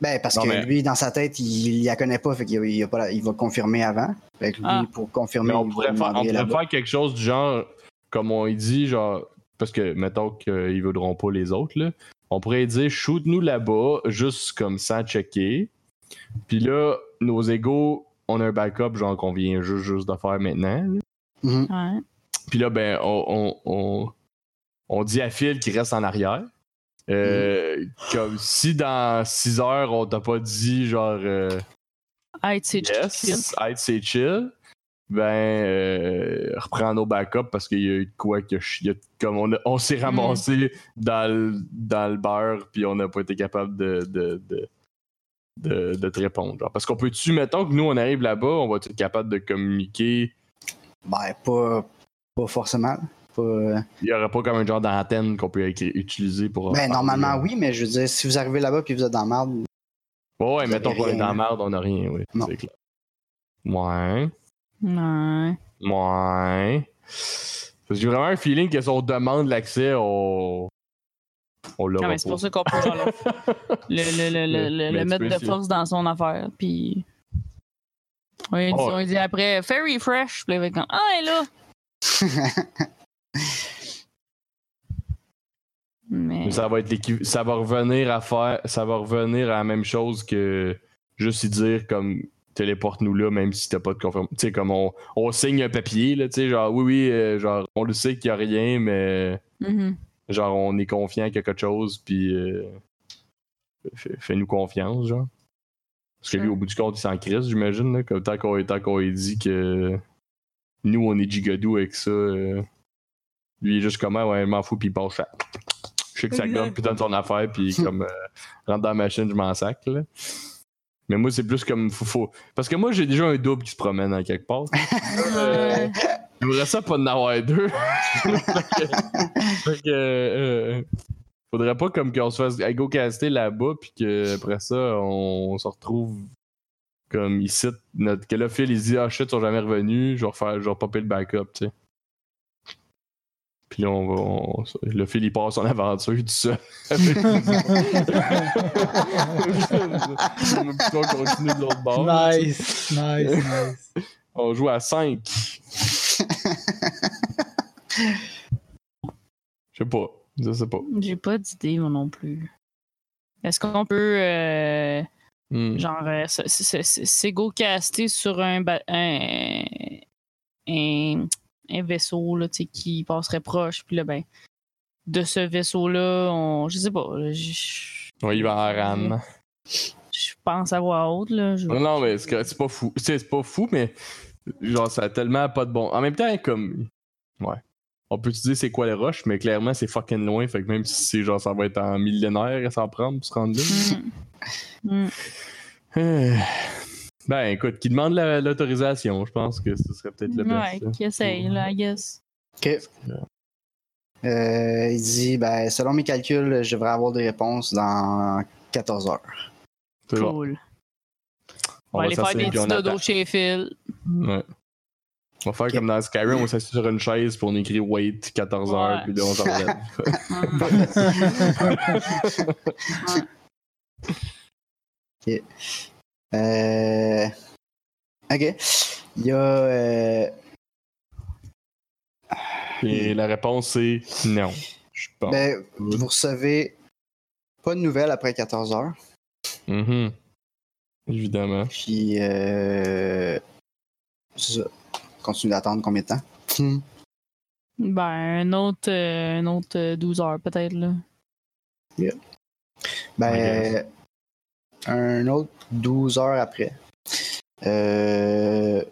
[SPEAKER 2] Ben, parce
[SPEAKER 3] Non,
[SPEAKER 2] que
[SPEAKER 3] mais-
[SPEAKER 2] lui, dans sa tête, il, il la connaît pas, fait qu'il il a pas la- il va confirmer avant. Fait que lui,
[SPEAKER 4] Ah.
[SPEAKER 2] pour confirmer,
[SPEAKER 3] Mais on
[SPEAKER 2] il va
[SPEAKER 3] pourrait, faire, on
[SPEAKER 2] demander
[SPEAKER 3] pourrait
[SPEAKER 2] là-bas.
[SPEAKER 3] faire quelque chose du genre, comme on y dit, genre, parce que mettons qu'ils voudront pas les autres, là, on pourrait dire shoot-nous là-bas, juste comme sans checker. Puis là, nos égaux, on a un backup, genre qu'on vient juste, juste de faire maintenant. là.
[SPEAKER 2] Mhm.
[SPEAKER 4] Ouais.
[SPEAKER 3] Puis là, ben, on, on, on, on dit à Phil qu'il reste en arrière. Euh,
[SPEAKER 2] Mm.
[SPEAKER 3] Comme si dans 6 heures, on t'a pas dit, genre. euh,
[SPEAKER 4] Ah, tu sais,
[SPEAKER 3] Yes, hey, c'est chill. Ben, euh, reprends nos backups parce qu'il y a eu de quoi que je- il y a- comme on, a- on s'est ramassé dans, le, dans le beurre puis on n'a pas été capable de, de, de, de- de te répondre. genre. Parce qu'on peut-tu, mettons que nous on arrive là-bas, on va être capable de communiquer.
[SPEAKER 2] Ben, pas, pas forcément. Pas, euh,
[SPEAKER 3] Il n'y aura pas comme un genre d'antenne qu'on peut écri- utiliser pour.
[SPEAKER 2] Ben,
[SPEAKER 3] parler,
[SPEAKER 2] normalement,
[SPEAKER 3] là.
[SPEAKER 2] oui, mais je veux dire, si vous arrivez là-bas puis vous êtes dans la merde,
[SPEAKER 3] Ouais, ouais,
[SPEAKER 2] Vous
[SPEAKER 3] mettons
[SPEAKER 2] avez
[SPEAKER 3] qu'on est
[SPEAKER 2] rien,
[SPEAKER 3] dans la
[SPEAKER 2] là.
[SPEAKER 3] merde, on n'a rien, oui.
[SPEAKER 2] Non.
[SPEAKER 3] C'est clair. Ouais.
[SPEAKER 4] Ouais.
[SPEAKER 3] Ouais. Parce que j'ai vraiment un feeling que si on demande l'accès, on. On
[SPEAKER 4] Ah,
[SPEAKER 3] l'aura.
[SPEAKER 4] mais c'est
[SPEAKER 3] pas.
[SPEAKER 4] pour ça qu'on peut genre, le, le, le, le,
[SPEAKER 3] Mais
[SPEAKER 4] le- le
[SPEAKER 3] tu
[SPEAKER 4] mettre
[SPEAKER 3] peux
[SPEAKER 4] de
[SPEAKER 3] essayer.
[SPEAKER 4] force dans son affaire. Puis. Oui,
[SPEAKER 3] Oh.
[SPEAKER 4] on dit après Fairy Fresh. Puis là, il va être comme, Ah, elle est là. Mais.
[SPEAKER 3] Mais ça va être l'équiv- ça va revenir à faire. Ça va revenir à la même chose que juste y dire comme téléporte-nous là, même si t'as pas de confirmation. Tu sais, comme on, on signe un papier, là, tu sais, genre oui, oui, euh, genre on le sait qu'il y a rien, mais
[SPEAKER 4] Mhm.
[SPEAKER 3] genre on est confiant qu'il y a quelque chose, puis euh, fais- fais-nous confiance, genre. Parce que lui,
[SPEAKER 4] Sure.
[SPEAKER 3] au bout du compte, il s'en crisse, j'imagine, là, comme tant qu'on tant qu'on lui dit que nous, on est gigadou avec ça. euh, lui, il est juste comme, Ah, ouais, je m'en fous, puis il passe à... Je sais que ça gomme, puis donne son affaire, puis comme, euh, rentre dans la machine, je m'en sac, là. Mais moi, c'est plus comme, faut, faut- Parce que moi, j'ai déjà un double qui se promène en quelque part. Euh,
[SPEAKER 4] Ouais.
[SPEAKER 3] J'aimerais ça pas d'en avoir deux. fait que, fait que, euh, faudrait pas comme qu'on se fasse hey, go caster là-bas puis que après ça on, se retrouve comme ici notre que là Phil il se dit ah shit ils sont jamais revenus, je vais refaire je vais popper le backup, tu sais. Puis là on va on- le Phil il part son aventure tout seul. Puis on continue de l'autre bord.
[SPEAKER 1] nice, nice, nice.
[SPEAKER 3] On joue à 5. Je sais pas. Je sais pas.
[SPEAKER 4] J'ai pas d'idée, moi non plus. Est-ce qu'on peut. euh,
[SPEAKER 3] Hmm.
[SPEAKER 4] Genre, euh, se- se- se- se- s'ego-caster sur un, ba- un, un, un vaisseau là, tu sais, qui passerait proche. Puis là, ben, de ce vaisseau-là, on, je sais pas. là, Je
[SPEAKER 3] On y va en rame.
[SPEAKER 4] je pense à voix haute. Là, je-
[SPEAKER 3] Non, non, mais c'est correct, c'est pas fou. Tu sais, C'est pas fou, mais genre, ça a tellement pas de bon. En même temps, comme. Ouais. On peut se dire c'est quoi les roches, mais clairement, c'est fucking loin. Fait que même si c'est genre, ça va être en millénaire à s'en prendre pour se rendre là.
[SPEAKER 4] Mm. Mm.
[SPEAKER 3] Euh, ben, écoute, qui demande la- l'autorisation, je pense que ce serait peut-être le
[SPEAKER 4] Ouais,
[SPEAKER 3] best. là.
[SPEAKER 4] qui essaye, là, I guess.
[SPEAKER 2] euh, il dit, ben, selon mes calculs, je devrais avoir des réponses dans 14 heures.
[SPEAKER 3] C'est bon.
[SPEAKER 4] Cool.
[SPEAKER 3] On
[SPEAKER 4] On va aller faire
[SPEAKER 3] s'asseoir,
[SPEAKER 4] des
[SPEAKER 3] puis on
[SPEAKER 4] petits
[SPEAKER 3] attend.
[SPEAKER 4] dodos chez Phil.
[SPEAKER 3] Ouais. On va faire comme dans Skyrim, on s'assied sur une chaise, puis on écrit wait 14 heures,
[SPEAKER 4] Ouais.
[SPEAKER 3] puis là on s'en relève.
[SPEAKER 4] Mm.
[SPEAKER 2] Euh... Ok. Il y a. euh,
[SPEAKER 3] Et la réponse c'est non. Je pense.
[SPEAKER 2] Ben, vous recevez pas de nouvelles après 14 heures.
[SPEAKER 3] Mhm. Évidemment.
[SPEAKER 2] Puis. Euh... c'est ça. Continue d'attendre combien de temps Hmm.
[SPEAKER 4] Ben, un autre, euh, un autre euh, 12 heures, peut-être. là.
[SPEAKER 2] Ben. Un autre 12 heures après. Euh...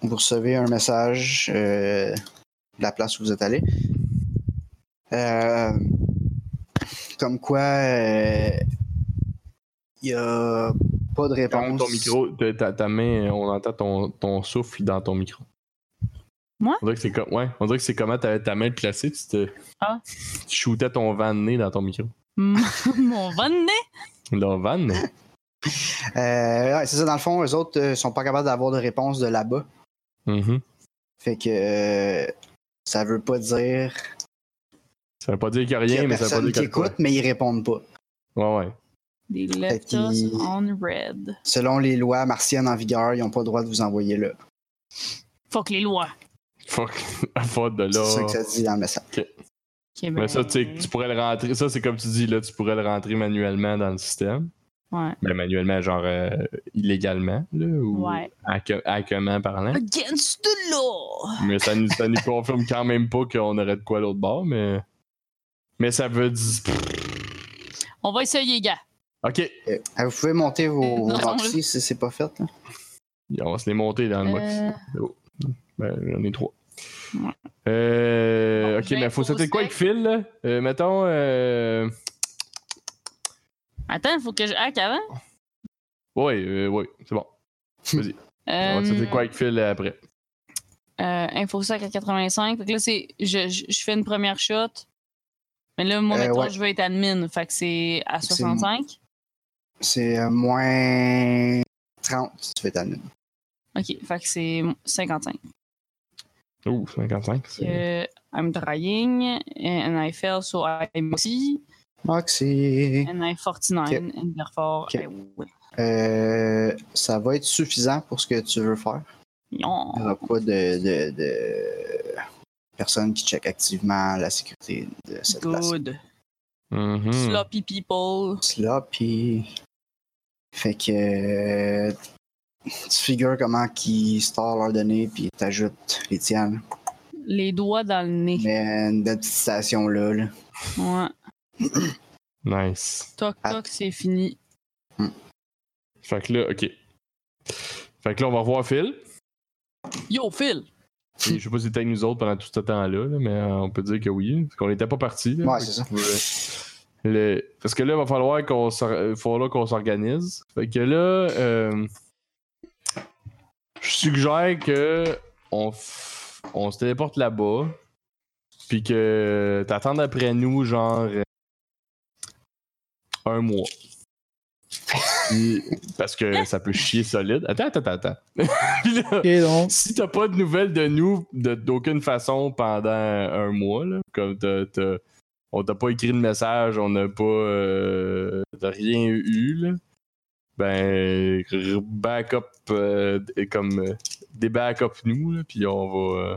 [SPEAKER 2] Vous recevez un message euh, de la place où vous êtes allé. Euh... comme quoi euh, il y a pas de
[SPEAKER 3] Ton
[SPEAKER 2] réponse.
[SPEAKER 3] micro, ta- ta, ta main, on entend ton, ton souffle dans ton micro.
[SPEAKER 4] Moi?
[SPEAKER 3] On dirait que c'est comme, ouais, on dirait que c'est comment t'avais ta main placée, tu te.
[SPEAKER 4] Ah.
[SPEAKER 3] Tu shootais ton van de nez dans ton micro.
[SPEAKER 4] Mon van de nez?
[SPEAKER 3] Dans van de nez?
[SPEAKER 2] Euh, ouais, c'est ça, dans le fond, eux autres euh, sont pas capables d'avoir de réponse de là-bas.
[SPEAKER 3] Mhm.
[SPEAKER 2] Fait que euh, ça veut pas dire
[SPEAKER 3] Ça veut pas dire qu'il y a
[SPEAKER 2] qu'il y
[SPEAKER 3] rien,
[SPEAKER 2] a
[SPEAKER 3] mais ça veut
[SPEAKER 2] personne
[SPEAKER 3] pas
[SPEAKER 2] qui
[SPEAKER 3] dire qu'il y a
[SPEAKER 2] écoute, mais ils répondent pas.
[SPEAKER 3] quoi. Ouais, ouais.
[SPEAKER 4] They
[SPEAKER 2] Fait
[SPEAKER 4] left
[SPEAKER 2] qu'il-
[SPEAKER 4] us on red.
[SPEAKER 2] Selon les lois martiennes en vigueur, ils ont pas le droit de vous envoyer là.
[SPEAKER 4] Fuck les lois.
[SPEAKER 3] Fuck, à faute de
[SPEAKER 2] C'est ça que
[SPEAKER 3] là.
[SPEAKER 2] ça dit dans le message.
[SPEAKER 4] Ok,
[SPEAKER 3] Mais
[SPEAKER 4] ben,
[SPEAKER 3] ça, tu sais, tu pourrais le rentrer. Ça, c'est comme tu dis, là, tu pourrais le rentrer manuellement dans le système.
[SPEAKER 4] Ouais.
[SPEAKER 3] Ben, manuellement, genre euh, illégalement, là, ou hein?
[SPEAKER 4] Ouais.
[SPEAKER 3] hacke- hackement parlant.
[SPEAKER 4] Against the law!
[SPEAKER 3] Mais ça nous, ça nous confirme quand même pas qu'on aurait de quoi l'autre bord, mais. Mais ça veut dire.
[SPEAKER 4] On va essayer, gars.
[SPEAKER 3] Ok,
[SPEAKER 2] Euh, vous pouvez monter vos, vos
[SPEAKER 4] Non,
[SPEAKER 2] maxi si c'est pas fait. là.
[SPEAKER 3] on va se les monter dans le mox.
[SPEAKER 4] Euh,
[SPEAKER 3] Ben, j'en ai trois.
[SPEAKER 4] Ouais.
[SPEAKER 3] Euh,
[SPEAKER 4] Bon,
[SPEAKER 3] ok,
[SPEAKER 4] je vais
[SPEAKER 3] mais faut
[SPEAKER 4] être au
[SPEAKER 3] sauter de quoi avec
[SPEAKER 4] sec.
[SPEAKER 3] Phil, là? Euh, mettons. Euh...
[SPEAKER 4] Attends, faut que je hack avant.
[SPEAKER 3] Ouais, euh, ouais, c'est bon. On va
[SPEAKER 4] Euh,
[SPEAKER 3] sauter de quoi avec Phil euh, après.
[SPEAKER 4] euh, InfoSec à 85. Fait que là, c'est. Je, je, je fais une première shot. Mais là, moi,
[SPEAKER 2] Euh,
[SPEAKER 4] maintenant,
[SPEAKER 2] ouais.
[SPEAKER 4] je veux être admin. Fait que c'est à
[SPEAKER 2] C'est
[SPEAKER 4] 65.
[SPEAKER 2] C'est euh, moins 30 si tu fais ta nuit.
[SPEAKER 4] Ok, fait que c'est 55.
[SPEAKER 3] Ouh, 55. c'est-
[SPEAKER 4] Euh, I'm trying, Euh, and I fail, so I'm aussi,
[SPEAKER 2] Maxi.
[SPEAKER 4] and I'm 49, and therefore
[SPEAKER 2] Ok.
[SPEAKER 4] I win.
[SPEAKER 2] Euh, ça va être suffisant pour ce que tu veux faire.
[SPEAKER 4] Non.
[SPEAKER 2] Il n'y aura pas de, de, de personnes qui check activement la sécurité de cette place.
[SPEAKER 4] Good. Euh,
[SPEAKER 3] Mhm.
[SPEAKER 4] Sloppy people.
[SPEAKER 2] là, puis. Fait que. euh, Tu figures comment qu'ils storent leurs données, puis t'ajoutes les tiennes.
[SPEAKER 4] Les doigts dans le nez.
[SPEAKER 2] Mais une belle petite station là. là.
[SPEAKER 4] Ouais.
[SPEAKER 3] Nice.
[SPEAKER 4] Toc toc, c'est fini.
[SPEAKER 3] Fait que là, ok. Fait que là, on va revoir Phil.
[SPEAKER 4] Yo, Phil!
[SPEAKER 3] Et je sais pas si t'es avec nous autres pendant tout ce temps-là, là, mais euh, on peut dire que oui. Parce qu'on n'était pas partis. là.
[SPEAKER 2] Ouais,
[SPEAKER 3] Fait
[SPEAKER 2] c'est
[SPEAKER 3] que, euh, le- Parce que là, il va falloir qu'on s'or- euh, falloir qu'on s'organise. Fait que là, euh, je suggère que on, f- on se téléporte là-bas. Puis que t'attendes après nous, genre. euh, un mois. Puis- parce que ça peut chier solide. Attends, attends, attends. attends. Puis là,
[SPEAKER 1] Ok, donc.
[SPEAKER 3] si t'as pas de nouvelles de nous de- d'aucune façon pendant un mois, là, comme t'as- t'as- on t'a pas écrit de message, on n'a pas euh, t'as rien eu, là, ben r- backup euh, d- comme euh, des backup nous, là, puis on va euh,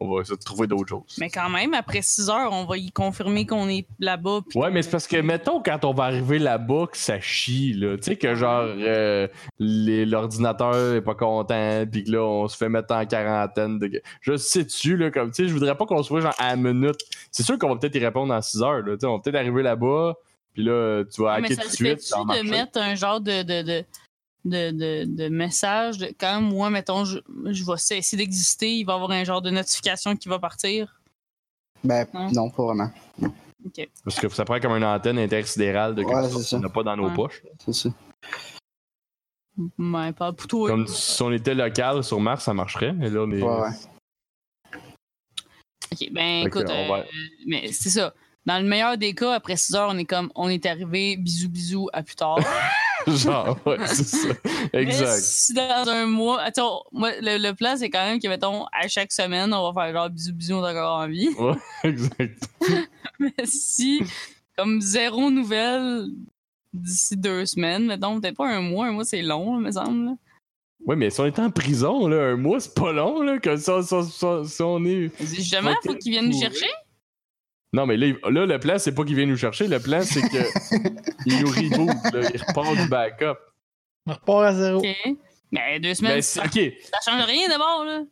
[SPEAKER 3] on va essayer de trouver d'autres choses.
[SPEAKER 4] Mais quand même, après 6 heures, on va y confirmer qu'on est là-bas. puis
[SPEAKER 3] Ouais,
[SPEAKER 4] qu'on-
[SPEAKER 3] mais c'est parce que, mettons, quand on va arriver là-bas, que ça chie, là. Tu sais, que genre, euh, les- l'ordinateur est pas content, puis que là, on se fait mettre en quarantaine. de- Je sais-tu, là, comme, tu sais, je voudrais pas qu'on soit genre à la minute. C'est sûr qu'on va peut-être y répondre en 6 heures, là. Tu sais, on va peut-être arriver là-bas, puis là, tu vas
[SPEAKER 4] Ouais, Mais
[SPEAKER 3] hacker
[SPEAKER 4] ça
[SPEAKER 3] tout de
[SPEAKER 4] se
[SPEAKER 3] suite.
[SPEAKER 4] fait-tu
[SPEAKER 3] ça va
[SPEAKER 4] de
[SPEAKER 3] marcher.
[SPEAKER 4] mettre un genre de, de, de, de, de, de message? de- quand moi, mettons, je, je vais cesser d'exister, il va y avoir un genre de notification qui va partir.
[SPEAKER 2] Ben,
[SPEAKER 4] Non.
[SPEAKER 2] non, pas vraiment.
[SPEAKER 3] Parce que ça prend comme une antenne intersidérale de
[SPEAKER 2] Ouais,
[SPEAKER 3] quelque
[SPEAKER 2] c'est
[SPEAKER 3] chose
[SPEAKER 2] ça.
[SPEAKER 3] qu'on n'a pas dans nos
[SPEAKER 4] Ouais.
[SPEAKER 3] poches.
[SPEAKER 2] C'est ça.
[SPEAKER 4] Mais Ben, pas pour toi.
[SPEAKER 3] Comme si on était local sur Mars, ça marcherait. Mais là, on est.
[SPEAKER 2] Ouais, ouais.
[SPEAKER 4] Ok, ben
[SPEAKER 3] Fait que,
[SPEAKER 4] écoute,
[SPEAKER 3] on va-
[SPEAKER 4] euh, mais c'est ça. Dans le meilleur des cas, après 6 heures, on est comme, on est arrivé, bisous, bisous, à plus tard.
[SPEAKER 3] Genre, ouais, c'est ça.
[SPEAKER 4] Mais
[SPEAKER 3] Exact.
[SPEAKER 4] si dans un mois, attends, moi, le, le plan, c'est quand même que, mettons, à chaque semaine, on va faire genre bisous, bisous, on est encore en vie.
[SPEAKER 3] Exact.
[SPEAKER 4] Mais si, comme zéro nouvelle d'ici deux semaines, mettons, peut-être pas un mois, un mois, c'est long, là, me semble. là.
[SPEAKER 3] Oui, mais si on est en prison, là, un mois, c'est pas long, là, que ça, ça, ça- si on est...
[SPEAKER 4] Justement,
[SPEAKER 3] Ok,
[SPEAKER 4] faut qu'ils viennent nous
[SPEAKER 3] pourri.
[SPEAKER 4] chercher.
[SPEAKER 3] Non, mais là, il- là, le plan, c'est pas qu'il vient nous chercher, le plan, c'est que il nous reboot, là, il repart du backup.
[SPEAKER 1] On repart à zéro.
[SPEAKER 4] Ok. Mais deux semaines,
[SPEAKER 3] Mais Ben, c'est- ok,
[SPEAKER 4] ça change rien d'abord, là.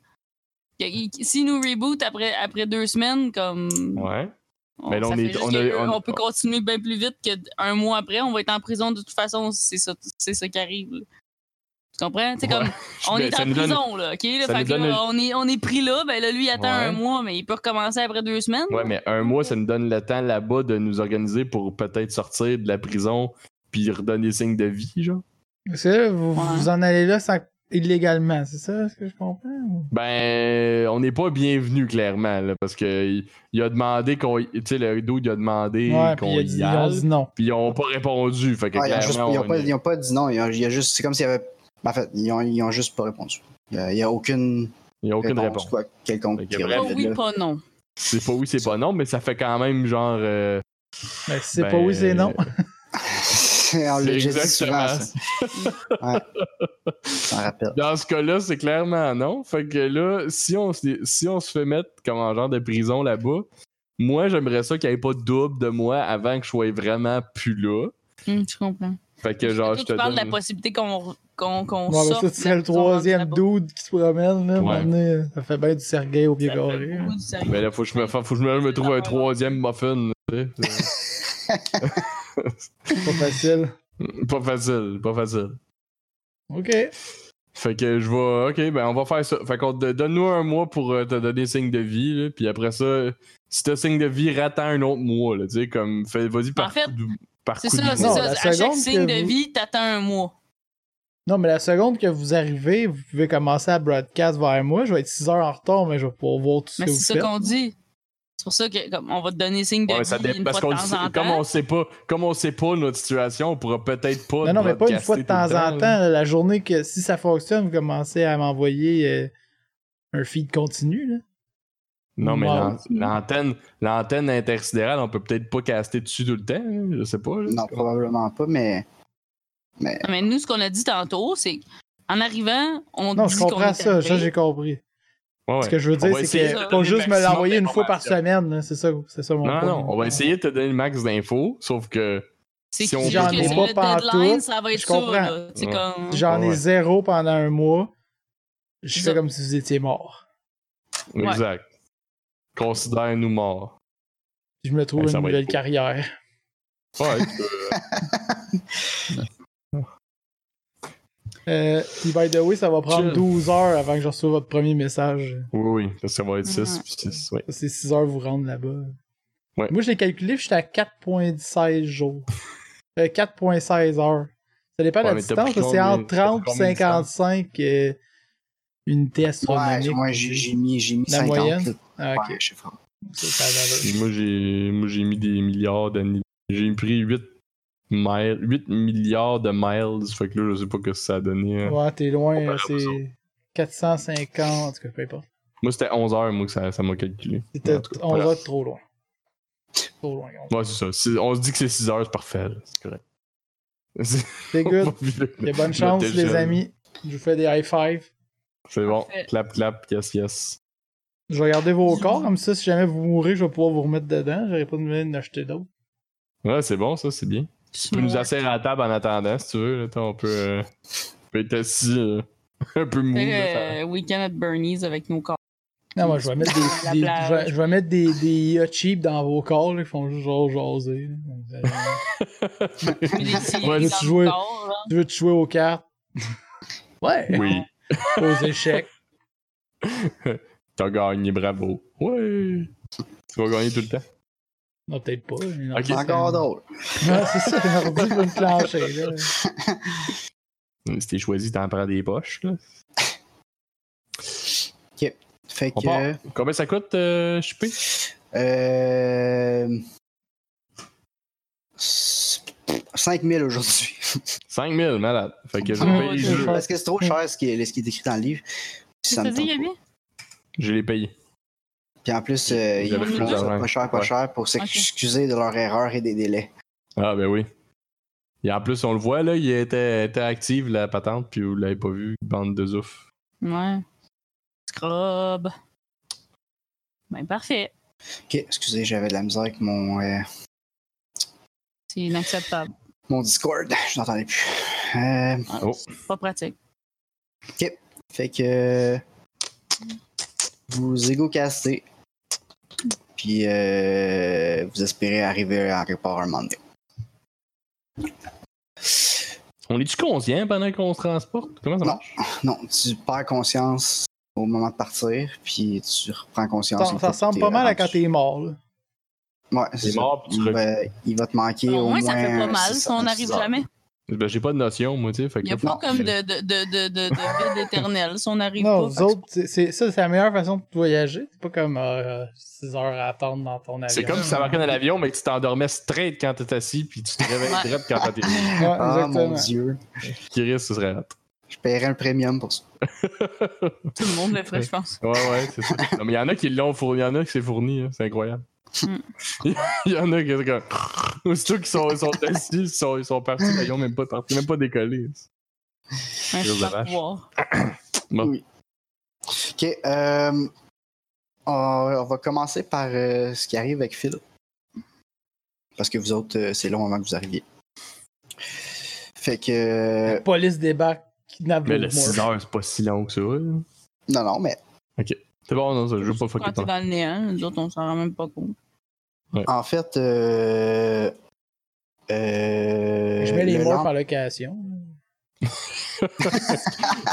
[SPEAKER 4] Que- il- S'ils nous reboot après, après deux semaines, comme.
[SPEAKER 3] ouais.
[SPEAKER 4] On,
[SPEAKER 3] Mais là,
[SPEAKER 4] Oh, ça
[SPEAKER 3] on
[SPEAKER 4] fait
[SPEAKER 3] est-
[SPEAKER 4] juste
[SPEAKER 3] on a-
[SPEAKER 4] que,
[SPEAKER 3] on-
[SPEAKER 4] on peut continuer bien plus vite qu'un mois après. On va être en prison de toute façon. C'est ça, c'est ça qui arrive. là. Tu comprends? C'est
[SPEAKER 3] Ouais.
[SPEAKER 4] comme,
[SPEAKER 3] Je-
[SPEAKER 4] on
[SPEAKER 3] ben,
[SPEAKER 4] est
[SPEAKER 3] ça
[SPEAKER 4] en
[SPEAKER 3] nous donne-
[SPEAKER 4] prison, là, OK?
[SPEAKER 3] ça
[SPEAKER 4] Là, fait
[SPEAKER 3] nous
[SPEAKER 4] que
[SPEAKER 3] donne
[SPEAKER 4] là, on, est, on est pris là, ben là, lui, il attend
[SPEAKER 3] Ouais.
[SPEAKER 4] un mois, mais il peut recommencer après deux semaines.
[SPEAKER 3] Ouais, mais un mois, ça nous donne le temps là-bas de nous organiser pour peut-être sortir de la prison puis redonner des signes de vie, genre.
[SPEAKER 1] Parce que là, vous,
[SPEAKER 4] Ouais.
[SPEAKER 1] vous en allez là sans... illégalement, c'est ça ce que je comprends? ou-
[SPEAKER 3] Ben, on n'est pas bienvenu, clairement, là, parce que il, il a demandé qu'on. y- Tu sais, le dude, il a demandé
[SPEAKER 1] ouais, puis
[SPEAKER 3] qu'on
[SPEAKER 1] il a
[SPEAKER 3] y
[SPEAKER 1] dit, ils ont
[SPEAKER 3] aille,
[SPEAKER 1] dit Ah, non.
[SPEAKER 3] Puis ils ont pas répondu. Fait que
[SPEAKER 2] Ouais, Ah, ils, ont juste-
[SPEAKER 3] clairement,
[SPEAKER 2] ils ont
[SPEAKER 3] on
[SPEAKER 2] pas,
[SPEAKER 3] est-
[SPEAKER 2] ils ont pas dit non. Ils ont, il y a juste, c'est comme s'il y avait. En fait, ils ont, ils ont juste pas répondu. Euh, Il n'y a aucune,
[SPEAKER 3] il y a aucune réponse.
[SPEAKER 2] quoi, quelconque.
[SPEAKER 3] Fait que
[SPEAKER 2] qui
[SPEAKER 3] bref,
[SPEAKER 4] Pas
[SPEAKER 2] relève de
[SPEAKER 4] Ah oui,
[SPEAKER 2] là.
[SPEAKER 4] pas non.
[SPEAKER 3] C'est pas oui, c'est pas non, mais ça fait quand même genre. euh,
[SPEAKER 1] Mais si c'est
[SPEAKER 3] ben,
[SPEAKER 1] pas oui, c'est non.
[SPEAKER 2] On l'a
[SPEAKER 3] c'est
[SPEAKER 2] déjà dit souvent,
[SPEAKER 3] exactement
[SPEAKER 2] ça. Je m'en rappelle.
[SPEAKER 3] Dans ce cas-là, c'est clairement non. Fait que là, si on, se- si on se fait mettre comme un genre de prison là-bas, moi, j'aimerais ça qu'il n'y ait pas de double de moi avant que je sois vraiment plus là.
[SPEAKER 4] Hum, tu comprends.
[SPEAKER 3] Fait que genre,
[SPEAKER 4] Toi,
[SPEAKER 3] Ah, je
[SPEAKER 4] tu
[SPEAKER 3] te
[SPEAKER 4] parles de la
[SPEAKER 3] donne...
[SPEAKER 4] possibilité qu'on qu'on qu'on
[SPEAKER 1] Bon, ben,
[SPEAKER 4] sorte.
[SPEAKER 1] ça, tu serais le
[SPEAKER 4] de la prison
[SPEAKER 1] troisième
[SPEAKER 4] là-bas.
[SPEAKER 1] dude qui se promène, là. à un
[SPEAKER 3] Ouais.
[SPEAKER 1] moment donné, ça fait bien du Sergei au pied
[SPEAKER 4] Ça fait
[SPEAKER 1] carré.
[SPEAKER 4] beaucoup du sérieux.
[SPEAKER 3] Mais là, faut que je me, fa- faut que je me, me trouve un troisième muffin. tu sais.
[SPEAKER 1] C'est pas facile.
[SPEAKER 3] pas facile, pas facile.
[SPEAKER 1] Ok.
[SPEAKER 3] Fait que je vais, ok, ben on va faire ça. Fait qu'on te donne-nous un mois pour euh, te donner signe de vie, là, puis après ça, si t'as signe de vie, rattends un autre mois, là, tu sais, comme, fais- vas-y par
[SPEAKER 4] En fait,
[SPEAKER 3] coup de- par
[SPEAKER 4] C'est
[SPEAKER 3] coup de
[SPEAKER 4] ça, c'est
[SPEAKER 3] mois.
[SPEAKER 1] Non,
[SPEAKER 4] ça.
[SPEAKER 1] la
[SPEAKER 4] À chaque
[SPEAKER 1] seconde
[SPEAKER 4] signe
[SPEAKER 1] que
[SPEAKER 4] de
[SPEAKER 1] vous-
[SPEAKER 4] vie, t'attends un mois.
[SPEAKER 1] Non, mais la seconde que vous arrivez, vous pouvez commencer à broadcast vers moi. Je vais être 6 heures en retard, mais je vais pouvoir voir tout ce
[SPEAKER 4] Mais
[SPEAKER 1] que vous
[SPEAKER 4] c'est ça
[SPEAKER 1] faites.
[SPEAKER 4] qu'on dit. C'est pour ça que comme, on va te donner signe de
[SPEAKER 3] Ouais, mais ça
[SPEAKER 4] vie
[SPEAKER 3] dépend,
[SPEAKER 4] une fois
[SPEAKER 3] parce
[SPEAKER 4] de
[SPEAKER 3] qu'on
[SPEAKER 4] temps en
[SPEAKER 3] sait-
[SPEAKER 4] temps.
[SPEAKER 3] comme on sait pas, comme on sait pas notre situation, on pourra peut-être pas.
[SPEAKER 1] Non, non, mais pas une
[SPEAKER 3] broadcaster
[SPEAKER 1] fois de
[SPEAKER 3] tout le
[SPEAKER 1] temps en temps.
[SPEAKER 3] là.
[SPEAKER 1] là, La journée que, si ça fonctionne, vous commencez à m'envoyer euh, un feed continu, là.
[SPEAKER 3] Non, mais
[SPEAKER 1] Ouais.
[SPEAKER 3] l'an- l'antenne, l'antenne intersidérale, on peut peut-être pas caster dessus tout le temps. hein, Je sais pas. là.
[SPEAKER 2] Non, probablement pas, mais.
[SPEAKER 4] Non, Mais nous, ce qu'on a dit tantôt, c'est qu'en arrivant, on
[SPEAKER 1] Non,
[SPEAKER 4] dit
[SPEAKER 1] je
[SPEAKER 4] qu'on
[SPEAKER 1] comprends
[SPEAKER 4] est
[SPEAKER 1] ça.
[SPEAKER 4] arrivé.
[SPEAKER 1] Ça, j'ai compris.
[SPEAKER 3] Ouais, ouais.
[SPEAKER 1] Ce que je veux
[SPEAKER 3] On
[SPEAKER 1] dire,
[SPEAKER 3] va essayer
[SPEAKER 1] c'est que
[SPEAKER 4] de
[SPEAKER 3] donner
[SPEAKER 1] pas
[SPEAKER 3] le
[SPEAKER 1] juste me
[SPEAKER 3] maximum
[SPEAKER 1] l'envoyer une fois par
[SPEAKER 3] d'informations.
[SPEAKER 1] semaine. là. C'est ça, c'est ça mon
[SPEAKER 3] Non,
[SPEAKER 1] point.
[SPEAKER 3] non, on va essayer de te donner le max d'infos, sauf que.
[SPEAKER 4] C'est
[SPEAKER 3] Si
[SPEAKER 4] qui-
[SPEAKER 3] on
[SPEAKER 4] parce
[SPEAKER 3] J'en
[SPEAKER 4] que
[SPEAKER 3] ai
[SPEAKER 4] le
[SPEAKER 1] pas
[SPEAKER 4] deadline,
[SPEAKER 1] pantoute,
[SPEAKER 4] ça va être
[SPEAKER 1] je
[SPEAKER 4] ça.
[SPEAKER 1] comprends.
[SPEAKER 4] là. C'est
[SPEAKER 3] Ouais.
[SPEAKER 4] comme...
[SPEAKER 1] J'en ai
[SPEAKER 3] Ouais.
[SPEAKER 1] zéro pendant un mois. Je
[SPEAKER 4] Ça.
[SPEAKER 1] fais comme si vous étiez mort.
[SPEAKER 4] Ouais.
[SPEAKER 3] Exact. Considère-nous morts.
[SPEAKER 1] Je me trouve
[SPEAKER 3] Ben, ça
[SPEAKER 1] une
[SPEAKER 3] va être
[SPEAKER 1] nouvelle
[SPEAKER 3] beau.
[SPEAKER 1] carrière.
[SPEAKER 3] Ouais, tu peux-
[SPEAKER 1] Euh, puis, by the way, ça va prendre
[SPEAKER 3] Chill.
[SPEAKER 1] 12 heures avant que je reçoive votre premier message.
[SPEAKER 3] oui, oui, parce que ça va être 6
[SPEAKER 4] Ouais.
[SPEAKER 3] puis 6. Ouais.
[SPEAKER 1] Ça, C'est 6 heures vous rendre là-bas.
[SPEAKER 3] Ouais.
[SPEAKER 1] Moi, je l'ai calculé, puis j'étais à 4.16 jours. Euh, 4.16 heures. Ça dépend de
[SPEAKER 3] Ouais,
[SPEAKER 1] la
[SPEAKER 3] mais t'as
[SPEAKER 1] distance,
[SPEAKER 3] pris
[SPEAKER 1] c'est
[SPEAKER 3] combien-
[SPEAKER 1] entre
[SPEAKER 3] t'as pris
[SPEAKER 1] 30 et
[SPEAKER 3] combien de distance?
[SPEAKER 1] 55 euh, unités astronomiques.
[SPEAKER 2] Ouais, moi, j'ai j'ai mis, j'ai mis
[SPEAKER 1] La
[SPEAKER 2] 50.
[SPEAKER 1] moyenne?
[SPEAKER 2] là.
[SPEAKER 1] Ah, ok.
[SPEAKER 2] Ouais, je sais pas.
[SPEAKER 1] Ça, ça va.
[SPEAKER 3] Moi, j'ai moi, j'ai mis des milliards d'années. J'ai pris 8, miles, 8 milliards de miles. Fait que là, je sais pas que ça a donné. hein.
[SPEAKER 1] Ouais, t'es loin,
[SPEAKER 3] Comparé
[SPEAKER 1] euh,
[SPEAKER 3] aux autres.
[SPEAKER 1] c'est 450, en tout cas, peu importe.
[SPEAKER 3] Moi, c'était 11 heures, moi, que ça ça m'a calculé.
[SPEAKER 1] C'était-
[SPEAKER 3] En tout cas,
[SPEAKER 1] on
[SPEAKER 3] voilà.
[SPEAKER 1] va trop loin. Trop loin, on va.
[SPEAKER 3] Ouais, c'est ça. C'est- On se dit que c'est 6 heures, c'est parfait. là. C'est correct. C'est
[SPEAKER 1] C'est good.
[SPEAKER 3] Puis
[SPEAKER 1] Et bonne chance,
[SPEAKER 3] Notre
[SPEAKER 1] les
[SPEAKER 3] jeune.
[SPEAKER 1] amis. Je vous fais des high five.
[SPEAKER 3] C'est bon.
[SPEAKER 4] Parfait.
[SPEAKER 3] Clap, clap, yes, yes.
[SPEAKER 1] Je vais garder vos corps, comme ça, si jamais vous mourrez, je vais pouvoir vous remettre dedans. J'aurai pas de moyen d'en acheter d'autres.
[SPEAKER 3] Ouais, c'est bon, ça, c'est bien. Tu peux nous asseoir à la table en attendant, si tu veux. Là, Toi, on peut, euh, on peut être assis euh, un peu mou. là, ça-
[SPEAKER 4] Faire, euh, Weekend at Bernie's avec nos corps.
[SPEAKER 1] Non, moi, je vais mettre des,
[SPEAKER 4] La
[SPEAKER 1] des-
[SPEAKER 4] plage.
[SPEAKER 1] je vais, je vais mettre des, des yachts cheap dans vos corps, là, qui font juste genre jaser. là. Vous allez-
[SPEAKER 4] Puis les petits
[SPEAKER 1] Ouais,
[SPEAKER 4] dans
[SPEAKER 1] tu
[SPEAKER 4] le
[SPEAKER 1] jouais-
[SPEAKER 4] corps, là.
[SPEAKER 1] tu veux te jouer aux cartes? ouais!
[SPEAKER 3] Oui,
[SPEAKER 1] Aux échecs.
[SPEAKER 3] t'as gagné, bravo. Ouais. Tu vas gagner tout le temps.
[SPEAKER 1] Non, peut-être pas. mais non.
[SPEAKER 3] Ok.
[SPEAKER 2] C'est encore drôle.
[SPEAKER 1] Non, c'est ça, t'es ordi va me clencher, là.
[SPEAKER 3] Si t'es choisi, t'en prends des poches. Là.
[SPEAKER 2] Fait
[SPEAKER 3] On
[SPEAKER 2] que.
[SPEAKER 3] Combien ça coûte, euh, Chupé?
[SPEAKER 2] Euh... 5000 aujourd'hui.
[SPEAKER 3] 5000, malade. Fait que je
[SPEAKER 4] Ah,
[SPEAKER 3] les paye,
[SPEAKER 4] ouais,
[SPEAKER 3] je-
[SPEAKER 4] c'est
[SPEAKER 2] Parce que c'est trop cher ce qui est, ce qui est écrit dans le livre. Puis,
[SPEAKER 4] Qu'est-ce
[SPEAKER 2] ça
[SPEAKER 4] que
[SPEAKER 2] me
[SPEAKER 4] t'as dit,
[SPEAKER 2] tente
[SPEAKER 4] Gabi?
[SPEAKER 3] je l'ai payé.
[SPEAKER 2] Puis en plus, euh,
[SPEAKER 3] Ils
[SPEAKER 2] ils
[SPEAKER 3] avaient
[SPEAKER 2] font
[SPEAKER 4] plus
[SPEAKER 2] ça
[SPEAKER 3] d'argent.
[SPEAKER 2] pas cher, pas
[SPEAKER 3] Ouais.
[SPEAKER 2] cher pour s'excuser de leur erreur et des délais.
[SPEAKER 3] Ah, ben oui. Et en plus, on le voit, là, il était, était active, la patente, puis vous l'avez pas vu, bande de zouf.
[SPEAKER 4] Ouais. Scrub. Ben, parfait.
[SPEAKER 2] Ok, excusez, j'avais de la misère avec mon, euh,
[SPEAKER 4] C'est inacceptable.
[SPEAKER 2] mon Discord. Je n'entendais plus. Euh,
[SPEAKER 4] Ouais,
[SPEAKER 3] Oh.
[SPEAKER 4] Ah, c'est Pas pratique.
[SPEAKER 2] fait que. Vous égocastez. Puis euh, vous espérez arriver à quelque part un moment donné.
[SPEAKER 3] On est-tu conscient pendant qu'on se transporte? Comment ça
[SPEAKER 2] Non.
[SPEAKER 3] marche?
[SPEAKER 2] Non, tu perds conscience au moment de partir, puis tu reprends conscience.
[SPEAKER 1] Ça,
[SPEAKER 2] une
[SPEAKER 1] ça
[SPEAKER 2] fois que
[SPEAKER 1] ressemble
[SPEAKER 2] t'es
[SPEAKER 1] pas mal à
[SPEAKER 2] rendu.
[SPEAKER 1] quand t'es mort. là.
[SPEAKER 2] Ouais, c'est
[SPEAKER 3] T'es
[SPEAKER 2] ça.
[SPEAKER 3] mort, puis tu
[SPEAKER 2] il, va, il va te manquer
[SPEAKER 4] Au
[SPEAKER 2] au moins.
[SPEAKER 4] moins, ça fait pas mal
[SPEAKER 2] six
[SPEAKER 4] si on
[SPEAKER 2] heures,
[SPEAKER 4] n'arrive
[SPEAKER 2] six heures.
[SPEAKER 4] jamais.
[SPEAKER 3] Ben, j'ai pas de notion, moi, tu sais. fait
[SPEAKER 4] Il
[SPEAKER 3] que-
[SPEAKER 4] n'y a pas
[SPEAKER 2] Non.
[SPEAKER 4] comme de, de, de, de, de, de vide éternel si on n'arrive
[SPEAKER 1] Non,
[SPEAKER 4] pas.
[SPEAKER 1] vous autres, c'est- c'est, ça, c'est la meilleure façon de voyager. C'est pas comme 6 heures à attendre dans ton avion.
[SPEAKER 3] C'est comme si ça marquait dans l'avion, mais que tu t'endormais straight quand t'es assis, puis tu te réveilles
[SPEAKER 4] Ouais.
[SPEAKER 3] direct quand t'es
[SPEAKER 1] Ouais,
[SPEAKER 2] Ah mon
[SPEAKER 1] exactement.
[SPEAKER 2] dieu,
[SPEAKER 3] Kiris, ce serait hâte.
[SPEAKER 2] je paierais un premium pour ça.
[SPEAKER 4] Tout le monde le ferait, je pense.
[SPEAKER 3] Ouais, ouais, c'est ça. Non, mais il y en a qui l'ont fourni, il y en a qui c'est fourni, hein, c'est incroyable.
[SPEAKER 4] Mm.
[SPEAKER 3] Il y en a qui sont comme. Aussitôt qu'ils sont, ils sont assis, ils sont, ils sont partis, mais ils ont même pas, partis, même pas décollé.
[SPEAKER 4] Un
[SPEAKER 3] Dieu de
[SPEAKER 4] super
[SPEAKER 3] vache.
[SPEAKER 4] pouvoir.
[SPEAKER 3] Bon.
[SPEAKER 2] Oui. Ok, euh, on, on va commencer par euh, ce qui arrive avec Phil. Parce que vous autres, euh, c'est long avant que vous arriviez. Fait que. euh,
[SPEAKER 1] La police débarque, kidnappe
[SPEAKER 3] Mais le
[SPEAKER 1] Voldemort.
[SPEAKER 3] 6 heures, c'est pas si long que ça. hein.
[SPEAKER 2] non, non, mais
[SPEAKER 3] C'est bon, non, ça, je veux pas
[SPEAKER 4] Quand
[SPEAKER 3] fucker
[SPEAKER 4] t'es
[SPEAKER 3] ton.
[SPEAKER 4] dans le néant, nous autres, on s'en rend même pas compte.
[SPEAKER 2] en fait. euh, euh,
[SPEAKER 1] Je mets les
[SPEAKER 2] le
[SPEAKER 1] morts
[SPEAKER 2] lend-
[SPEAKER 1] par location.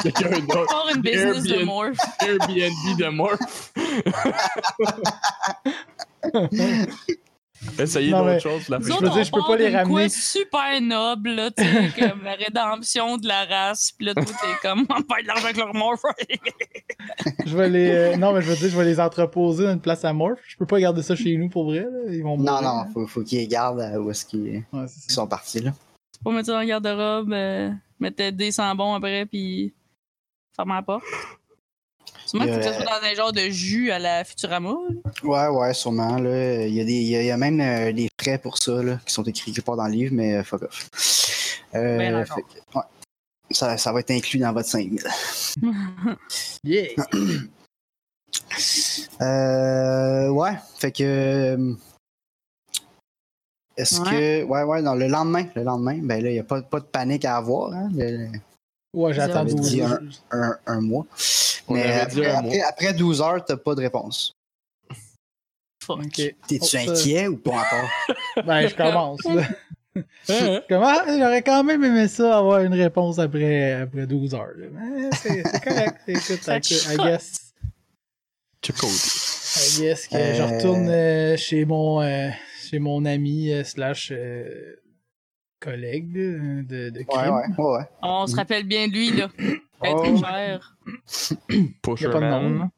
[SPEAKER 3] Quelqu'un d'autre.
[SPEAKER 4] Encore une business de
[SPEAKER 3] Airbnb.
[SPEAKER 4] morph.
[SPEAKER 3] Airbnb de Morph. Essayez
[SPEAKER 1] Non,
[SPEAKER 3] d'autres
[SPEAKER 1] mais-
[SPEAKER 3] choses, la
[SPEAKER 4] Nous
[SPEAKER 1] Je
[SPEAKER 4] autres,
[SPEAKER 1] veux dire,
[SPEAKER 4] on
[SPEAKER 1] je peux
[SPEAKER 4] part
[SPEAKER 1] pas les
[SPEAKER 4] d'une
[SPEAKER 1] ramener.
[SPEAKER 4] quoi super noble, là, tu sais, comme la rédemption de la race. Puis là, tout est comme, on perd de l'argent avec leur morph.
[SPEAKER 1] Je vais les. euh, non, mais je veux dire, je vais les entreposer dans une place à Morph. Je peux pas garder ça chez nous pour vrai. là. Ils vont
[SPEAKER 2] Non,
[SPEAKER 1] mourir.
[SPEAKER 2] non, faut, faut qu'ils gardent euh, où est-ce qu'ils
[SPEAKER 1] Ouais, c'est
[SPEAKER 2] ils
[SPEAKER 1] ça.
[SPEAKER 2] sont partis, là.
[SPEAKER 4] Pour mettre ça dans le garde-robe, euh, mettre des sans bon après, puis fermer la porte. Sûrement qu'il faut que ça
[SPEAKER 2] Euh,
[SPEAKER 4] soit dans un genre de jus à la Futurama. là.
[SPEAKER 2] Ouais, ouais, sûrement. Là. Il, y a des, il, y a, il y a même euh, des frais pour ça là, qui sont écrits quelque part dans le livre, mais euh, fuck off. Euh,
[SPEAKER 4] Ben, d'accord.
[SPEAKER 2] fait que, ouais. ça, ça va être inclus dans votre 5000.
[SPEAKER 1] Yeah.
[SPEAKER 2] Euh, ouais, fait que. euh, Est-ce que. Ouais, ouais, non, le lendemain, le lendemain, ben là, il n'y a pas, pas de panique à avoir, hein, le-
[SPEAKER 1] Ouais, j'attends
[SPEAKER 4] Vous
[SPEAKER 2] avez
[SPEAKER 1] 12
[SPEAKER 2] dit
[SPEAKER 1] heures.
[SPEAKER 2] un, un mois.
[SPEAKER 3] On
[SPEAKER 2] Mais
[SPEAKER 3] avait dit
[SPEAKER 2] après,
[SPEAKER 3] un
[SPEAKER 2] après, après 12 heures, t'as pas de réponse.
[SPEAKER 4] Fuck.
[SPEAKER 1] Ok.
[SPEAKER 2] T'es-tu
[SPEAKER 1] Oh, ça-
[SPEAKER 2] inquiet ou pas encore?
[SPEAKER 1] Ben, je commence. là.
[SPEAKER 3] Hein, hein?
[SPEAKER 1] Comment? J'aurais quand même aimé ça avoir une réponse après, après 12 heures. là. Mais c'est, c'est correct. Écoute,
[SPEAKER 4] Ça te
[SPEAKER 1] I, I
[SPEAKER 4] choque.
[SPEAKER 1] guess,
[SPEAKER 3] Check out.
[SPEAKER 1] I guess que je
[SPEAKER 2] Euh.
[SPEAKER 1] retourne euh, chez, mon, euh, chez mon ami euh, slash euh, collègue euh, de, de crime.
[SPEAKER 2] Ouais, ouais, ouais, ouais.
[SPEAKER 4] On se rappelle bien de lui, là. Être
[SPEAKER 2] Oh.
[SPEAKER 4] cher.
[SPEAKER 1] Y a pas de
[SPEAKER 3] Pusherman.
[SPEAKER 1] nom.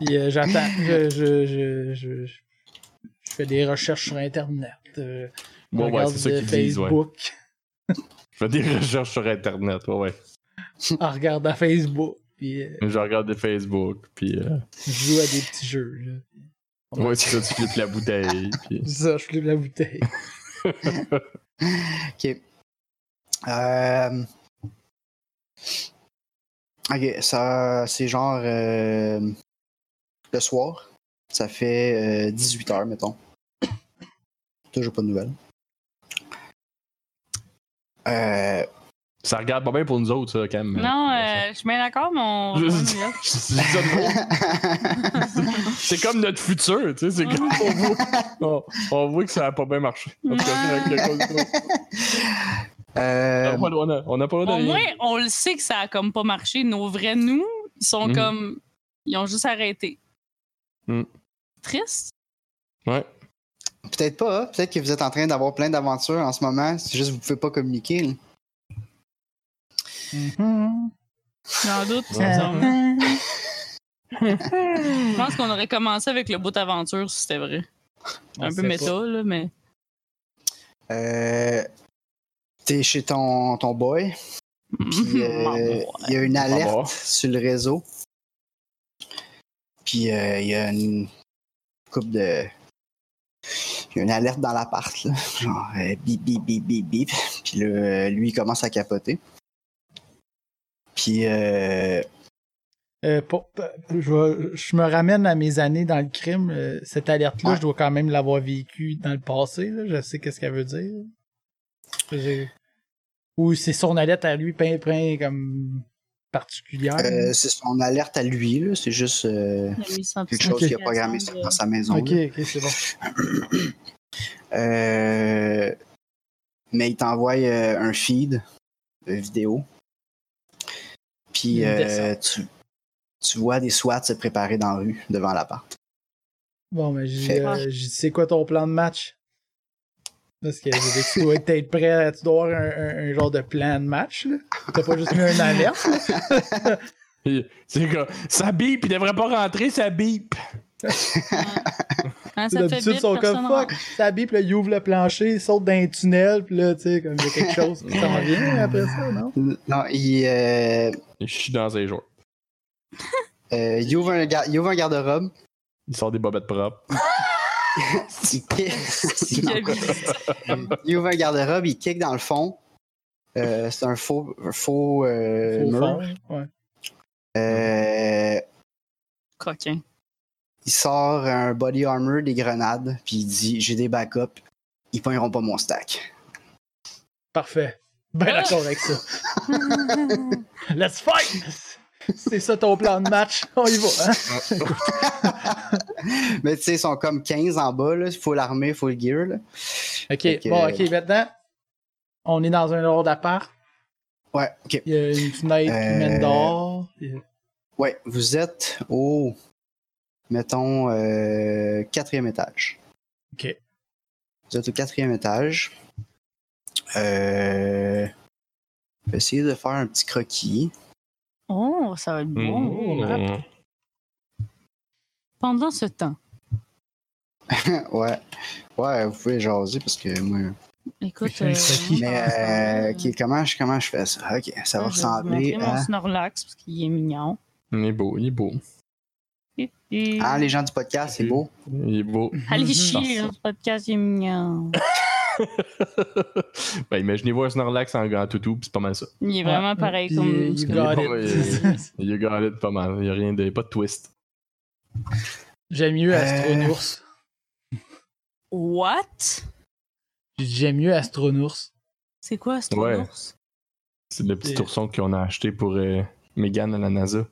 [SPEAKER 1] Puis euh, j'attends. Je, je, je, je, je- je fais des recherches sur Internet. euh, je
[SPEAKER 3] Ouais, ouais,
[SPEAKER 1] regarde
[SPEAKER 3] c'est ça
[SPEAKER 1] de
[SPEAKER 3] qu'ils disent, ouais.
[SPEAKER 1] Facebook.
[SPEAKER 3] Je fais des recherches sur Internet, ouais, ouais.
[SPEAKER 1] En regardant Facebook. Puis euh,
[SPEAKER 3] Je regarde des Facebook, puis... euh,
[SPEAKER 1] je joue à des petits jeux. Là.
[SPEAKER 3] Ouais, c'est ça, tu flippes la bouteille, puis...
[SPEAKER 1] Ça, je flippe la bouteille.
[SPEAKER 2] Ok. Euh, Ok, ça, c'est genre euh, le soir. Ça fait 18h, mettons. Toujours pas de nouvelles. Euh,
[SPEAKER 3] Ça regarde pas bien pour nous autres, ça, quand même.
[SPEAKER 4] Non, euh, je suis bien d'accord, mais on.
[SPEAKER 3] Je-
[SPEAKER 4] on y va.
[SPEAKER 3] Je dis ça de même. C'est comme notre futur, tu sais, c'est comme on voit, on, on voit que ça a pas bien marché. En tout cas, c'est quelque chose de-
[SPEAKER 2] euh,
[SPEAKER 3] on a pas le droit de- on n'a pas le droit
[SPEAKER 4] Au
[SPEAKER 3] de rien.
[SPEAKER 4] moins, on le sait que ça a comme pas marché. Nos vrais nous, ils sont
[SPEAKER 3] Mhm.
[SPEAKER 4] comme. Ils ont juste arrêté.
[SPEAKER 3] Mhm.
[SPEAKER 4] Triste.
[SPEAKER 2] peut-être pas. hein. Peut-être que vous êtes en train d'avoir plein d'aventures en ce moment. C'est juste que vous pouvez pas communiquer. là.
[SPEAKER 4] J'en doute.
[SPEAKER 3] Ouais.
[SPEAKER 4] ça me semble. Je pense qu'on aurait commencé avec le bout aventure si c'était vrai.
[SPEAKER 1] On
[SPEAKER 4] Un peu
[SPEAKER 1] sait
[SPEAKER 4] méta,
[SPEAKER 1] pas.
[SPEAKER 4] là, mais.
[SPEAKER 2] Euh, T'es chez ton, ton boy.
[SPEAKER 4] mm.
[SPEAKER 2] Puis, euh,
[SPEAKER 4] Ouais.
[SPEAKER 2] il y a une
[SPEAKER 3] va
[SPEAKER 2] alerte
[SPEAKER 3] voir.
[SPEAKER 2] sur le réseau. Puis euh, il y a une coupe de. Il y a une alerte dans l'appart, là. Genre euh, bip, bip, bip, bip, bip. Puis là, euh, lui, il commence à capoter. Puis euh,
[SPEAKER 1] Euh, pour- euh, je, vais- je me ramène à mes années dans le crime. euh, cette alerte-là,
[SPEAKER 2] Ouais.
[SPEAKER 1] je dois quand même l'avoir vécue dans le passé. là. Je sais qu'est-ce qu'elle veut dire. J'ai- Ou c'est son alerte à lui, pain, pain, comme particulière.
[SPEAKER 2] euh, c'est son alerte à lui, là. C'est juste euh,
[SPEAKER 4] Il a mis son
[SPEAKER 2] quelque
[SPEAKER 4] petit
[SPEAKER 2] chose
[SPEAKER 1] Ok.
[SPEAKER 2] qu'il a programmé ça dans sa maison.
[SPEAKER 1] ok,
[SPEAKER 2] là.
[SPEAKER 1] ok, c'est bon.
[SPEAKER 2] Euh, mais il t'envoie euh, un feed de vidéo. Puis
[SPEAKER 1] Une
[SPEAKER 2] euh,
[SPEAKER 1] descente.
[SPEAKER 2] tu, tu vois des SWAT se préparer dans la rue devant l'appart.
[SPEAKER 1] Bon, mais j'ai
[SPEAKER 2] Fait-
[SPEAKER 1] euh, j'ai dit, c'est quoi ton plan de match? Parce que j'ai dit que tu dois être- être prêt, à- tu dois avoir un, un- un genre de plan de match, là. T'as pas juste mis un alerte, là.
[SPEAKER 3] C'est quoi? Ça bip, il devrait pas rentrer, ça bip.
[SPEAKER 4] Quand Hein, ça te fait
[SPEAKER 1] D'habitude, ils
[SPEAKER 4] bip,
[SPEAKER 1] sont
[SPEAKER 4] personne
[SPEAKER 1] comme
[SPEAKER 4] rentre.
[SPEAKER 1] fuck. Ça bip, là, il ouvre le plancher, il saute dans un tunnel, pis là, tu sais, comme il y a quelque chose qui s'en vient après ça, non?
[SPEAKER 2] Non, il, euh,
[SPEAKER 3] Je suis dans ses joueurs.
[SPEAKER 2] euh, il ouvre un, gar- il ouvre un garde-robe.
[SPEAKER 3] Il sort des bobettes propres.
[SPEAKER 2] il kick-
[SPEAKER 4] Il y a
[SPEAKER 2] Non. Il ouvre un garde-robe, il kick dans le fond. Euh, c'est un faux, un faux, euh,
[SPEAKER 1] Au
[SPEAKER 2] mur.
[SPEAKER 1] fond, ouais.
[SPEAKER 2] Euh,
[SPEAKER 4] Coquin.
[SPEAKER 2] il sort un body armor, des grenades, puis il dit J'ai des backups, ils pogneront pas mon stack.
[SPEAKER 1] Parfait. Ben
[SPEAKER 4] Ah!
[SPEAKER 1] d'accord avec ça. Let's fight! C'est ça ton plan de match, on y va, hein?
[SPEAKER 2] Mais tu sais, ils sont comme 15 en bas, là. faut l'armée, faut le gear. Là.
[SPEAKER 1] Ok,
[SPEAKER 2] Fait que-
[SPEAKER 1] bon, ok, maintenant, on est dans un genre d'appart.
[SPEAKER 2] Ouais, ok.
[SPEAKER 1] Il y a une fenêtre qui mène
[SPEAKER 2] Euh,
[SPEAKER 1] dehors.
[SPEAKER 2] Ouais, vous êtes au, mettons, euh, quatrième étage.
[SPEAKER 1] Ok.
[SPEAKER 2] Vous êtes au quatrième étage. Euh, je vais essayer de faire un petit croquis.
[SPEAKER 4] Oh, ça va être bon.
[SPEAKER 3] Mmh.
[SPEAKER 4] Pendant ce temps,
[SPEAKER 2] ouais. Ouais, vous pouvez jaser parce que moi.
[SPEAKER 4] écoute.
[SPEAKER 1] Fais le croquis.
[SPEAKER 2] Mais euh, ok, comment, je, comment je fais ça? Ok, ça va ressembler
[SPEAKER 4] Je vais vous montrer
[SPEAKER 2] à.
[SPEAKER 4] mon Snorlax parce qu'il est mignon.
[SPEAKER 3] Il est beau, il est beau.
[SPEAKER 4] Hi, hi.
[SPEAKER 2] Ah, les gens du podcast, c'est beau.
[SPEAKER 3] Il est beau.
[SPEAKER 4] Allez chier, le podcast il est mignon.
[SPEAKER 3] ben, imaginez-vous un Snorlax en grand toutou, pis c'est pas mal ça.
[SPEAKER 4] Il est vraiment
[SPEAKER 1] Ouais,
[SPEAKER 4] pareil
[SPEAKER 1] Ah, puis
[SPEAKER 4] comme.
[SPEAKER 1] you
[SPEAKER 3] Il est
[SPEAKER 1] got
[SPEAKER 3] pas-
[SPEAKER 2] euh,
[SPEAKER 1] it.
[SPEAKER 3] Il est garé de pas mal. Il y a rien de. Pas de twist.
[SPEAKER 1] J'aime mieux
[SPEAKER 2] Euh,
[SPEAKER 1] Astronours.
[SPEAKER 4] What?
[SPEAKER 1] J'aime mieux Astronours.
[SPEAKER 4] C'est quoi ce
[SPEAKER 3] Ouais.
[SPEAKER 4] ours?
[SPEAKER 3] C'est le petit
[SPEAKER 1] Et-
[SPEAKER 3] ourson qu'on a acheté pour euh, Megan à la NASA.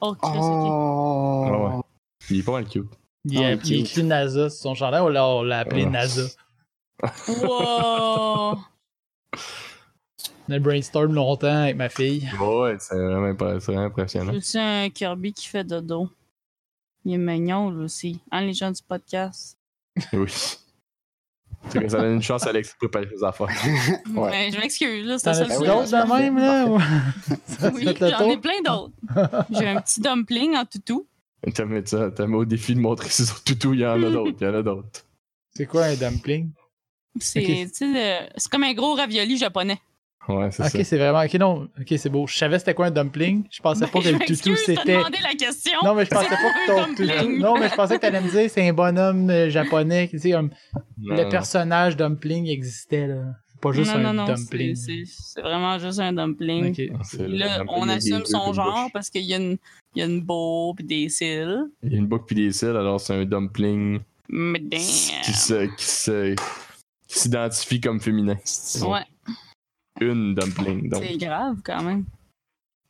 [SPEAKER 4] Oh, Chris, ok.
[SPEAKER 2] Oh!
[SPEAKER 3] Ah Il est pas mal cute.
[SPEAKER 1] Il,
[SPEAKER 2] Ah,
[SPEAKER 1] a,
[SPEAKER 2] ok.
[SPEAKER 1] il écrit NASA sur son chandail, on l'a on l'a appelé
[SPEAKER 3] Ah.
[SPEAKER 1] NASA. Oh.
[SPEAKER 4] Wow!
[SPEAKER 1] On a brainstorm longtemps avec ma fille.
[SPEAKER 3] Ouais, c'est vraiment, impre- c'est vraiment impressionnant.
[SPEAKER 4] C'est aussi un Kirby qui fait dodo. Il est mignon, lui aussi. Hein, les gens du podcast?
[SPEAKER 3] Oui. C'est que ça donne une chance à Alex de préparer ses affaires.
[SPEAKER 4] Ouais. je m'excuse, là, c'est
[SPEAKER 1] T'en
[SPEAKER 4] la
[SPEAKER 1] as
[SPEAKER 4] seule
[SPEAKER 2] Ben
[SPEAKER 1] tu
[SPEAKER 2] oui,
[SPEAKER 1] d'autres
[SPEAKER 2] c'est
[SPEAKER 1] de même, là? ou- Ça
[SPEAKER 4] Oui,
[SPEAKER 1] fait le
[SPEAKER 4] j'en ai
[SPEAKER 1] tour.
[SPEAKER 4] plein d'autres. J'ai un petit dumpling en toutou.
[SPEAKER 3] T'as mis ça, t'as mis au défi de montrer ses autres toutous, il y en a d'autres, il y en a d'autres.
[SPEAKER 1] C'est quoi un dumpling?
[SPEAKER 4] C'est
[SPEAKER 1] Ok.
[SPEAKER 4] tu sais, le- c'est comme un gros ravioli japonais.
[SPEAKER 3] Ouais, c'est
[SPEAKER 1] Ok,
[SPEAKER 3] ça.
[SPEAKER 1] c'est vraiment. Ok, non. Ok, c'est beau. Je savais c'était quoi un dumpling. Je pensais Ah, pas
[SPEAKER 4] Ben,
[SPEAKER 1] que
[SPEAKER 4] je
[SPEAKER 1] le toutou
[SPEAKER 4] m'excuse, t'as
[SPEAKER 1] c'était.
[SPEAKER 4] demandé la question.
[SPEAKER 1] Non, mais je pensais
[SPEAKER 4] C'est
[SPEAKER 1] pas que
[SPEAKER 4] un
[SPEAKER 1] ton toutou.
[SPEAKER 4] dumpling.
[SPEAKER 1] Non, mais je pensais que t'allais me dire c'est un bonhomme euh, japonais. Tu sais, un-
[SPEAKER 3] Non,
[SPEAKER 1] le
[SPEAKER 3] non.
[SPEAKER 1] personnage dumpling existait, là. C'est pas juste
[SPEAKER 4] non,
[SPEAKER 1] un
[SPEAKER 4] non, non, c'est-
[SPEAKER 1] dumpling.
[SPEAKER 4] c'est c'est vraiment juste un dumpling.
[SPEAKER 1] Ok.
[SPEAKER 3] Ah, C'est le-
[SPEAKER 4] Là,
[SPEAKER 3] le-
[SPEAKER 4] on
[SPEAKER 3] il y a des
[SPEAKER 4] assume
[SPEAKER 3] yeux
[SPEAKER 4] son
[SPEAKER 3] puis une
[SPEAKER 4] genre
[SPEAKER 3] bouche.
[SPEAKER 4] parce qu'il y a une, il y a une bourre pis des cils.
[SPEAKER 3] Il y a une boucle puis des cils, alors c'est un dumpling
[SPEAKER 4] Mais damn.
[SPEAKER 3] qui se, qui se, qui s'identifie comme féminin.
[SPEAKER 4] Ouais,
[SPEAKER 3] Une dumpling, donc.
[SPEAKER 4] c'est grave quand même.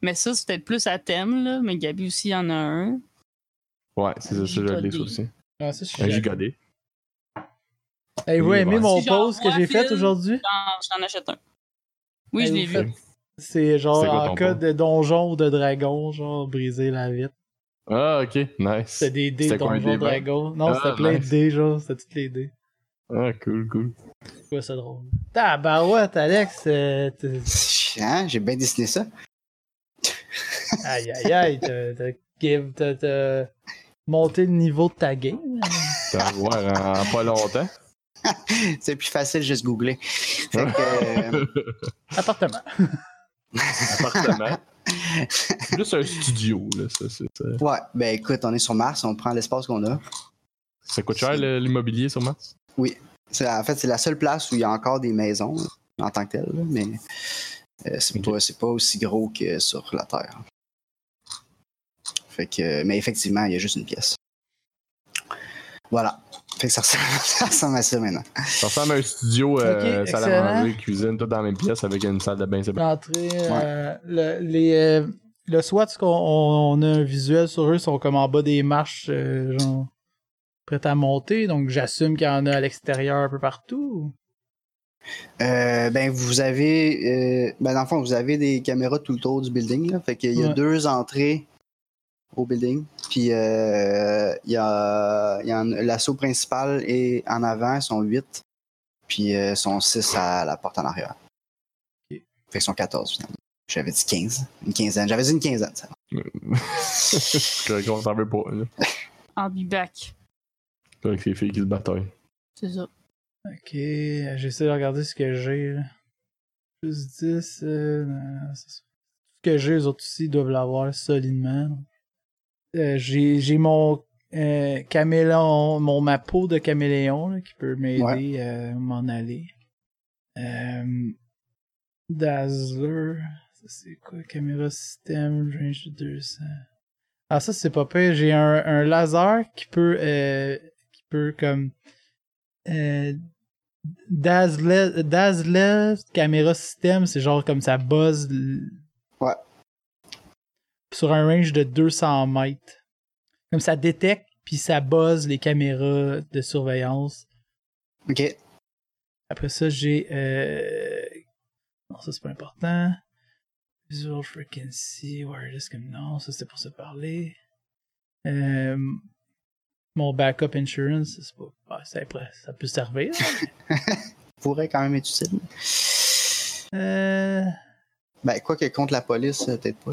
[SPEAKER 4] Mais ça, c'est peut-être plus à thème, là. Mais Gabi aussi en a un.
[SPEAKER 3] Ouais, c'est ça, ça, je l'ai ça aussi.
[SPEAKER 1] Ah, ça, je suis
[SPEAKER 3] Un
[SPEAKER 1] d'accord.
[SPEAKER 3] gigodé.
[SPEAKER 1] Avez-vous
[SPEAKER 3] Oui,
[SPEAKER 1] aimé
[SPEAKER 3] ouais.
[SPEAKER 1] mon
[SPEAKER 4] Si j'en
[SPEAKER 1] post que
[SPEAKER 4] vois,
[SPEAKER 1] j'ai fait
[SPEAKER 4] Phil.
[SPEAKER 1] aujourd'hui?
[SPEAKER 4] J'en- J'en Ah, achète un. Oui, je
[SPEAKER 1] Avez-vous
[SPEAKER 4] l'ai vu.
[SPEAKER 1] fait- C'est genre
[SPEAKER 3] C'est quoi ton
[SPEAKER 1] en cas
[SPEAKER 3] post?
[SPEAKER 1] de donjon ou de dragon, genre briser la vitre.
[SPEAKER 3] Ah, ok, nice.
[SPEAKER 1] C'était des dés
[SPEAKER 3] C'était quoi, un
[SPEAKER 1] donjon
[SPEAKER 3] dé, ben?
[SPEAKER 1] dragon. Non,
[SPEAKER 3] Ah,
[SPEAKER 1] c'était plein
[SPEAKER 3] nice.
[SPEAKER 1] de dés, genre. C'était toutes les dés.
[SPEAKER 3] Ah, cool, cool.
[SPEAKER 1] C'est quoi, c'est drôle? Tabarouette, Alex. euh, t'es-
[SPEAKER 2] Hein, J'ai bien dessiné ça.
[SPEAKER 1] Aïe, aïe, aïe. t'as- T'as give- t'as- t'as monté le niveau de ta game.
[SPEAKER 3] Ça va voir en, en pas longtemps.
[SPEAKER 2] C'est plus facile juste googler. Fait que, euh,
[SPEAKER 1] Appartement.
[SPEAKER 3] Appartement. Juste un studio, là. Ça, c'est- ça.
[SPEAKER 2] ouais, ben écoute, on est sur Mars, on prend l'espace qu'on a.
[SPEAKER 3] ça coûte cher le- l'immobilier, sûrement.
[SPEAKER 2] C'est- en fait, c'est la seule place où il y a encore des maisons là, en tant que telles, là, mais euh, c'est
[SPEAKER 3] Ok.
[SPEAKER 2] pas, c'est pas aussi gros que sur la Terre. Fait que, mais effectivement, il y a juste une pièce. Voilà. Fait que ça ressemble, ça ressemble à ça maintenant.
[SPEAKER 3] Ça ressemble à un studio, euh,
[SPEAKER 1] Ok,
[SPEAKER 3] salle
[SPEAKER 1] excellent.
[SPEAKER 3] à manger, cuisine, tout dans la même pièce avec une salle de bain séparée.
[SPEAKER 1] L'entrée, euh, le, les, euh, le SWAT, ce qu'on on- on a un visuel sur eux, ils sont comme en bas des marches, euh, genre, prêts à monter. Donc, j'assume qu'il y en a à l'extérieur un peu partout.
[SPEAKER 2] Euh, ben, vous avez. euh, ben, dans le fond, vous avez des caméras tout le tour du building. Là, fait qu'il y a
[SPEAKER 1] Ouais.
[SPEAKER 2] deux entrées au building. Puis, euh, il y a, il y en- l'assaut principal est en avant, ils sont 8. Puis, euh, ils sont 6 à la porte en arrière.
[SPEAKER 1] Ok.
[SPEAKER 2] Fait qu'ils sont 14 finalement. J'avais dit 15. Une quinzaine. J'avais dit une quinzaine, ça.
[SPEAKER 1] Ah.
[SPEAKER 3] Je qu'on s'en veut pas. là.
[SPEAKER 4] I'll be back.
[SPEAKER 3] C'est Avec ces filles qui se bataillent.
[SPEAKER 4] C'est ça.
[SPEAKER 1] Ok, j'essaie de regarder ce que j'ai. là. Plus 10. euh, non, c'est ça. Tout ce que j'ai, les autres aussi doivent l'avoir solidement. Euh, j'ai j'ai mon euh, caméléon, mon ma peau de caméléon là, qui peut m'aider à m'en aller. Euh, Dazzler, ça c'est quoi? Caméra système, range de 200. Ah ça c'est pas pire, j'ai un, un laser qui peut euh, qui peut comme euh, Dazzle, Dazzle, caméra système, c'est genre comme ça buzz. l-
[SPEAKER 2] Ouais.
[SPEAKER 1] Sur un range de 200 mètres. Comme ça détecte, puis ça buzz les caméras de surveillance.
[SPEAKER 2] OK.
[SPEAKER 1] Après ça, j'ai. Euh... Non, ça c'est pas important. Visual frequency, wireless, comme non, ça c'était pour se parler. Euh... Mon backup insurance, c'est pas. ah, c'est après, ça peut servir.
[SPEAKER 2] Pourrait quand même être utile.
[SPEAKER 1] Euh,
[SPEAKER 2] Ben, quoi que contre la police, euh, peut-être pas.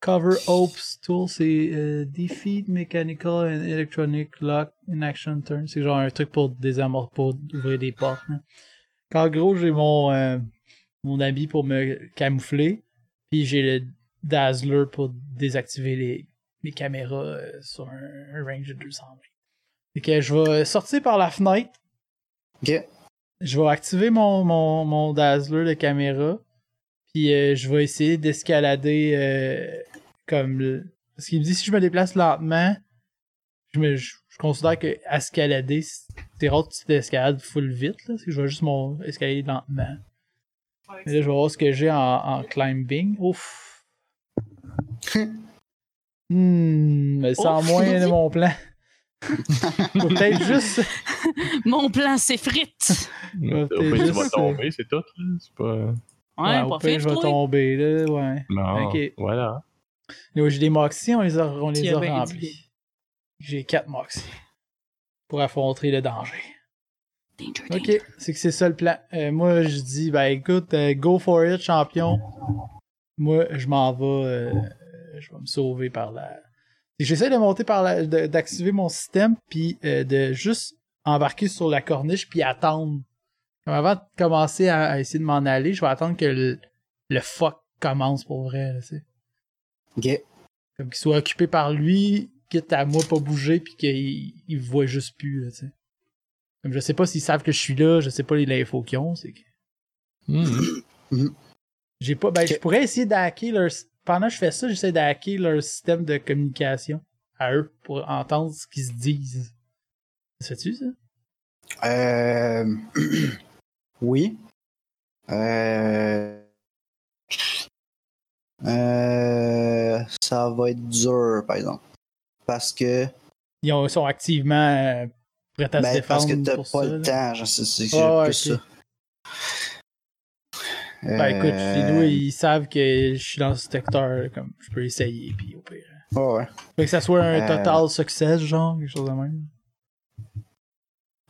[SPEAKER 1] cover Ops Tool, c'est euh, Defeat Mechanical and Electronic Lock in Action Turn. C'est genre un truc pour désamorcer, pour ouvrir des portes. hein. Qu'en gros, j'ai mon, euh, mon habit pour me camoufler, puis j'ai le Dazzler pour désactiver les, les caméras euh, sur un, un range de 200 mètres. Fait que je vais sortir par la fenêtre.
[SPEAKER 2] OK.
[SPEAKER 1] Je vais activer mon, mon, mon Dazzler de caméra. Puis euh, je vais essayer d'escalader euh, comme. le- Parce qu'il me dit si je me déplace lentement, je, me, je, je considère que escalader, c'est rare que tu t'escalades full vite. Là, parce que je vais juste mon escalader lentement. Mais là, je vais voir ce que j'ai en, en climbing. Ouf! Hmm, mais sans
[SPEAKER 4] Ouf.
[SPEAKER 1] moins de mon plan. Faut peut-être juste.
[SPEAKER 4] Mon plan s'effrite.
[SPEAKER 1] Ouais,
[SPEAKER 3] Au
[SPEAKER 1] t'es
[SPEAKER 3] pire, tu
[SPEAKER 1] juste,
[SPEAKER 3] vas tomber, c'est tout. là. C'est pas. euh,
[SPEAKER 4] Ouais,
[SPEAKER 1] Ouais, au
[SPEAKER 4] pas
[SPEAKER 1] pire,
[SPEAKER 4] fait,
[SPEAKER 1] je vais
[SPEAKER 4] toi.
[SPEAKER 1] tomber, là, ouais.
[SPEAKER 3] Non.
[SPEAKER 1] Ok.
[SPEAKER 3] Voilà.
[SPEAKER 1] Là, j'ai des moxies, on les a, on
[SPEAKER 4] Tu
[SPEAKER 1] les
[SPEAKER 4] as
[SPEAKER 1] a
[SPEAKER 4] bien dit.
[SPEAKER 1] remplis. J'ai quatre moxies. Pour affronter le danger.
[SPEAKER 4] Danger,
[SPEAKER 1] Ok,
[SPEAKER 4] danger.
[SPEAKER 1] c'est que c'est ça le plan. Euh, moi, je dis, ben écoute, euh, go for it, champion. Moi, je m'en vais. euh, je vais me sauver par la. Et J'essaie de monter par la. de- d'activer mon système, puis euh, de juste embarquer sur la corniche, puis attendre. Comme avant de commencer à, à essayer de m'en aller, je vais attendre que le, le fuck commence pour vrai, là, tu sais.
[SPEAKER 2] OK.
[SPEAKER 1] Comme qu'il soit occupé par lui, quitte à moi pas bouger, puis qu'il il me voit juste plus, là, tu sais. Comme je sais pas s'ils savent que je suis là, je sais pas les l'info qu'ils ont, c'est que... Hmm. J'ai pas... Ben,
[SPEAKER 2] Ok.
[SPEAKER 1] je pourrais essayer d'hacker leur... Pendant que je fais ça, j'essaie d'hacker leur système de communication à eux pour entendre ce qu'ils se disent. Ça se fait-tu, ça?
[SPEAKER 2] Euh... oui. Euh... Euh... Ça va être dur, par exemple. Parce que,
[SPEAKER 1] Ils ont- sont activement euh, prêts à se
[SPEAKER 2] ben, parce
[SPEAKER 1] défendre
[SPEAKER 2] que t'as pas
[SPEAKER 1] pour ça.
[SPEAKER 2] le
[SPEAKER 1] là.
[SPEAKER 2] temps, genre, c'est c'est- c'est
[SPEAKER 1] Ah, ouais,
[SPEAKER 2] plus
[SPEAKER 1] ok.
[SPEAKER 2] ça.
[SPEAKER 1] Ben, écoute,
[SPEAKER 2] Euh,
[SPEAKER 1] les deux, ils savent que je suis dans ce secteur, comme, je peux essayer, puis au pire.
[SPEAKER 2] Euh, ouais, ouais.
[SPEAKER 1] Fait que ça soit un
[SPEAKER 2] Euh,
[SPEAKER 1] total success, genre, quelque chose de même.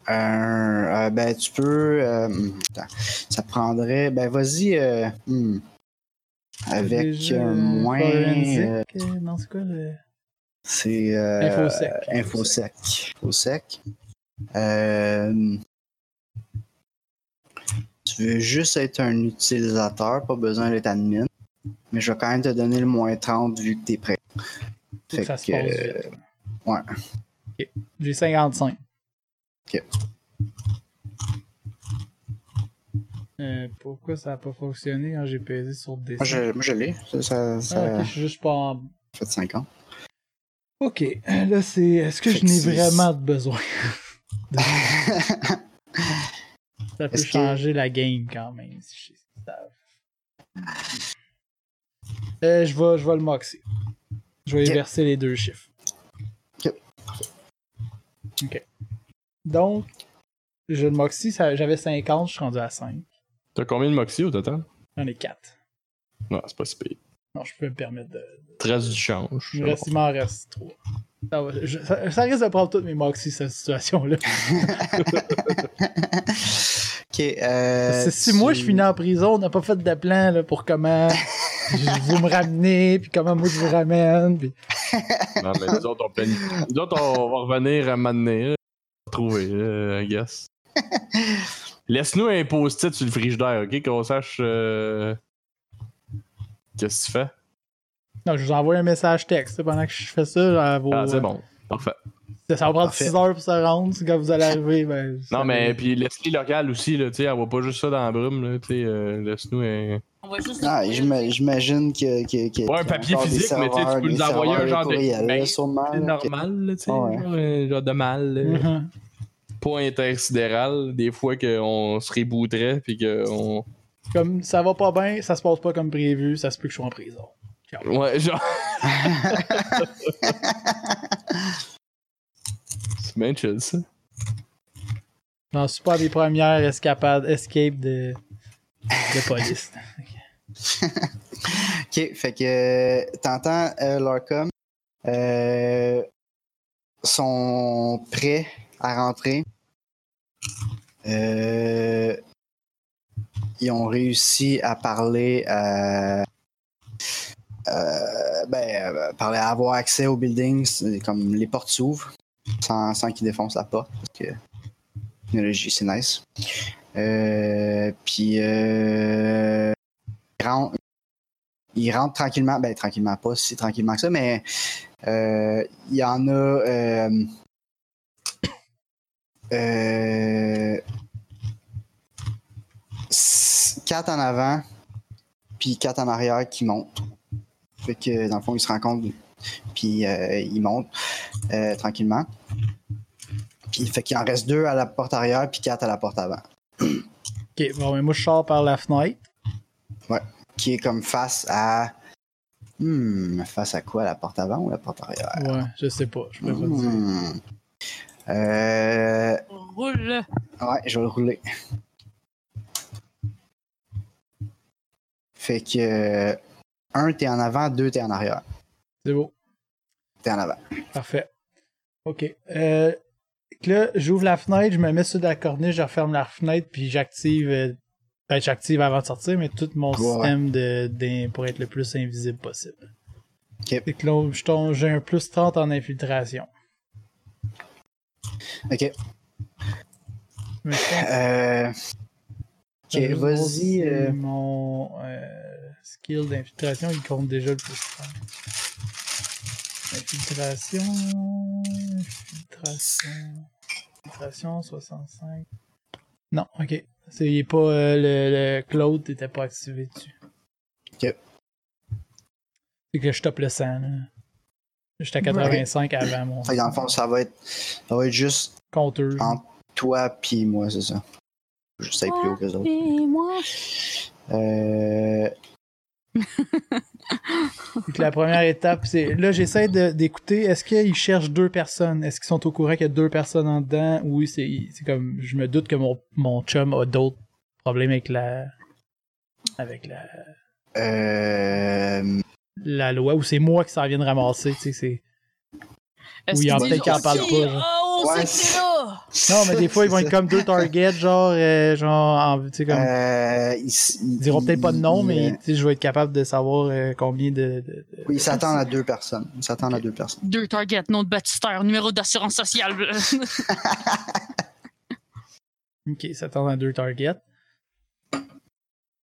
[SPEAKER 2] Euh, euh, ben, tu peux. euh, attends. ça prendrait. Ben, vas-y. euh, hmm. Avec
[SPEAKER 1] Déjà,
[SPEAKER 2] un moins.
[SPEAKER 1] forensic,
[SPEAKER 2] euh,
[SPEAKER 1] euh, non, c'est quoi le.
[SPEAKER 2] c'est. euh,
[SPEAKER 1] Infosec.
[SPEAKER 2] InfoSec. InfoSec. Euh, tu veux juste être un utilisateur, pas besoin d'être admin. Mais je vais quand même te donner le moins 30 vu que t'es prêt.
[SPEAKER 1] Faut que ça se passe
[SPEAKER 2] euh,
[SPEAKER 1] vite.
[SPEAKER 2] ouais.
[SPEAKER 1] Ok. J'ai 55.
[SPEAKER 2] Ok.
[SPEAKER 1] Euh, pourquoi ça n'a pas fonctionné quand j'ai pesé sur des.
[SPEAKER 2] Moi, je, moi, je l'ai. Ça, ça, ça
[SPEAKER 1] Ah, ok, je suis juste pas en.
[SPEAKER 2] fait 50.
[SPEAKER 1] Ok, là c'est. Est-ce que
[SPEAKER 2] Fait
[SPEAKER 1] je
[SPEAKER 2] que
[SPEAKER 1] n'ai
[SPEAKER 2] c'est-
[SPEAKER 1] vraiment de besoin Ça peut
[SPEAKER 2] Est-ce que-
[SPEAKER 1] changer la game quand même, si je sais ce qu'ils savent. Euh, je vais, je vais le moxer. Je vais y
[SPEAKER 2] Ok.
[SPEAKER 1] verser les deux chiffres.
[SPEAKER 2] Ok.
[SPEAKER 1] Ok. Donc, Les jeux de Moxie, ça- j'avais 50, je suis rendu à 5.
[SPEAKER 3] T'as combien de Moxie au total?
[SPEAKER 1] J'en ai 4.
[SPEAKER 3] Non, c'est pas si pire.
[SPEAKER 1] Non, je peux me permettre de.
[SPEAKER 3] Te Reste du change.
[SPEAKER 1] Il me reste- il m'en reste 3. Ça, va, je- ça- ça risque de prendre toutes mes moxies, cette situation-là.
[SPEAKER 2] Ok. euh,
[SPEAKER 1] C'est si
[SPEAKER 2] tu-
[SPEAKER 1] moi je finis en prison, on n'a pas fait de plan là, pour comment je- vous me ramenez, puis comment moi je vous ramène. puis-
[SPEAKER 3] Non, mais nous autres, on planifie. Nous autres, on va revenir à m'amener. Trouver, euh, I guess. Laisse-nous un post-it sur le frigidaire, ok? Qu'on sache. euh, Qu'est-ce que tu fais?
[SPEAKER 1] Non, je vous envoie un message texte là, pendant que je fais ça. à vos- euh,
[SPEAKER 3] Ah, c'est bon. Parfait.
[SPEAKER 1] Ça va prendre
[SPEAKER 2] Parfait.
[SPEAKER 1] 6 heures pour se rendre. c'est Quand vous allez arriver, ben. ça-
[SPEAKER 3] Non, mais puis Leslie locale aussi, là, tu sais, elle voit pas juste ça dans la brume, là, tu sais, euh, laisse-nous un.
[SPEAKER 4] On va juste.
[SPEAKER 2] Ah, j'ima- j'imagine que. que, que
[SPEAKER 3] Pas un
[SPEAKER 2] qu'il y a
[SPEAKER 3] papier
[SPEAKER 2] encore des
[SPEAKER 3] physique, mais tu sais, tu
[SPEAKER 2] serveurs,
[SPEAKER 3] peux nous
[SPEAKER 2] des
[SPEAKER 3] envoyer un
[SPEAKER 2] serveurs
[SPEAKER 3] genre de Ben,
[SPEAKER 2] courriel,
[SPEAKER 3] email,
[SPEAKER 2] là, sûrement,
[SPEAKER 3] C'est
[SPEAKER 2] là, que-
[SPEAKER 3] normal, là, tu sais,
[SPEAKER 2] Ah, Ouais.
[SPEAKER 3] genre, un genre de mal, euh,
[SPEAKER 1] Mhm.
[SPEAKER 3] pas intersidéral, des fois qu'on se rebooterait, puis qu'on.
[SPEAKER 1] Comme ça va pas bien, ça se passe pas comme prévu, ça se peut que je sois en prison.
[SPEAKER 3] Ouais, genre. C'est bien chill, ça.
[SPEAKER 1] J'en suis pas à des premières escapades, escape de, de police.
[SPEAKER 2] Ok, fait que euh, t'entends euh, leur com. Euh, sont prêts à rentrer. Euh, ils ont réussi à parler à. euh, ben, euh, parler à avoir accès au building, c'est comme les portes s'ouvrent sans, sans qu'ils défoncent la porte parce que technologie c'est nice. Euh, puis euh, ils ren- il rentre tranquillement, ben tranquillement pas si tranquillement que ça, mais euh, il y en a. euh, euh, s- quatre en avant, puis quatre en arrière qui montent. Fait que dans le fond, ils se rencontrent, puis euh, ils montent euh, tranquillement. Puis fait qu'il en reste deux à la porte arrière, puis quatre à la porte avant,
[SPEAKER 1] Ok, bon, mais moi je sors par la fenêtre.
[SPEAKER 2] qui est comme face à. Hmm, face à quoi La porte avant ou la porte arrière
[SPEAKER 1] Ouais, je sais pas, je peux pas te dire.
[SPEAKER 2] Hmm. Euh,
[SPEAKER 4] Roule.
[SPEAKER 2] ouais, je vais le rouler. Fait que euh, un t'es en avant, deux t'es en arrière.
[SPEAKER 1] C'est beau,
[SPEAKER 2] T'es en avant.
[SPEAKER 1] parfait. Ok, euh, fait que là j'ouvre la fenêtre, je me mets sur de la corniche, je referme la fenêtre, puis j'active. euh, ben, j'active avant de sortir, mais tout mon
[SPEAKER 2] Ouais,
[SPEAKER 1] système de, d'in- pour être le plus invisible possible.
[SPEAKER 2] Ok.
[SPEAKER 1] Fait que là, je tombe- j'ai un plus 30 en infiltration.
[SPEAKER 2] Ok.
[SPEAKER 1] Mais je pense
[SPEAKER 2] Euh, ok,
[SPEAKER 1] Euh,
[SPEAKER 2] vas-y. euh,
[SPEAKER 1] Mon euh, skill d'infiltration, il compte déjà le plus. fort. Infiltration. Infiltration. Infiltration 65. Non, ok. C'est il est pas euh, le, le Claude n'était pas activé dessus.
[SPEAKER 2] Ok.
[SPEAKER 1] C'est que je tape le 100. là. J'étais à 85 avant mon
[SPEAKER 2] fait que dans le fond, ça va être, ça va être juste
[SPEAKER 1] compteur.
[SPEAKER 2] en- toi puis moi, c'est ça. Je sais plus haut que les autres.
[SPEAKER 4] Et moi.
[SPEAKER 2] Euh,
[SPEAKER 1] Fait que la première étape, c'est. Là, j'essaie de- d'écouter. Est-ce qu'ils cherchent deux personnes Est-ce qu'ils sont au courant qu'il y a deux personnes en dedans Oui, c'est c'est comme. Je me doute que mon, mon chum a d'autres problèmes avec la. Avec la,
[SPEAKER 2] euh,
[SPEAKER 1] la loi, ou c'est moi qui s'en viens de ramasser, tu sais, c'est...
[SPEAKER 4] Est-ce
[SPEAKER 1] Oui,
[SPEAKER 4] qu'ils
[SPEAKER 1] en
[SPEAKER 4] disent
[SPEAKER 1] fait, qu'ils en
[SPEAKER 4] aussi,
[SPEAKER 1] parlent pas, genre.
[SPEAKER 4] Ah, on
[SPEAKER 2] Ouais,
[SPEAKER 4] sait que c'est là.
[SPEAKER 1] Non, mais des fois, ils vont
[SPEAKER 2] C'est
[SPEAKER 1] être comme deux targets, genre, euh, genre, en- tu sais, comme...
[SPEAKER 2] euh, ils, s-
[SPEAKER 1] ils diront peut-être pas de nom,
[SPEAKER 2] ils-
[SPEAKER 1] mais, tu sais, je vais être capable de savoir euh, combien de... de- de-
[SPEAKER 2] Oui, ils s'attendent à deux personnes. Ils s'attendent à deux personnes.
[SPEAKER 4] Deux targets, nom de bâtisseur, numéro d'assurance sociale.
[SPEAKER 1] Ok, ils s'attendent à deux targets.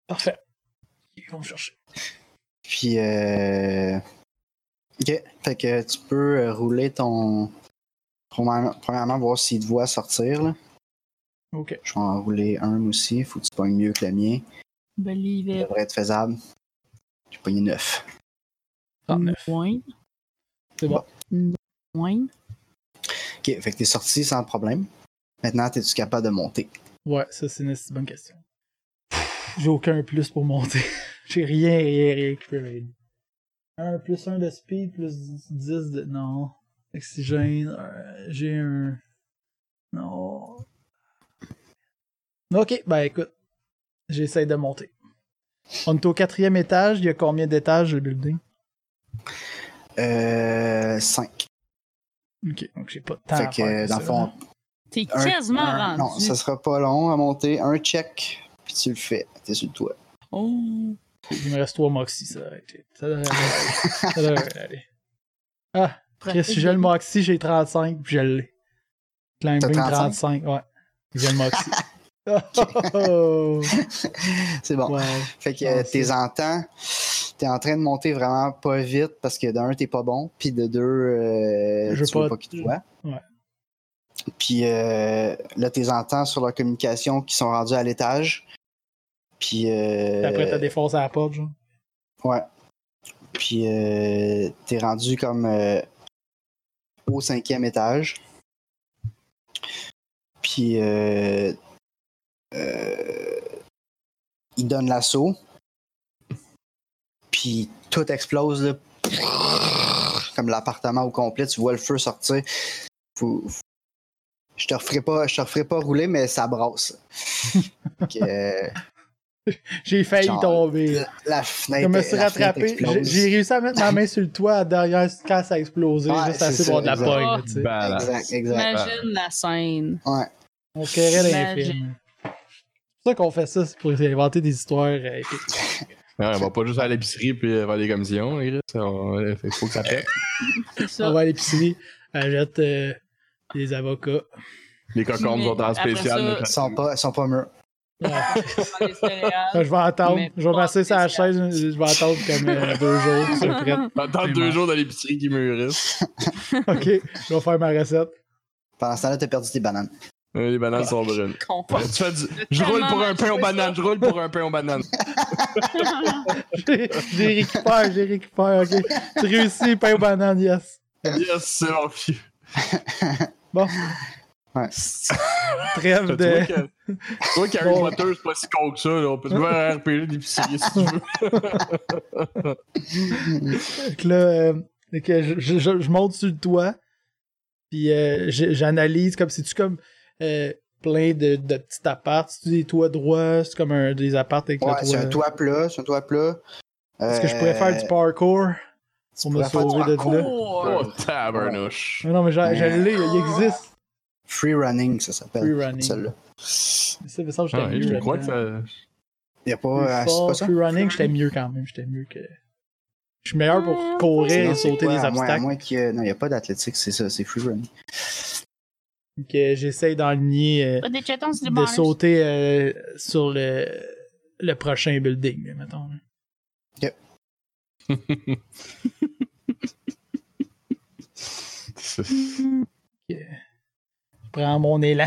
[SPEAKER 1] Parfait. Ils vont me chercher.
[SPEAKER 2] Puis, euh... ok, fait que tu peux euh, rouler ton. Premièrement, premièrement, voir s'il te voit sortir. Là.
[SPEAKER 1] Ok.
[SPEAKER 2] Je vais en rouler un aussi. Faut que tu pognes mieux que le mien.
[SPEAKER 4] Believe
[SPEAKER 2] Ça
[SPEAKER 4] it.
[SPEAKER 2] devrait être faisable. J'ai pogné neuf.
[SPEAKER 4] Ah.
[SPEAKER 1] 39.
[SPEAKER 4] Wayne.
[SPEAKER 1] Ah, C'est bon.
[SPEAKER 4] Wayne.
[SPEAKER 2] Ok, fait que t'es sorti sans problème. Maintenant, t'es-tu capable de monter?
[SPEAKER 1] Ouais, ça c'est une assez bonne question. Pff, J'ai aucun plus pour monter. J'ai rien, rien, rien qui peut m'aider. 1 plus 1 de speed, plus 10 de. Non. Oxygène. euh, J'ai un. Non. Ok, ben écoute, j'essaie de monter. On est au quatrième étage. Il y a combien d'étages le building?
[SPEAKER 2] Euh, 5.
[SPEAKER 1] Ok, donc j'ai pas de temps.
[SPEAKER 2] Fait
[SPEAKER 1] à
[SPEAKER 2] que,
[SPEAKER 1] faire
[SPEAKER 2] euh,
[SPEAKER 1] que
[SPEAKER 2] dans le
[SPEAKER 1] ça.
[SPEAKER 2] fond,
[SPEAKER 4] T'es
[SPEAKER 2] un-
[SPEAKER 4] quasiment
[SPEAKER 2] un-
[SPEAKER 4] rendu.
[SPEAKER 2] non, ça sera pas long à monter. Un check, puis tu le fais. T'es sur le toit.
[SPEAKER 4] Oh.
[SPEAKER 1] Il me reste trois moxie, ça devrait être- Ça devrait aller. ça devrait aller. Ah, Chris, si j'ai le moxie, j'ai 35, puis je l'ai. Climbing
[SPEAKER 2] T'as
[SPEAKER 1] 35, ouais. J'ai le moxie. Oh,
[SPEAKER 2] C'est bon.
[SPEAKER 1] wow.
[SPEAKER 2] Fait que
[SPEAKER 1] Ah,
[SPEAKER 2] euh,
[SPEAKER 1] c'est-
[SPEAKER 2] t'es en temps, t'es en train de monter vraiment pas vite parce que d'un, t'es pas bon, puis de deux, euh,
[SPEAKER 1] Je veux
[SPEAKER 2] tu veux
[SPEAKER 1] pas-
[SPEAKER 2] pas qu'ils te voient.
[SPEAKER 1] Ouais.
[SPEAKER 2] Puis euh, là, t'es en temps sur leur communication qui sont rendus à l'étage. Puis euh,
[SPEAKER 1] Puis Après, t'as des forces à la porte, genre.
[SPEAKER 2] Ouais. Puis euh, t'es rendu comme euh, au cinquième étage. Puis euh, euh, il donne l'assaut. Puis tout explose là. Comme l'appartement au complet, tu vois le feu sortir. Faut- faut- Je te referai pas, je te referai pas rouler, mais ça brasse. Fait que, euh,
[SPEAKER 1] J'ai failli
[SPEAKER 2] Genre,
[SPEAKER 1] tomber.
[SPEAKER 2] la, la
[SPEAKER 1] Je
[SPEAKER 2] fenêtre.
[SPEAKER 1] me suis
[SPEAKER 2] la fenêtre
[SPEAKER 1] rattrapé. J'ai-
[SPEAKER 2] explose.
[SPEAKER 1] J'ai réussi à mettre ma main sur le toit derrière quand ça a explosé,
[SPEAKER 2] Ouais,
[SPEAKER 1] juste
[SPEAKER 2] c'est
[SPEAKER 1] assez
[SPEAKER 2] ça,
[SPEAKER 1] pour avoir de la
[SPEAKER 2] exact.
[SPEAKER 1] pogne, là, tu sais.
[SPEAKER 3] Badass.
[SPEAKER 2] Exact, exact.
[SPEAKER 4] Imagine la scène.
[SPEAKER 1] On créerait des
[SPEAKER 4] Imagine.
[SPEAKER 1] films. C'est pour ça qu'on fait ça, c'est pour inventer des histoires euh, épiques.
[SPEAKER 3] Ouais, on va pas juste à l'épicerie puis euh, faire des commissions, les gars. Ça, on- euh, fait- faut que ça pète.
[SPEAKER 4] C'est
[SPEAKER 1] On
[SPEAKER 4] ça.
[SPEAKER 1] va à l'épicerie, achète euh, des avocats.
[SPEAKER 3] Les cocombes
[SPEAKER 4] Mais
[SPEAKER 3] sont en
[SPEAKER 4] après
[SPEAKER 3] spécial.
[SPEAKER 4] ça-
[SPEAKER 3] là,
[SPEAKER 2] Ils
[SPEAKER 3] quand-
[SPEAKER 2] sont pas, ils sont pas mûrs.
[SPEAKER 4] Dans les céréales.
[SPEAKER 1] Ah, je vais attendre.
[SPEAKER 4] Mais
[SPEAKER 1] je vais
[SPEAKER 4] pas
[SPEAKER 1] passer sur la
[SPEAKER 4] spécial.
[SPEAKER 1] chaise. Je vais attendre comme euh, deux jours. que c'est prêt.
[SPEAKER 3] T'attends
[SPEAKER 1] C'est
[SPEAKER 3] deux
[SPEAKER 1] mort.
[SPEAKER 3] jours dans l'épicerie qui mûrissent.
[SPEAKER 1] Ok, je vais faire ma recette.
[SPEAKER 2] Pendant ce temps-là, t'as perdu tes bananes.
[SPEAKER 3] Ouais, Euh, Les bananes sont brunes.
[SPEAKER 4] Con.
[SPEAKER 3] Tu fais du- Je roule
[SPEAKER 4] tellement
[SPEAKER 3] pour un pain aux
[SPEAKER 4] mangé
[SPEAKER 3] bananes, je roule pour un pain aux bananes.
[SPEAKER 1] J'ai j'ai récupère, j'ai récupère. Ok, tu réussis, pain aux bananes, yes.
[SPEAKER 3] Yes, c'est mon fils.
[SPEAKER 1] Bon,
[SPEAKER 2] Ouais.
[SPEAKER 1] trêve
[SPEAKER 3] Tu vois
[SPEAKER 1] de.
[SPEAKER 3] que- tu vois qu'Harry
[SPEAKER 1] Bon.
[SPEAKER 3] Potter, c'est pas si con que ça. là. On peut se faire un RPG d'épicerie si tu veux.
[SPEAKER 1] Fait que là, euh, fait que je, je- je- je monte sur le toit, puis euh, j'- j'analyse comme c'est-tu comme euh, plein de, de petits apparts, c'est-tu des toits droits, c'est comme un, des apparts avec
[SPEAKER 2] Ouais,
[SPEAKER 1] le
[SPEAKER 2] c'est
[SPEAKER 1] toit.
[SPEAKER 2] un toit plat, c'est un toit plat. Euh,
[SPEAKER 1] Est-ce que je pourrais faire du parkour pour me
[SPEAKER 2] pourrais faire du
[SPEAKER 1] sauver de
[SPEAKER 2] parkour.
[SPEAKER 1] là?
[SPEAKER 3] Oh, tabarnouche.
[SPEAKER 1] Mais non, mais je, je l'ai, il existe.
[SPEAKER 2] Free running, ça
[SPEAKER 1] Free
[SPEAKER 2] s'appelle.
[SPEAKER 1] running.
[SPEAKER 2] Celle-là.
[SPEAKER 1] Ça me semble que j'étais mieux.
[SPEAKER 3] Ouais, Ah, je te
[SPEAKER 1] là-dedans.
[SPEAKER 3] crois que ça.
[SPEAKER 2] Y a
[SPEAKER 1] Plus
[SPEAKER 2] pas, euh, c'est
[SPEAKER 1] fort,
[SPEAKER 2] pas ça?
[SPEAKER 1] Free running, j'étais mieux quand même. J'étais mieux que. Je suis meilleur pour courir
[SPEAKER 2] Sinon,
[SPEAKER 1] et
[SPEAKER 2] c'est
[SPEAKER 1] sauter
[SPEAKER 2] quoi,
[SPEAKER 1] des
[SPEAKER 2] à moins- à
[SPEAKER 1] obstacles.
[SPEAKER 2] moins qu'il y ait- non, y a pas d'athlétique, c'est ça, c'est free running.
[SPEAKER 1] Donc, euh, j'essaye d'enligner. euh,
[SPEAKER 4] Pas des chatons, c'est des
[SPEAKER 1] de
[SPEAKER 4] bananes.
[SPEAKER 1] sauter euh, sur le, le prochain building, là, mettons. là.
[SPEAKER 3] C'est-
[SPEAKER 1] Je prends mon élan,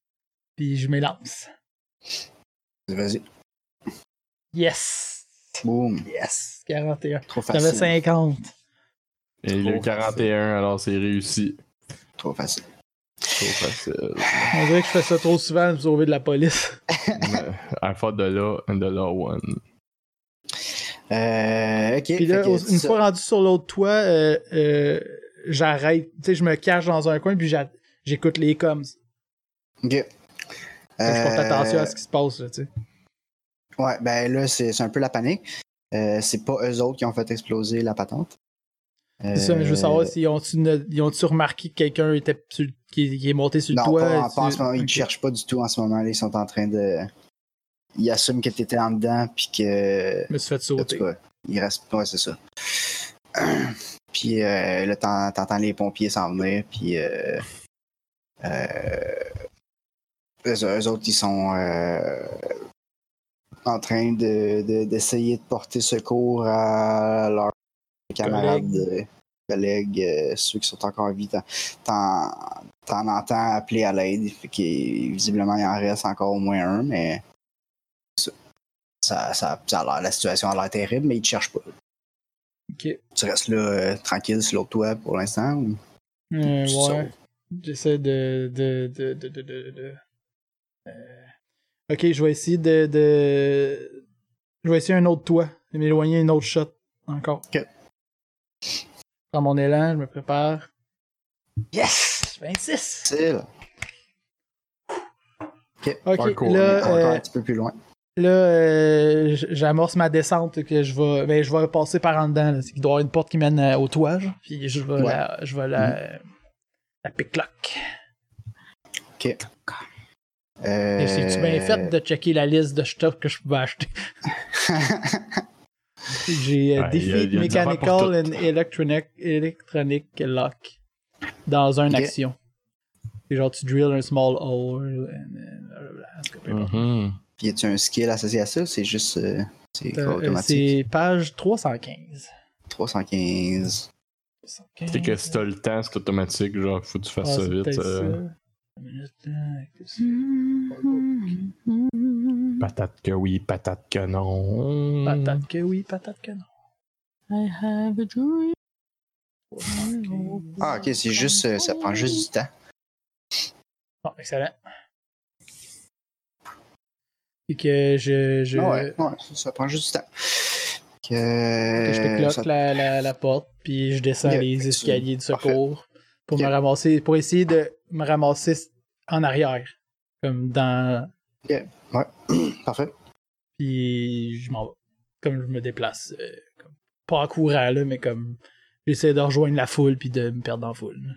[SPEAKER 1] puis je m'élance.
[SPEAKER 2] Vas-y.
[SPEAKER 1] Yes!
[SPEAKER 2] Boum.
[SPEAKER 1] Yes! 41.
[SPEAKER 2] Trop
[SPEAKER 1] J'avais
[SPEAKER 2] facile.
[SPEAKER 1] 50.
[SPEAKER 3] Et il a eu
[SPEAKER 2] Trop facile.
[SPEAKER 3] 41, alors c'est réussi.
[SPEAKER 2] Trop facile.
[SPEAKER 3] Trop facile.
[SPEAKER 1] On dirait que je fais ça trop souvent de me sauver de la police.
[SPEAKER 3] Mais, à faute de là, de là, one.
[SPEAKER 2] Euh, ok.
[SPEAKER 1] Puis là,
[SPEAKER 2] fait que
[SPEAKER 1] au-
[SPEAKER 2] c'est
[SPEAKER 1] une
[SPEAKER 2] ça.
[SPEAKER 1] fois rendu sur l'autre toit, euh, euh, j'arrête. Tu sais, je me cache dans un coin, puis j'a- j'écoute les coms.
[SPEAKER 2] Ok.
[SPEAKER 1] Je porte
[SPEAKER 2] Euh,
[SPEAKER 1] attention à ce qui se passe, là, tu sais.
[SPEAKER 2] Ouais, ben là, c'est c'est un peu la panique. Euh, c'est pas eux autres qui ont fait exploser la patente.
[SPEAKER 1] C'est ça, mais je veux
[SPEAKER 2] Euh,
[SPEAKER 1] savoir s'ils ont-tu une- ils ont-tu remarqué que quelqu'un était sur le- qui, qui est monté sur le
[SPEAKER 2] non,
[SPEAKER 1] toit.
[SPEAKER 2] pas, en-
[SPEAKER 1] tu-
[SPEAKER 2] pas en ce moment. Ils
[SPEAKER 1] Ok.
[SPEAKER 2] te cherchent pas du tout en ce moment. là. Ils sont en train de. Ils assument que t'étais en dedans, puis que.
[SPEAKER 1] Je me suis fait
[SPEAKER 2] En
[SPEAKER 1] sauter. Euh,
[SPEAKER 2] tout cas, ils restent. Ouais, c'est ça. puis euh, là, t'en- t'entends les pompiers s'en venir, puis. Euh, euh, eux, eux autres, ils sont. euh, en train de- de- d'essayer de, porter secours à leurs camarades, euh, collègues, euh, ceux qui sont encore vivants. T'en t'en entends appeler à l'aide. Fait que, visiblement, il en reste encore au moins un, mais ça, ça, ça- ça a l'air- la situation a l'air terrible, mais ils te cherchent pas.
[SPEAKER 1] Ok.
[SPEAKER 2] Tu restes là euh, tranquille sur l'autre toit pour l'instant. ou-
[SPEAKER 1] Euh,
[SPEAKER 2] Tu te
[SPEAKER 1] ouais.
[SPEAKER 2] sauves.
[SPEAKER 1] J'essaie de. de, de, de, de, de, de- Euh, Ok, je vais essayer de, de. Je vais essayer un autre toit. de M'éloigner une autre shot. Encore.
[SPEAKER 2] Ok.
[SPEAKER 1] Je prends mon élan, je me prépare. Yes! 26!
[SPEAKER 2] Facile. Ok.
[SPEAKER 1] Ok,
[SPEAKER 3] Hardcore,
[SPEAKER 1] là,
[SPEAKER 2] Encore
[SPEAKER 1] euh,
[SPEAKER 2] un petit peu plus loin.
[SPEAKER 1] là euh, j- j'amorce ma descente que je vais, ben, je vais passer par en dedans. là. C'est qu'il doit y avoir une porte qui mène euh, au toit, genre. Puis je vais
[SPEAKER 2] Ouais.
[SPEAKER 1] la, je vais
[SPEAKER 3] Mm.
[SPEAKER 1] la, la pick-lock. Et C'est-tu
[SPEAKER 2] Euh,
[SPEAKER 3] Euh.
[SPEAKER 1] bien fait de checker la liste de stuff que je pouvais acheter? J'ai euh,
[SPEAKER 3] Ouais, il y a-
[SPEAKER 1] Defeat
[SPEAKER 3] il y a des affaires pour
[SPEAKER 1] Mechanical and electronic, electronic Lock dans une
[SPEAKER 2] Ok.
[SPEAKER 1] action. C'est genre tu drills un small hole. and, euh, blablabla, en tout cas, peu
[SPEAKER 3] Mm.
[SPEAKER 1] importe.
[SPEAKER 3] Mhm.
[SPEAKER 2] Puis, y a-tu un skill associé à ça ou c'est juste. euh, c'est
[SPEAKER 1] Euh,
[SPEAKER 2] quoi,
[SPEAKER 1] euh,
[SPEAKER 2] automatique
[SPEAKER 1] C'est page 315.
[SPEAKER 2] 315.
[SPEAKER 3] C'est que si t'as le temps, c'est automatique, genre, faut que tu
[SPEAKER 1] Ah,
[SPEAKER 3] fasses
[SPEAKER 1] c'est
[SPEAKER 3] ça vite.
[SPEAKER 1] peut-être
[SPEAKER 3] euh,
[SPEAKER 1] ça. Une minute, là, qu'est-ce que
[SPEAKER 4] I
[SPEAKER 3] Patate que oui, patate que
[SPEAKER 1] c'est?
[SPEAKER 3] non.
[SPEAKER 1] Patate que oui, patate que non.
[SPEAKER 4] have a dream.
[SPEAKER 2] Ah, ok, c'est juste. euh, ça prend juste du temps.
[SPEAKER 1] Bon, excellent. Et que je, je,
[SPEAKER 2] Ah ouais, ouais, ça, ça prend juste du temps. Que,
[SPEAKER 1] que je pique
[SPEAKER 2] Euh, ça-
[SPEAKER 1] la, la, la porte, puis je descends
[SPEAKER 2] Ok,
[SPEAKER 1] les
[SPEAKER 2] tu-
[SPEAKER 1] escaliers de
[SPEAKER 2] parfait.
[SPEAKER 1] secours pour me
[SPEAKER 2] Ok.
[SPEAKER 1] ramasser, pour essayer de me ramasser en arrière, comme dans,
[SPEAKER 2] Parfait.
[SPEAKER 1] puis je m'en vais, comme je me déplace, euh, comme- pas en courant là, mais comme j'essaie de rejoindre la foule puis de me perdre dans la foule.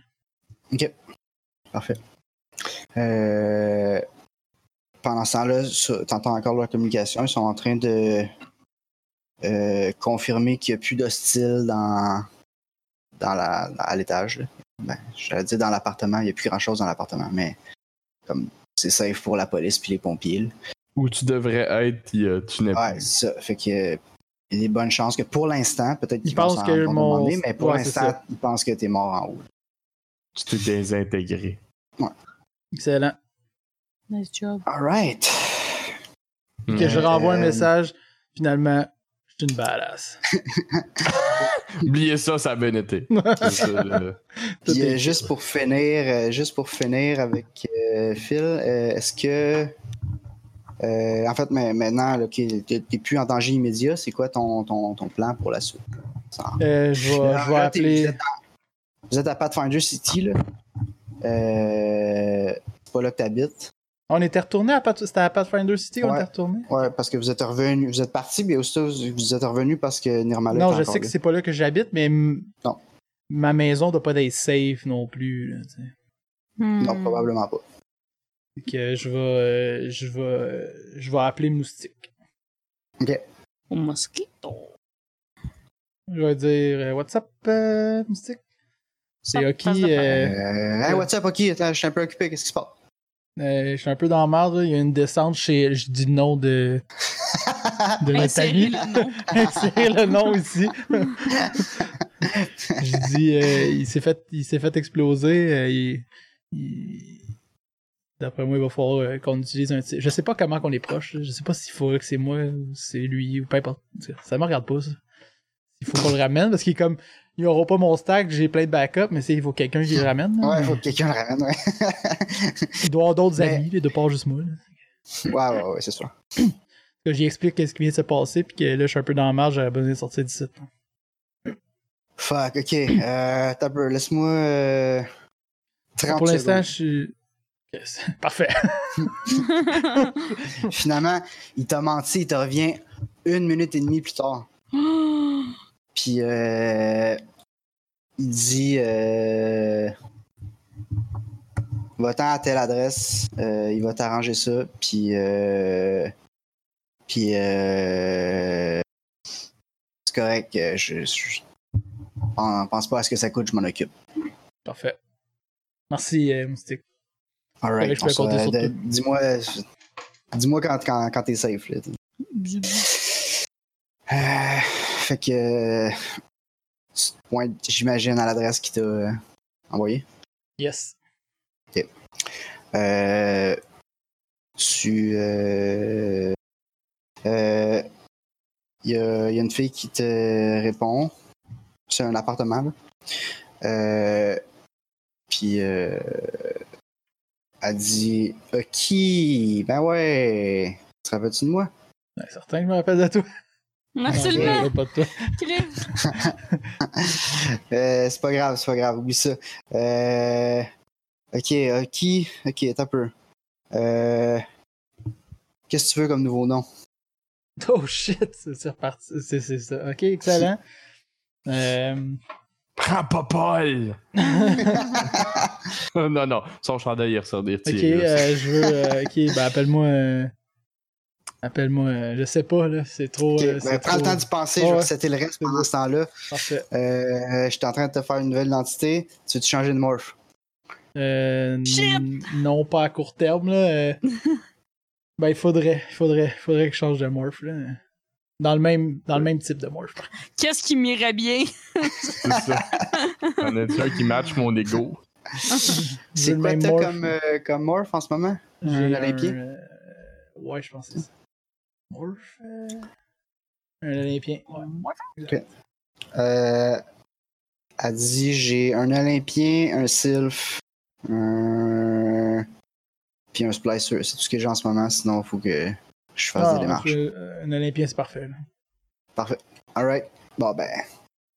[SPEAKER 2] Euh, pendant ce temps-là, sur- t'entends encore leur communication. Ils sont en train de euh, confirmer qu'il n'y a plus d'hostiles dans, dans la, dans- à l'étage. là. Ben, J'allais dire dans l'appartement. Il n'y a plus grand-chose dans l'appartement, mais comme c'est safe pour la police puis les pompiers. là.
[SPEAKER 3] Où tu devrais être, il y a- tu n'es
[SPEAKER 2] Ouais, c'est ça. Fait que euh, il y a des bonnes chances que pour l'instant, peut-être
[SPEAKER 1] Ils
[SPEAKER 2] qu'ils vont
[SPEAKER 1] pensent
[SPEAKER 2] s'en
[SPEAKER 1] que
[SPEAKER 2] rendre compte à
[SPEAKER 1] mon-
[SPEAKER 2] un moment donné, mais pour
[SPEAKER 1] Ouais, c'est
[SPEAKER 2] l'instant,
[SPEAKER 1] ça.
[SPEAKER 2] ils pensent que t'es mort en haut.
[SPEAKER 3] tu t'es désintégré.
[SPEAKER 1] Excellent.
[SPEAKER 4] Nice job.
[SPEAKER 2] Alright.
[SPEAKER 1] Puis que je
[SPEAKER 2] Ouais,
[SPEAKER 1] renvoie un
[SPEAKER 2] euh,
[SPEAKER 1] message, finalement, je suis une badass.
[SPEAKER 3] Mhm. Oubliez ça, ça a bien été. C'est ça, le-
[SPEAKER 1] Tout
[SPEAKER 2] Puis, euh,
[SPEAKER 1] est-
[SPEAKER 2] juste pour finir, euh, juste pour finir avec euh, Phil, euh, est-ce que euh, en fait ma- maintenant là, que t'es t'es plus en danger immédiat, c'est quoi ton, ton, ton plan pour la suite? Ça-
[SPEAKER 1] Euh, je vais, je vais
[SPEAKER 2] Là, t'es- Vous
[SPEAKER 1] appeler.
[SPEAKER 2] êtes, à, vous êtes à Pathfinder City là. Euh, c'est pas là que t'habites.
[SPEAKER 1] On était retourné à Path- c'était à Pathfinder City, on
[SPEAKER 2] Ouais.
[SPEAKER 1] était retourné.
[SPEAKER 2] Ouais, parce que vous êtes revenu, vous êtes parti, mais aussi vous vous êtes revenu parce que Nirmala.
[SPEAKER 1] non,
[SPEAKER 2] est
[SPEAKER 1] je
[SPEAKER 2] encore
[SPEAKER 1] sais que
[SPEAKER 2] là.
[SPEAKER 1] c'est pas là que j'habite, mais m-
[SPEAKER 2] Non.
[SPEAKER 1] ma maison doit pas être safe non plus. là, tu sais.
[SPEAKER 4] Hmm.
[SPEAKER 2] Non, probablement pas.
[SPEAKER 1] Fait que je vais, euh, je vais, euh, je vais appeler Moustique.
[SPEAKER 4] Au mosquito.
[SPEAKER 1] Je vais dire euh, What's up, euh, Moustique? C'est
[SPEAKER 4] Ah,
[SPEAKER 1] Oki.
[SPEAKER 4] passe de
[SPEAKER 1] euh,
[SPEAKER 2] Euh, hey, what's up, ok, attends, je suis un peu occupé, qu'est-ce qui se passe?
[SPEAKER 1] euh, je suis un peu dans la merde. là. Il y a une descente chez. Je dis le nom de, de
[SPEAKER 2] Ben,
[SPEAKER 1] notre
[SPEAKER 4] Insérez
[SPEAKER 1] ami.
[SPEAKER 4] le nom.
[SPEAKER 1] Insérer le nom ici. je dis, euh, il s'est fait, il s'est fait exploser. euh, il- il- D'après moi, il va falloir euh, qu'on utilise un. ti- Je sais pas comment qu'on est proche. Je sais pas s'il faudrait que c'est moi ou c'est lui ou peu importe. Ça me regarde pas. Ça. Il faut qu'on le ramène parce qu'il est comme, ils auront pas mon stack. J'ai plein de backup, mais c'est il faut quelqu'un qui le ramène. là.
[SPEAKER 2] Ouais, faut que quelqu'un le ramène, ouais.
[SPEAKER 1] Il doit y avoir d'autres
[SPEAKER 2] Mais-
[SPEAKER 1] amis, là, de part juste moi. là.
[SPEAKER 2] ouais, ouais, ouais, c'est sûr.
[SPEAKER 1] Que J'y explique qu'est-ce qui vient de se passer puis que là, je suis un peu dans la marge. J'aurais besoin de sortir d'ici.
[SPEAKER 2] Fuck, ok. Euh, t'as peu, laisse-moi. euh, 30
[SPEAKER 1] Pour l'instant,
[SPEAKER 2] secondes.
[SPEAKER 1] je suis. Yes. Parfait.
[SPEAKER 2] Finalement, il t'a menti, il te revient une minute et demie plus tard. Puis, euh, il dit. Euh, Va-t'en à telle adresse, euh, il va t'arranger ça, puis. Euh, puis. Euh, c'est correct, euh, je. je on pense pas à ce que ça coûte, je m'en occupe.
[SPEAKER 1] Parfait. Merci, euh, Moustique.
[SPEAKER 2] Alright,
[SPEAKER 1] Fait que je peux
[SPEAKER 2] on se-
[SPEAKER 1] compter sur
[SPEAKER 2] de-
[SPEAKER 1] toi.
[SPEAKER 2] Dis-moi, dis-moi quand, quand, quand t'es safe. Là. Euh, fait que. Tu te pointes, j'imagine, à l'adresse qui t'a euh, envoyé.
[SPEAKER 1] Yes.
[SPEAKER 2] Euh, tu. euh, euh, y, a, y a une fille qui te répond. C'est un appartement, là. Euh, Puis. euh, elle dit Ok, ben ouais. Tu te rappelles-tu de moi
[SPEAKER 1] Ouais, certain que je me rappelle de toi.
[SPEAKER 2] Ah,
[SPEAKER 1] Non, je me
[SPEAKER 4] Absolument.
[SPEAKER 1] rappelle pas de toi.
[SPEAKER 4] Crève.
[SPEAKER 2] Euh, c'est pas grave, c'est pas grave, oublie ça. Euh, ok, ok, ok, t'as peu. Euh, Qu'est-ce que tu veux comme nouveau nom?
[SPEAKER 1] Oh shit, c'est c'est reparti. C'est c'est ça. Ok, excellent. Euh...
[SPEAKER 3] Prends pas Paul! non, non, son chandail il est ressorti. il est
[SPEAKER 1] Ok,
[SPEAKER 3] retiré, là.
[SPEAKER 1] euh, je veux. euh, ok, ben appelle-moi. euh, Appelle-moi. euh, Je sais pas, là. C'est trop.
[SPEAKER 2] Ok,
[SPEAKER 1] euh,
[SPEAKER 2] ben,
[SPEAKER 1] c'est
[SPEAKER 2] prends le
[SPEAKER 1] trop-
[SPEAKER 2] temps d'y penser,
[SPEAKER 1] Ouais,
[SPEAKER 2] je vais
[SPEAKER 1] ouais.
[SPEAKER 2] resetter le reste pendant ce temps-là.
[SPEAKER 1] Parfait.
[SPEAKER 2] Euh, je suis en train de te faire une nouvelle identité. Tu veux te changer de morph?
[SPEAKER 1] Euh, n-
[SPEAKER 4] Shit!
[SPEAKER 1] Non, pas à court terme, là. euh, ben, il faudrait, il faudrait, il faudrait que je change de morph, là. Dans le même, dans le même type de morph.
[SPEAKER 4] Qu'est-ce qui m'irait bien?
[SPEAKER 3] C'est ça. Y'en a-tu un qui match mon ego?
[SPEAKER 1] J'ai
[SPEAKER 2] C'est
[SPEAKER 1] le
[SPEAKER 2] quoi
[SPEAKER 1] même
[SPEAKER 2] t'as
[SPEAKER 1] morph.
[SPEAKER 2] comme, euh, comme morph en ce moment?
[SPEAKER 1] J'ai
[SPEAKER 2] un Olympien?
[SPEAKER 1] euh, ouais, je pense que c'est ça. Morph. euh, Un Olympien. ouais.
[SPEAKER 2] Euh, elle dit j'ai un Olympien, un Sylph, un. Puis un Splicer. C'est tout ce que j'ai en ce moment, sinon il faut que je fasse
[SPEAKER 1] Ah,
[SPEAKER 2] des démarches.
[SPEAKER 1] je- euh, un Olympien, c'est parfait. là.
[SPEAKER 2] Alright. Bon, ben.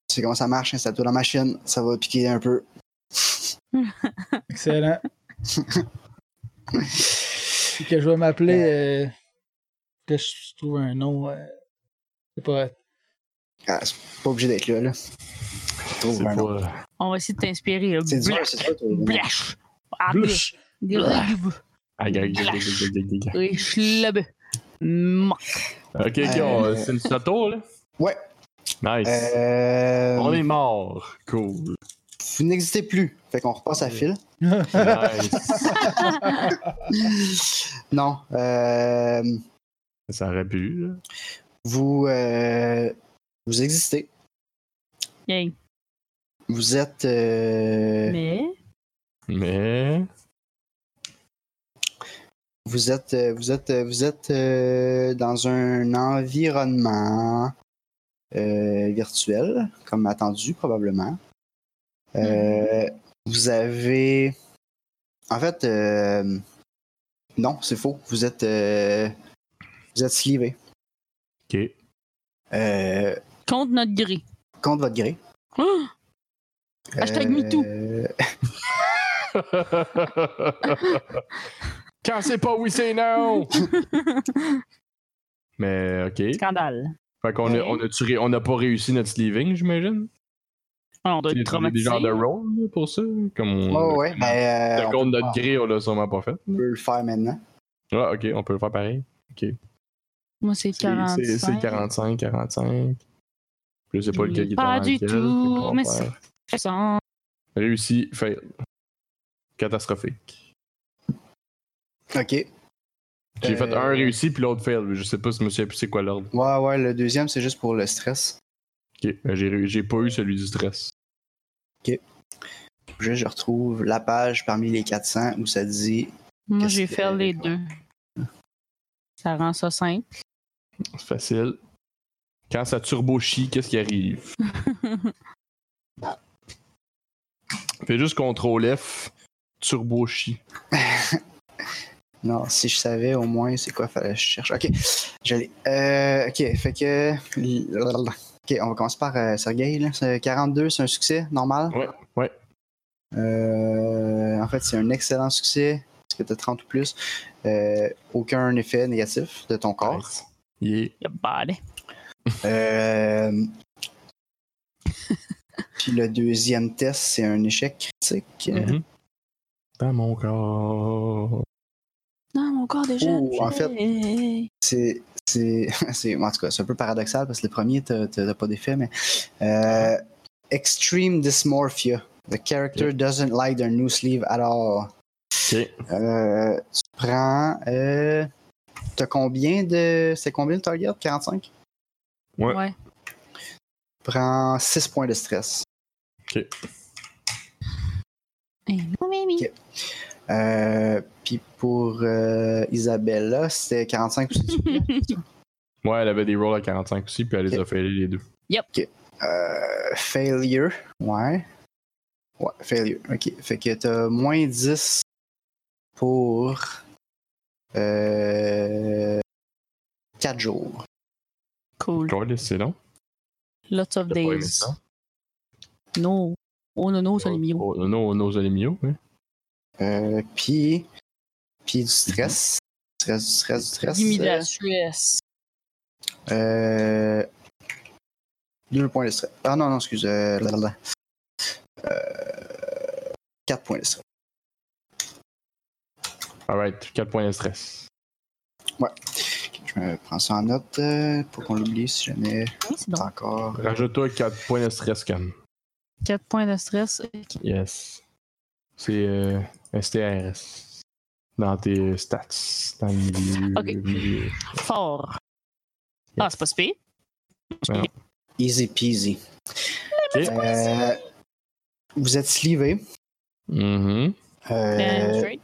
[SPEAKER 2] Tu sais comment ça marche, installe toi dans la machine, ça va piquer un peu.
[SPEAKER 1] Excellent. Puis que je vais m'appeler. euh, que je trouve un nom. euh, je sais pas.
[SPEAKER 2] Ah, c'est pas obligé d'être là, là. Trouve
[SPEAKER 3] C'est
[SPEAKER 2] un autre.
[SPEAKER 3] pas...
[SPEAKER 4] On va essayer de t'inspirer. là.
[SPEAKER 2] C'est dur,
[SPEAKER 4] Blash,
[SPEAKER 2] c'est dur. de trouver un nom.
[SPEAKER 4] blash. Ah,
[SPEAKER 1] Blush.
[SPEAKER 4] Grave.
[SPEAKER 3] Ah, gag, gag, gag, gag, gag, gag, gag.
[SPEAKER 4] Et schlabe. Mouah.
[SPEAKER 3] Ok, ok,
[SPEAKER 2] Euh,
[SPEAKER 3] on- c'est le notre tour, là?
[SPEAKER 2] Ouais.
[SPEAKER 3] Nice.
[SPEAKER 2] Euh,
[SPEAKER 3] On est mort. Cool.
[SPEAKER 2] Vous n'existez plus. Fait qu'on repasse à fil.
[SPEAKER 3] Nice.
[SPEAKER 2] Non. Euh,
[SPEAKER 3] ça aurait pu, là.
[SPEAKER 2] vous. euh, vous existez.
[SPEAKER 4] Yay.
[SPEAKER 2] Vous êtes. euh,
[SPEAKER 4] Mais.
[SPEAKER 3] Mais.
[SPEAKER 2] Vous êtes. euh, Vous êtes. euh, Vous êtes euh, dans un environnement euh, virtuel, comme attendu probablement. Euh, Vous avez. En fait, euh, non, c'est faux. Vous êtes. euh, Vous êtes slivé.
[SPEAKER 3] Ok.
[SPEAKER 2] Euh,
[SPEAKER 4] Contre notre gré.
[SPEAKER 2] contre votre gré.
[SPEAKER 4] Ah! Hashtag MeToo.
[SPEAKER 2] Euh,
[SPEAKER 3] Quand c'est pas oui, c'est non! Mais, ok.
[SPEAKER 4] Scandale.
[SPEAKER 3] Fait qu'on a, on a, tu ré- on a pas réussi notre sleeving, j'imagine.
[SPEAKER 4] Ah, On doit
[SPEAKER 3] Il y
[SPEAKER 4] être
[SPEAKER 3] a des
[SPEAKER 4] traumatisé.
[SPEAKER 3] genres de rôle là, pour ça. Comme
[SPEAKER 2] ouais,
[SPEAKER 3] on,
[SPEAKER 2] ouais, ben, euh,
[SPEAKER 3] Le
[SPEAKER 2] on
[SPEAKER 3] compte
[SPEAKER 2] peut-
[SPEAKER 3] notre gré, on l'a sûrement pas fait.
[SPEAKER 2] on peut le faire maintenant.
[SPEAKER 3] Ouais, ok, on peut le faire pareil.
[SPEAKER 4] Moi, c'est
[SPEAKER 3] C'est- C'est
[SPEAKER 4] 45.
[SPEAKER 3] c'est 45, 45. Je sais pas
[SPEAKER 4] Je
[SPEAKER 3] lequel
[SPEAKER 4] l'ai
[SPEAKER 3] qui est
[SPEAKER 4] pas
[SPEAKER 3] dans
[SPEAKER 4] du
[SPEAKER 3] lequel,
[SPEAKER 4] tout,
[SPEAKER 3] fait qu'on va
[SPEAKER 4] mais
[SPEAKER 3] faire
[SPEAKER 4] Intéressant.
[SPEAKER 3] Réussi, fail. Catastrophique.
[SPEAKER 2] Ok.
[SPEAKER 3] J'ai
[SPEAKER 2] Euh,
[SPEAKER 3] fait un réussi puis l'autre fail. Je sais pas si je me souviens plus c'est quoi l'ordre.
[SPEAKER 2] Ouais, ouais, le deuxième, c'est juste pour le stress.
[SPEAKER 3] Ok, ben, j'ai ré- j'ai pas eu celui du stress.
[SPEAKER 2] Juste, je retrouve la page parmi les 400 où ça dit.
[SPEAKER 4] Moi,
[SPEAKER 2] Qu'est-ce
[SPEAKER 4] j'ai
[SPEAKER 2] que-
[SPEAKER 4] fait les deux. Ça rend ça simple.
[SPEAKER 3] C'est facile. Quand ça turbo chie, qu'est-ce qui arrive? Fais juste CTRL F, turbo chie.
[SPEAKER 2] Non, si je savais au moins c'est quoi, fallait que je cherche. Ok, je l'ai. Euh, ok, fait que. Ok, on va commencer par euh, Sergueï, là. C'est 42, c'est un succès, normal.
[SPEAKER 3] Ouais, ouais.
[SPEAKER 2] Euh, en fait, c'est un excellent succès, parce que t'as 30 ou plus. Euh, aucun effet négatif de ton corps.
[SPEAKER 3] Nice. Yeah.
[SPEAKER 4] Y'a pas de-
[SPEAKER 2] Euh, Puis le deuxième test, c'est un échec critique.
[SPEAKER 4] Mm-hmm.
[SPEAKER 3] Mhm. Dans mon corps.
[SPEAKER 4] Non, mon corps déjà.
[SPEAKER 2] Oh, en C'est. c'est- c'est- En tout cas, c'est un peu paradoxal parce que le premier, t'as t'as- t'as pas d'effet, mais. euh, extreme dysmorphia. The character doesn't like their new sleeve at all.
[SPEAKER 3] Ok.
[SPEAKER 2] Euh, tu prends. euh, T'as combien de. C'est combien le target 45
[SPEAKER 3] Ouais.
[SPEAKER 4] Ouais.
[SPEAKER 2] Prends 6 points de stress.
[SPEAKER 4] Eh, non, mais, mais.
[SPEAKER 2] Ok. Euh, Puis pour euh, Isabella, c'était 45 aussi.
[SPEAKER 3] Ouais, elle avait des rolls à 45 aussi, puis elle les a failés les deux.
[SPEAKER 2] Euh, failure. Ouais. Ouais, failure. Ok. Fait que t'as moins 10 pour euh, 4 jours.
[SPEAKER 4] Cool.
[SPEAKER 3] Cool, c'est long.
[SPEAKER 4] Lots of
[SPEAKER 3] T'as pas aimé
[SPEAKER 4] days.
[SPEAKER 3] ça?
[SPEAKER 4] Non. Oh non, non, ça les mieux.
[SPEAKER 3] Oh, oh, non, non, c'est les mieux, ouais.
[SPEAKER 2] Euh, Puis, puis du stress. stress, du stress, du stress.
[SPEAKER 4] Give me that stress.
[SPEAKER 2] Euh, Deux points de stress. Ah non, non, excuse. Euh... là, là, là. Euh, Quatre points de stress.
[SPEAKER 3] Alright, 4 points de stress.
[SPEAKER 2] Je me prends ça en note euh, pour qu'on l'oublie si jamais
[SPEAKER 4] Oui, Hein, c'est
[SPEAKER 2] t'as
[SPEAKER 4] bon.
[SPEAKER 2] encore.
[SPEAKER 3] Rajoute-toi 4 points de stress, Cam.
[SPEAKER 4] 4 points de stress. Ok.
[SPEAKER 3] Yes. C'est euh, STRS. Dans tes stats. Dans le milieu.
[SPEAKER 4] Ok.
[SPEAKER 3] milieu.
[SPEAKER 4] Fort. Ah, c'est pas speed.
[SPEAKER 2] Easy peasy. Euh, vous êtes slivé.
[SPEAKER 3] Mhm.
[SPEAKER 2] Euh,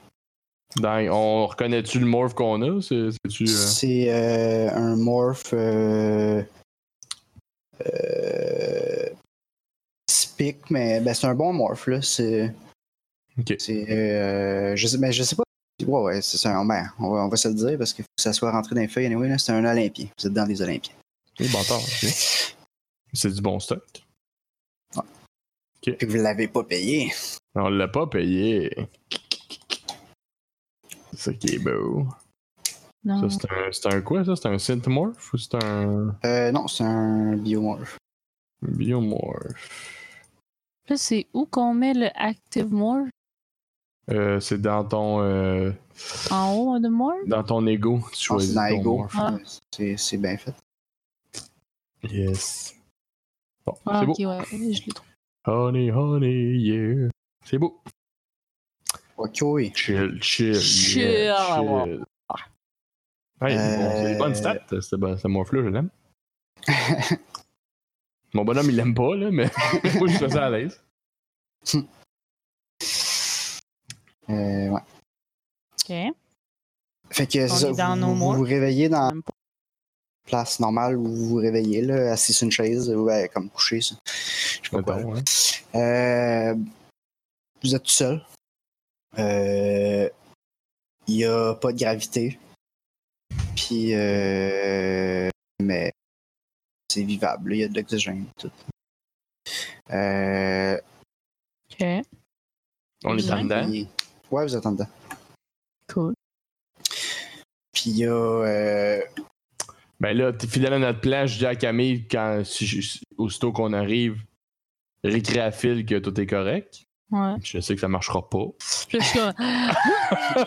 [SPEAKER 3] Dans- on reconnaît-tu le morph qu'on a? C'est- C'est-tu. euh,
[SPEAKER 2] C'est euh, un morph euh, euh, typique, mais ben, c'est un bon morph. Là. C'est,
[SPEAKER 3] Ok.
[SPEAKER 2] c'est, euh, je, sais, mais je sais pas. Ouais, ouais, c'est c'est un. ben, on, va, on va se le dire parce qu'il faut que ça soit rentré dans les feuilles. Anyway, là, c'est un Olympien. Vous êtes dans des Olympiens.
[SPEAKER 3] eh, bâtard, ok. C'est du bon stock.
[SPEAKER 2] Puis vous l'avez pas payé.
[SPEAKER 3] On l'a pas payé. C'est ça qui est beau. Ça,
[SPEAKER 4] Non.
[SPEAKER 3] c'est un, c'est un quoi, ça? C'est un synthmorph ou c'est un
[SPEAKER 2] Euh, non, c'est un biomorph.
[SPEAKER 3] biomorph?
[SPEAKER 4] Là, c'est où qu'on met le active more
[SPEAKER 3] Euh, c'est dans ton euh,
[SPEAKER 4] En haut de more
[SPEAKER 3] dans ton ego, tu
[SPEAKER 2] Je pense que
[SPEAKER 3] choisis
[SPEAKER 2] Ah, c'est dans
[SPEAKER 3] ton
[SPEAKER 2] Ego.
[SPEAKER 3] morph.
[SPEAKER 4] Ah.
[SPEAKER 2] C'est, c'est bien fait.
[SPEAKER 3] Yes. Bon,
[SPEAKER 4] Ah,
[SPEAKER 3] c'est beau.
[SPEAKER 4] ok, ouais, je l'ai trouvé.
[SPEAKER 3] Honey, honey, yeah. C'est beau.
[SPEAKER 2] Ok,
[SPEAKER 3] Chill, chill.
[SPEAKER 4] Chill.
[SPEAKER 3] yeah, chill. Hey, bon, c'est des
[SPEAKER 2] Euh,
[SPEAKER 3] bonnes stats, ce, ce morph-là, je l'aime. Mon bonhomme, il l'aime pas, là, mais moi, je suis ça à l'aise.
[SPEAKER 2] Euh, ouais.
[SPEAKER 4] Ok.
[SPEAKER 2] Fait que c'est
[SPEAKER 4] On
[SPEAKER 2] ça,
[SPEAKER 4] est dans
[SPEAKER 2] vous,
[SPEAKER 4] nos
[SPEAKER 2] vous-
[SPEAKER 4] mois.
[SPEAKER 2] vous réveillez
[SPEAKER 3] Ah.
[SPEAKER 2] dans
[SPEAKER 4] Même pas.
[SPEAKER 2] place normale où vous vous réveillez, là, assis sur une chaise, ou ben, comme couché, ça. Je sais pas quoi.
[SPEAKER 3] Mettons, hein.
[SPEAKER 2] Euh, vous êtes tout seul. Euh, Il n'y a pas de gravité. Puis, euh, mais c'est vivable. là, Il y a de l'oxygène. Tout. Euh,
[SPEAKER 4] Ok.
[SPEAKER 3] On est en dedans.
[SPEAKER 2] puis- Ouais, vous êtes en dedans.
[SPEAKER 4] Cool.
[SPEAKER 2] Puis il y a. euh,
[SPEAKER 3] Ben là, t'es fidèle à notre plan, je dis à Camille, quand, si je- aussitôt qu'on arrive, récré à fil que tout est correct.
[SPEAKER 4] Ouais.
[SPEAKER 3] Je sais que ça marchera pas.
[SPEAKER 4] Puis là, je suis comme,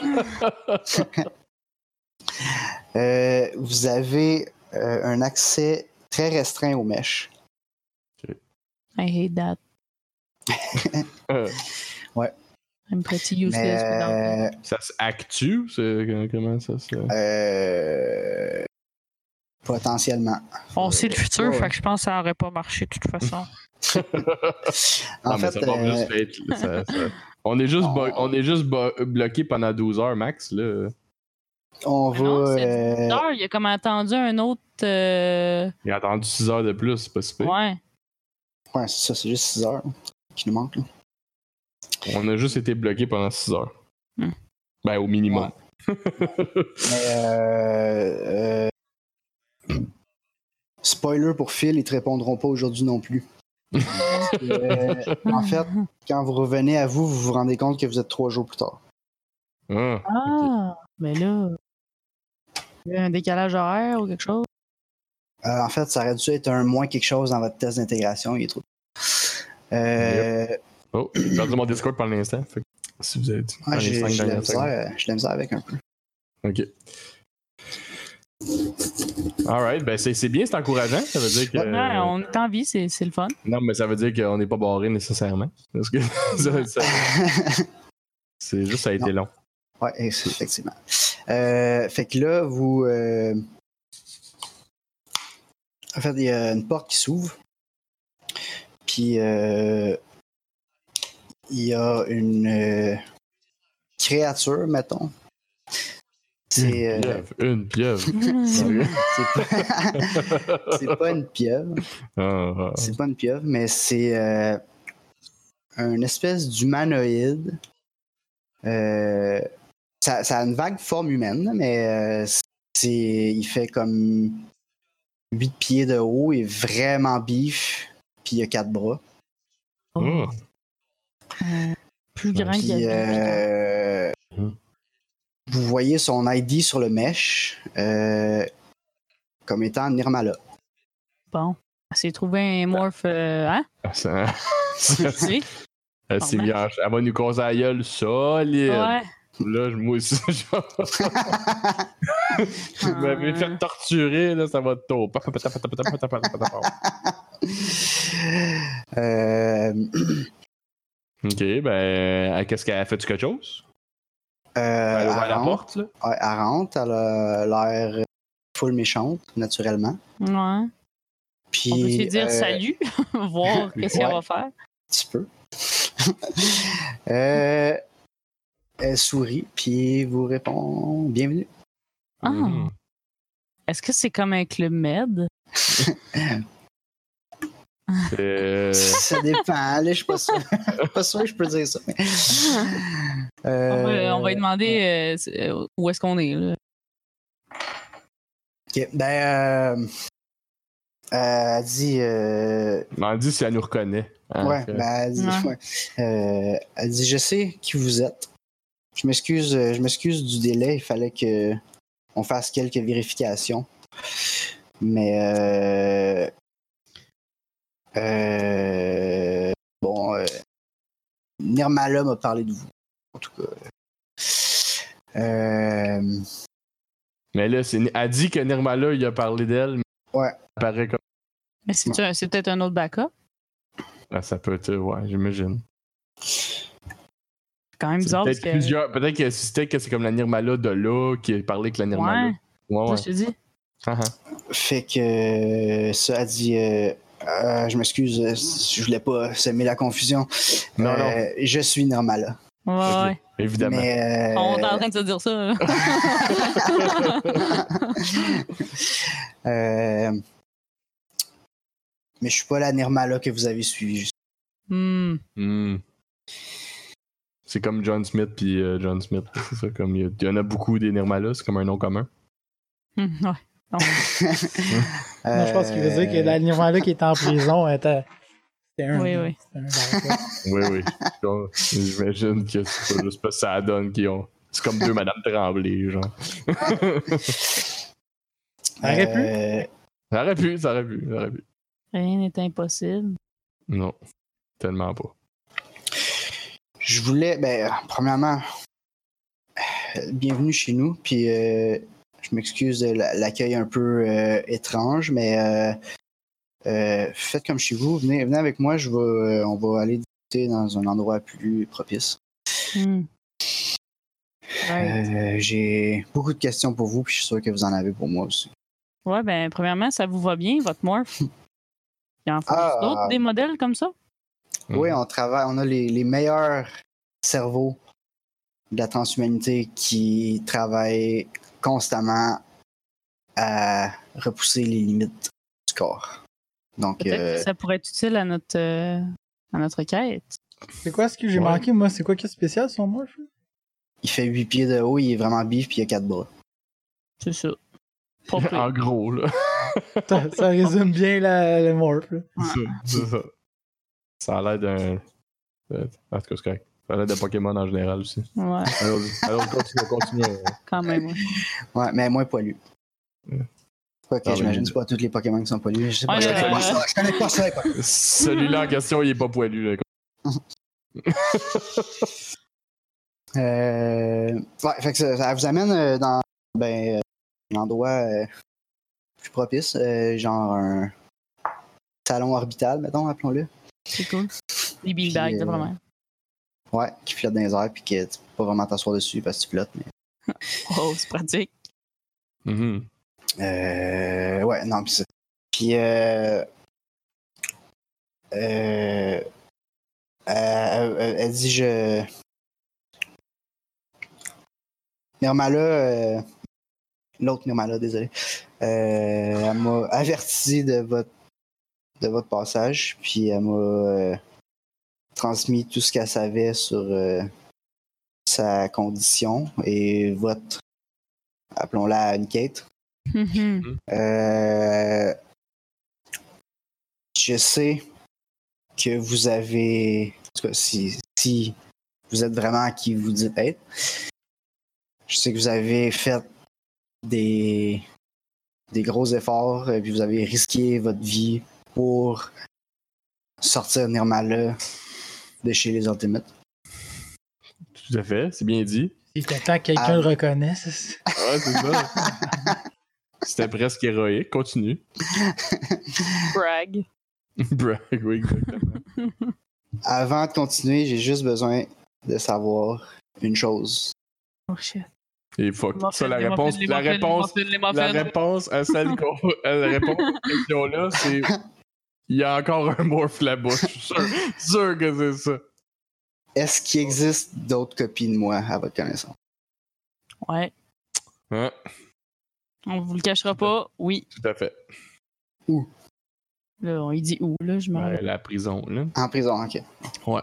[SPEAKER 2] Euh, vous avez euh, un accès très restreint aux mèches.
[SPEAKER 4] I hate that.
[SPEAKER 3] Euh,
[SPEAKER 4] I'm pretty useless without
[SPEAKER 2] Mais,
[SPEAKER 3] ça se actue? c'est- Comment ça se.
[SPEAKER 2] euh, potentiellement.
[SPEAKER 4] On sait le futur,
[SPEAKER 2] ouais.
[SPEAKER 4] fait que je pense que ça aurait pas marché de toute façon.
[SPEAKER 3] Euh,
[SPEAKER 2] En
[SPEAKER 3] Non, mais
[SPEAKER 2] fait,
[SPEAKER 3] ça va
[SPEAKER 2] euh,
[SPEAKER 3] juste être- ça- ça- On est juste, bo- on est juste bo- bloqué pendant 12 heures max, là.
[SPEAKER 2] on
[SPEAKER 4] Mais
[SPEAKER 2] va.
[SPEAKER 4] Ah non, c'est
[SPEAKER 2] euh,
[SPEAKER 4] D'ailleurs, il a comme attendu un autre. euh,
[SPEAKER 3] Il a attendu 6 heures de plus, c'est pas si pire.
[SPEAKER 4] Ouais.
[SPEAKER 2] ouais, c'est ça, c'est juste 6 heures hein, qui nous manque. là.
[SPEAKER 3] On a juste été bloqué pendant 6 heures.
[SPEAKER 4] Hmm.
[SPEAKER 3] Ben, au minimum.
[SPEAKER 2] Mais, euh, euh, spoiler pour Phil, ils te répondront pas aujourd'hui non plus. Euh, en fait, quand vous revenez à vous, vous vous rendez compte que vous êtes trois jours plus tard.
[SPEAKER 3] Ah,
[SPEAKER 4] Ah, mais là. Il y a un décalage horaire ou quelque chose.
[SPEAKER 2] Euh, en fait, ça aurait dû être un moins quelque chose dans votre test d'intégration. Il est trop. Euh,
[SPEAKER 3] Oh, j'ai perdu mon Discord pour l'instant. fait que Si vous avez dit.
[SPEAKER 2] ah,
[SPEAKER 3] dans les
[SPEAKER 2] j'ai
[SPEAKER 3] cinq
[SPEAKER 2] j'ai de la
[SPEAKER 3] dernières secondes.
[SPEAKER 2] misère, euh, j'ai de la misère avec un peu.
[SPEAKER 3] Ok. Alright, ben c'est c'est bien, c'est encourageant. Ça veut dire que.
[SPEAKER 4] Ouais, on est en vie, c'est c'est le fun.
[SPEAKER 3] Non, mais ça veut dire qu'on n'est pas barré nécessairement. Parce que ça- ça- c'est juste, ça a été long.
[SPEAKER 2] ouais, eff- effectivement. Euh, fait que là, vous. euh, En fait, il y a une porte qui s'ouvre. Puis, euh, il y a une euh, créature, mettons. C'est. euh,
[SPEAKER 3] Une pieuvre. Une pieuvre.
[SPEAKER 4] Hum,
[SPEAKER 3] Sérieux?
[SPEAKER 2] c'est pas...
[SPEAKER 3] Hmm.
[SPEAKER 2] c'est pas une pieuvre.
[SPEAKER 3] Ah, ah.
[SPEAKER 2] C'est pas une pieuvre, mais c'est euh, une espèce d'humanoïde. Euh, ça, ça a une vague forme humaine, mais euh, c'est, il fait comme 8 pieds de haut et vraiment bif, puis il a quatre bras.
[SPEAKER 4] Oh,
[SPEAKER 3] Ah.
[SPEAKER 4] Plus grand
[SPEAKER 2] Puis
[SPEAKER 4] qu'il y Ah, a.
[SPEAKER 2] euh,
[SPEAKER 3] Hum.
[SPEAKER 2] vous vous voyez son ID sur le mesh euh, comme étant Nirmala.
[SPEAKER 4] Bon. Elle s'est trouvé un morph. euh, hein?
[SPEAKER 3] Ah, Ça- Ah,
[SPEAKER 4] Tu sais?
[SPEAKER 3] Elle s'est mis en- Elle va nous causer la gueule solide.
[SPEAKER 4] Ouais.
[SPEAKER 3] Là, je- moi aussi, genre, vous m'avez
[SPEAKER 4] Euh,
[SPEAKER 3] fait torturer, là, ça va de tôt.
[SPEAKER 2] Euh,
[SPEAKER 3] Ok, ben, euh, qu'est-ce qu'elle a fait quelque chose?
[SPEAKER 2] euh,
[SPEAKER 3] Elle a ouvert
[SPEAKER 2] elle,
[SPEAKER 3] la
[SPEAKER 2] rentre,
[SPEAKER 3] porte, là?
[SPEAKER 2] ouais, elle rentre, elle a l'air full méchante, naturellement.
[SPEAKER 4] Ouais.
[SPEAKER 2] Puis,
[SPEAKER 4] On peut se dire
[SPEAKER 2] euh,
[SPEAKER 4] salut, voir qu'est-ce qu'elle
[SPEAKER 2] Ouais.
[SPEAKER 4] va faire.
[SPEAKER 2] petit peu. Euh, elle sourit, puis vous répond Bienvenue.
[SPEAKER 4] Ah.
[SPEAKER 3] Mhm.
[SPEAKER 4] Est-ce que c'est comme avec le med?
[SPEAKER 3] Euh,
[SPEAKER 2] Ça dépend, là, je suis pas sûr. pas sûr que je peux dire ça. mais-
[SPEAKER 4] On
[SPEAKER 2] Euh,
[SPEAKER 4] va, on va lui demander euh, c'est- euh, où est-ce qu'on est, là.
[SPEAKER 2] ok, Ben, euh, euh, elle dit. euh,
[SPEAKER 3] m'en dit si elle nous reconnaît. Ah,
[SPEAKER 2] ouais,
[SPEAKER 3] ok.
[SPEAKER 2] ben, elle dit.
[SPEAKER 4] Ouais.
[SPEAKER 2] ouais. Euh, elle dit Je sais qui vous êtes. Je m'excuse, euh, je m'excuse du délai. Il fallait que on fasse quelques vérifications. Mais euh, euh, bon, euh, Nirmala m'a parlé de vous. En tout cas, euh,
[SPEAKER 3] Mais là, c'est... elle dit que Nirmala, il a parlé d'elle. mais
[SPEAKER 2] Ouais.
[SPEAKER 3] ça paraît comme.
[SPEAKER 4] Mais c'est un- c'est peut-être un autre backup.
[SPEAKER 3] Ah, ça peut être, ouais, j'imagine.
[SPEAKER 4] C'est quand même
[SPEAKER 3] C'est
[SPEAKER 4] bizarre.
[SPEAKER 3] peut-être,
[SPEAKER 4] parce que...
[SPEAKER 3] plusieurs... peut-être que c'est, peut-être que c'est comme la Nirmala de là qui a parlé avec la Nirmala.
[SPEAKER 4] Ouais,
[SPEAKER 3] ouais.
[SPEAKER 4] ça,
[SPEAKER 3] ouais.
[SPEAKER 4] je te dis.
[SPEAKER 3] Ah, ah.
[SPEAKER 2] fait que ça a dit. euh, Euh, je m'excuse, euh, je voulais pas semer la confusion.
[SPEAKER 3] Non,
[SPEAKER 2] Euh,
[SPEAKER 3] non,
[SPEAKER 2] Je suis Nirmala.
[SPEAKER 4] Ouais,
[SPEAKER 3] Ok.
[SPEAKER 4] ouais.
[SPEAKER 3] évidemment.
[SPEAKER 2] Mais, euh,
[SPEAKER 4] On est en train de se dire ça. là.
[SPEAKER 2] euh, mais je suis pas la Nirmala que vous avez suivie.
[SPEAKER 4] Hmm.
[SPEAKER 3] Hmm. C'est comme John Smith puis euh, John Smith. C'est ça, comme il y, a- il y en a beaucoup des Nirmala, c'est comme un nom commun.
[SPEAKER 4] Hmm, ouais.
[SPEAKER 1] Moi, je pense qu'il veut
[SPEAKER 2] Euh.
[SPEAKER 1] dire que la Nirvana qui est en prison était. C'était un.
[SPEAKER 4] Oui, oui.
[SPEAKER 1] c'était un backup.
[SPEAKER 3] Oui, oui. Genre, J'imagine que c'est pas juste parce que ça donne qu'ils ont. C'est comme deux Madame Tremblay, genre.
[SPEAKER 1] Ça aurait pu.
[SPEAKER 2] Euh,
[SPEAKER 3] Ça aurait pu, ça aurait pu, ça aurait pu.
[SPEAKER 4] Rien n'est impossible.
[SPEAKER 3] Non, tellement pas.
[SPEAKER 2] Je voulais, ben, premièrement, euh, bienvenue chez nous. Puis, euh, je m'excuse de la- l'accueil un peu euh, étrange, mais euh, euh, faites comme chez vous. Venez, venez avec moi, je vais, euh, on va aller discuter dans un endroit plus propice.
[SPEAKER 4] Hmm. Ouais.
[SPEAKER 2] Euh, J'ai beaucoup de questions pour vous, puis je suis sûr que vous en avez pour moi aussi.
[SPEAKER 4] Ouais, ben, premièrement, ça vous va bien, votre morph? Il en faut
[SPEAKER 2] Ah.
[SPEAKER 4] d'autres, des modèles comme ça?
[SPEAKER 3] Mhm.
[SPEAKER 2] Oui, on travaille, on a les, les meilleurs cerveaux de la transhumanité qui travaillent constamment à repousser les limites du corps. Donc,
[SPEAKER 4] Peut-être
[SPEAKER 2] euh,
[SPEAKER 4] que ça pourrait être utile à notre, euh, à notre quête.
[SPEAKER 1] C'est quoi ce que j'ai
[SPEAKER 3] Ouais.
[SPEAKER 1] manqué, moi? C'est quoi qui est spécial sur moi? je-
[SPEAKER 2] il fait 8 pieds de haut, il est vraiment bif, puis il a 4 bras.
[SPEAKER 4] C'est ça. Pas
[SPEAKER 3] Hmm. en
[SPEAKER 4] pire.
[SPEAKER 3] gros, là.
[SPEAKER 1] Ça, ça résume bien la, le morph. là.
[SPEAKER 3] C'est ça, c'est ça. Ça a l'air d'un. euh, En tout cas, c'est correct. Ça a l'air de Pokémon en général aussi.
[SPEAKER 4] Ouais,
[SPEAKER 3] Alors, alors continue, continue.
[SPEAKER 4] quand même. ouais.
[SPEAKER 2] Ouais, mais moins poilu.
[SPEAKER 3] Ouais.
[SPEAKER 2] Ok,
[SPEAKER 3] Ah,
[SPEAKER 2] j'imagine
[SPEAKER 3] mais-
[SPEAKER 2] c'est pas tous les Pokémon qui sont poilus. Je sais pas,
[SPEAKER 4] Ouais,
[SPEAKER 2] je
[SPEAKER 4] euh,
[SPEAKER 2] connais pas ça, je connais pas ça, les Pokémon.
[SPEAKER 3] Celui-là en question, il est pas poilu. Là.
[SPEAKER 2] Euh, ouais, fait que ça, ça vous amène euh, dans ben, euh, un endroit euh, plus propice, euh, genre un salon orbital, mettons, appelons-le.
[SPEAKER 4] C'est cool. Les
[SPEAKER 2] Puis,
[SPEAKER 4] bean bags,
[SPEAKER 2] euh,
[SPEAKER 4] là, vraiment.
[SPEAKER 2] Ouais, qui flotte dans les airs, puis que tu peux pas vraiment t'asseoir dessus parce que tu flottes. Mais...
[SPEAKER 4] Oh, c'est pratique.
[SPEAKER 3] Mhm.
[SPEAKER 2] Euh, ouais, non, puis ça. Puis, euh, euh, euh, elle, elle dit je. Nirmala, euh, l'autre Nirmala, désolé, euh, elle m'a averti de votre, de votre passage, puis elle m'a euh, transmis tout ce qu'elle savait sur euh, sa condition et votre, appelons-la une quête.
[SPEAKER 4] Mhm.
[SPEAKER 2] Euh, je sais que vous avez, en tout cas, si, si vous êtes vraiment qui vous dites être, Je sais que vous avez fait des, des gros efforts, euh, puis vous avez risqué votre vie pour sortir Nirmala de chez les Ultimates.
[SPEAKER 3] Tout à fait, c'est bien dit.
[SPEAKER 1] Il t'attend que quelqu'un
[SPEAKER 2] Ah.
[SPEAKER 1] le reconnaisse.
[SPEAKER 3] Ouais, c'est ça. C'était presque héroïque. Continue.
[SPEAKER 4] Brag.
[SPEAKER 3] Brag, oui, exactement.
[SPEAKER 2] Avant de continuer, j'ai juste besoin de savoir une chose.
[SPEAKER 4] Oh shit.
[SPEAKER 3] Et fuck.
[SPEAKER 4] Muffin,
[SPEAKER 3] ça, la
[SPEAKER 4] les
[SPEAKER 3] réponse,
[SPEAKER 4] muffins, les
[SPEAKER 3] la
[SPEAKER 4] muffins, les
[SPEAKER 3] réponse,
[SPEAKER 4] muffins, les
[SPEAKER 3] la
[SPEAKER 4] muffins.
[SPEAKER 3] réponse à celle qu'on, à la réponse à cette question-là, c'est il y a encore un morph là-bas. Je suis sûr, sûr que c'est ça.
[SPEAKER 2] Est-ce qu'il existe d'autres copies de moi à votre connaissance?
[SPEAKER 4] Ouais.
[SPEAKER 3] Ouais.
[SPEAKER 4] On vous le cachera pas. Oui.
[SPEAKER 3] Tout à fait.
[SPEAKER 4] Là, on- il dit où, là, je me rappelle.
[SPEAKER 3] Ouais, la prison, là.
[SPEAKER 2] En prison, ok.
[SPEAKER 3] Ouais.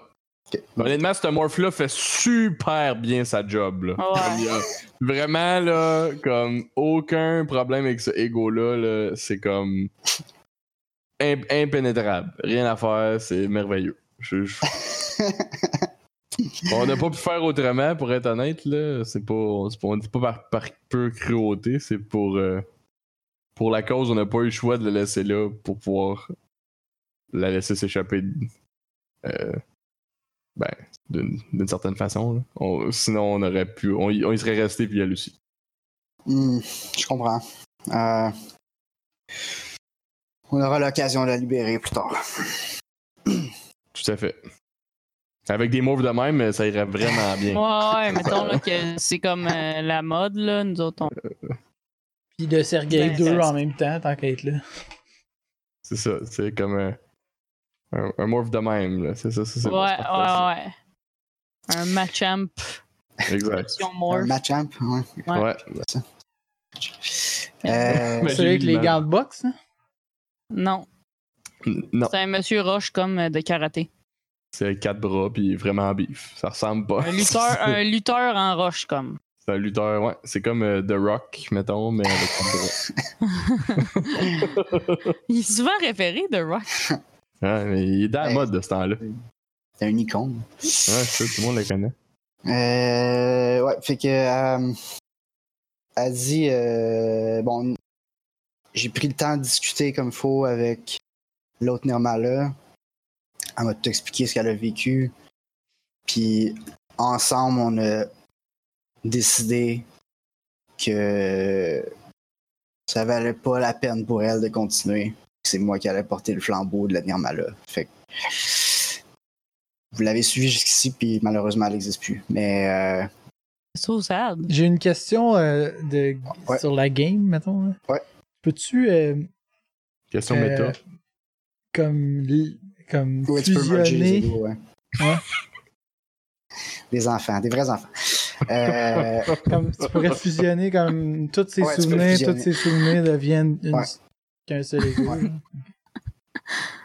[SPEAKER 3] Honnêtement, ce morph-là fait super bien sa job. Là.
[SPEAKER 4] Ah, Ouais.
[SPEAKER 3] Comme il y a vraiment, là, comme aucun problème avec ce ego-là. là. c'est comme imp- impénétrable. Rien à faire, c'est merveilleux. Je- je- on n'a pas pu faire autrement, pour être honnête. Là. C'est pas, c'est pas- on ne dit pas par, par peu cruauté, c'est pour, euh, pour la cause. On n'a pas eu le choix de le laisser là pour pouvoir la laisser s'échapper euh, ben, d'une d'une certaine façon. là. On- sinon, on aurait pu. On y, on y serait resté, puis elle aussi.
[SPEAKER 2] Hmm, je comprends. Euh, on aura l'occasion de la libérer plus tard.
[SPEAKER 3] Tout à fait. Avec des moves de même, ça irait vraiment bien.
[SPEAKER 4] Ouais, ouais, mettons là, que c'est comme euh, la mode, là. Nous autres, on.
[SPEAKER 1] Puis de Sergei
[SPEAKER 4] Ben,
[SPEAKER 1] 2
[SPEAKER 4] ça-
[SPEAKER 1] en même temps, tant qu'à être là.
[SPEAKER 3] Ben, C'est ça. C'est comme un, un, un morph de même. là. C'est ça. ça, c'est
[SPEAKER 4] Ouais, ouais,
[SPEAKER 3] bon, c'est parfait,
[SPEAKER 4] ouais. Un matchamp
[SPEAKER 3] ça. Exact.
[SPEAKER 4] version
[SPEAKER 2] Un
[SPEAKER 4] morph.
[SPEAKER 2] match-amp, ouais.
[SPEAKER 4] Ouais.
[SPEAKER 3] Ouais.
[SPEAKER 2] Euh,
[SPEAKER 3] Mais-
[SPEAKER 1] C'est avec les
[SPEAKER 3] l'image.
[SPEAKER 1] gants de boxe, hein?
[SPEAKER 4] Non,
[SPEAKER 3] N- Non,
[SPEAKER 4] c'est un monsieur roche comme euh, de karaté.
[SPEAKER 3] c'est quatre bras, puis vraiment bif. Ça ressemble pas.
[SPEAKER 4] Un lutteur, un lutteur en roche comme.
[SPEAKER 3] C'est un lutteur, ouais. C'est comme euh, The Rock, mettons, mais avec quatre bras.
[SPEAKER 4] Il est souvent référé de rock.
[SPEAKER 3] Ouais, mais il est dans la
[SPEAKER 2] Ouais.
[SPEAKER 3] mode de ce temps-là.
[SPEAKER 2] C'est une icône.
[SPEAKER 3] Ouais, c'est ça, tout le monde le connaît.
[SPEAKER 2] Euh, ouais, fait que. euh, elle dit. euh, bon, j'ai pris le temps de discuter comme il faut avec l'autre Nirmala. Elle m'a tout expliqué ce qu'elle a vécu. Puis, ensemble, on a décidé que ça valait pas la peine pour elle de continuer. C'est moi qui allais porter le flambeau de la Nirmala. Fait que. Vous l'avez suivi jusqu'ici, puis malheureusement, elle n'existe plus. Mais euh,
[SPEAKER 4] So sad.
[SPEAKER 1] J'ai une question euh, de...
[SPEAKER 2] Ouais.
[SPEAKER 1] sur la game, mettons. là.
[SPEAKER 2] Ouais.
[SPEAKER 1] Peux-tu, euh,
[SPEAKER 3] Question
[SPEAKER 1] euh,
[SPEAKER 3] méta.
[SPEAKER 1] comme, li- comme
[SPEAKER 2] ouais, tu peux merger les
[SPEAKER 1] fusionner... Hein?
[SPEAKER 2] égaux, ouais.
[SPEAKER 1] Ouais.
[SPEAKER 2] Des enfants, des vrais enfants. Euh,
[SPEAKER 1] comme, tu pourrais fusionner comme tous ces
[SPEAKER 2] Ouais, tu peux
[SPEAKER 1] souvenirs,
[SPEAKER 2] fusionner.
[SPEAKER 1] tous ces souvenirs deviennent une-
[SPEAKER 2] Ouais.
[SPEAKER 1] qu'un seul hein? ego.
[SPEAKER 2] Ouais.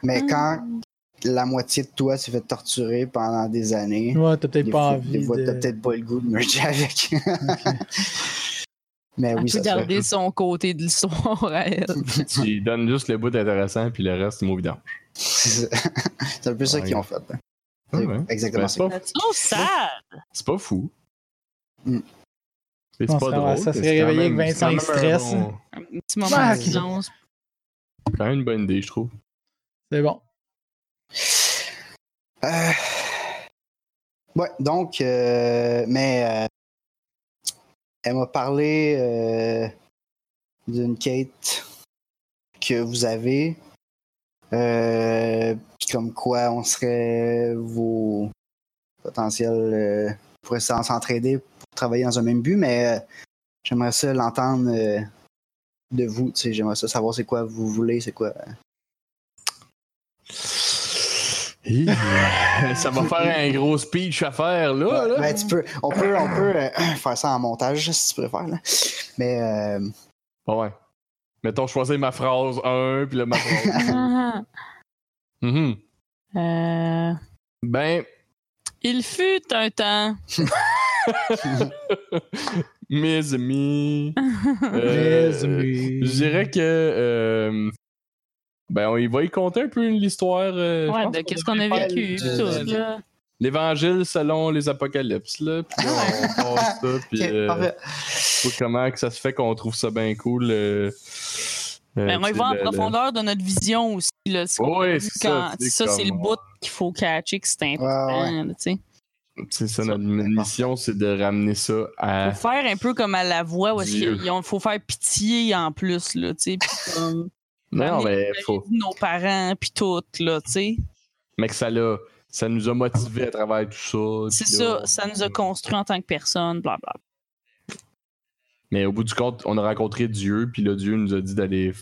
[SPEAKER 2] mais quand la moitié de toi s'est fait torturer pendant des années,
[SPEAKER 1] Ouais, t'as peut-être
[SPEAKER 2] des
[SPEAKER 1] pas
[SPEAKER 2] fois- des
[SPEAKER 1] envie
[SPEAKER 2] fois,
[SPEAKER 1] de...
[SPEAKER 2] t'as peut-être pas le goût de merger avec. mais
[SPEAKER 4] Elle
[SPEAKER 2] Eh oui,
[SPEAKER 4] peut
[SPEAKER 2] ça se fait.
[SPEAKER 4] garder son côté de l'histoire à elle.
[SPEAKER 3] Tu donnes juste le bout intéressant, puis le reste, move down.
[SPEAKER 2] C'est un peu ça
[SPEAKER 3] Ouais.
[SPEAKER 2] qu'ils ont fait. hein.
[SPEAKER 3] Ouais, ouais.
[SPEAKER 2] C'est Exactement ça.
[SPEAKER 3] Ben, c'est pas
[SPEAKER 4] That's so sad.
[SPEAKER 3] C'est pas fou.
[SPEAKER 2] Mm.
[SPEAKER 3] Mais
[SPEAKER 1] Non,
[SPEAKER 3] C'est
[SPEAKER 1] ça
[SPEAKER 3] pas
[SPEAKER 1] va,
[SPEAKER 3] drôle.
[SPEAKER 1] ça
[SPEAKER 3] mais
[SPEAKER 1] se
[SPEAKER 3] c'est quand
[SPEAKER 1] réveiller
[SPEAKER 3] même-
[SPEAKER 1] avec
[SPEAKER 3] c'est quand
[SPEAKER 1] 25
[SPEAKER 3] même un
[SPEAKER 1] stress.
[SPEAKER 3] bon-
[SPEAKER 4] Un petit moment
[SPEAKER 1] Ouais.
[SPEAKER 4] de silence.
[SPEAKER 3] quand même une bonne idée, je trouve.
[SPEAKER 1] C'est bon.
[SPEAKER 2] Euh, Ouais, donc, euh, mais euh, elle m'a parlé euh, d'une quête que vous avez, euh, puis comme quoi on serait vos potentiels, euh, on pourrait s'en- s'entraider pour travailler dans un même but, mais euh, j'aimerais ça l'entendre euh, de vous, tu sais, j'aimerais ça savoir c'est quoi vous voulez, c'est quoi.
[SPEAKER 3] Hi. ça va faire un gros speech à faire, là. là.
[SPEAKER 2] Ben, tu peux, on peut, on peut euh, faire ça en montage si tu préfères. Là. Mais euh,
[SPEAKER 3] Ah ouais. Mettons, je choisis ma phrase 1, puis là, ma phrase.
[SPEAKER 4] Ah.
[SPEAKER 3] Mhm.
[SPEAKER 4] Euh,
[SPEAKER 3] Ben,
[SPEAKER 4] il fut un
[SPEAKER 3] Euh,
[SPEAKER 4] temps.
[SPEAKER 3] mes amis. euh,
[SPEAKER 1] Yes, mais-
[SPEAKER 3] Je dirais que. euh, ben, on y va y compter un peu l'histoire. euh, je
[SPEAKER 4] Ouais,
[SPEAKER 3] pense
[SPEAKER 4] de
[SPEAKER 3] qu'on
[SPEAKER 4] qu'est-ce qu'on a
[SPEAKER 3] devrait faire
[SPEAKER 4] vécu.
[SPEAKER 2] du-
[SPEAKER 4] tout, là.
[SPEAKER 3] L'évangile selon les apocalypses, là. Puis là, on passe ça, puis
[SPEAKER 2] Ok,
[SPEAKER 3] euh,
[SPEAKER 2] parfait.
[SPEAKER 3] je sais pas comment que ça se fait qu'on trouve ça bien cool. euh, euh,
[SPEAKER 4] Ben, on y
[SPEAKER 3] tu
[SPEAKER 4] va en
[SPEAKER 3] sais, le-
[SPEAKER 4] profondeur de notre vision aussi. Là, ce qu'on
[SPEAKER 3] Ouais,
[SPEAKER 4] a vu
[SPEAKER 3] c'est
[SPEAKER 4] quand-
[SPEAKER 3] ça, tu sais,
[SPEAKER 4] ça, c'est le
[SPEAKER 3] comme-
[SPEAKER 4] bout qu'il faut catcher, que c'est important.
[SPEAKER 2] Ouais,
[SPEAKER 4] là, tu sais.
[SPEAKER 3] le- C'est ça, notre mission, c'est de ramener ça à.
[SPEAKER 4] Faut faire un peu comme à la voix, où est-ce
[SPEAKER 3] Ah. Dieu.
[SPEAKER 4] qu'il y a- faut faire pitié en plus, là, tu sais, puis comme
[SPEAKER 3] Non, mais faut.
[SPEAKER 4] nos parents, puis tout, là, tu sais.
[SPEAKER 3] Mais que ça l'a. Ça nous a motivés à travers tout ça.
[SPEAKER 4] C'est
[SPEAKER 3] puis là,
[SPEAKER 4] ça, ça nous a construit en tant que personne, blablabla.
[SPEAKER 3] Mais au bout du compte, on a rencontré Dieu, puis là, Dieu nous a dit d'aller.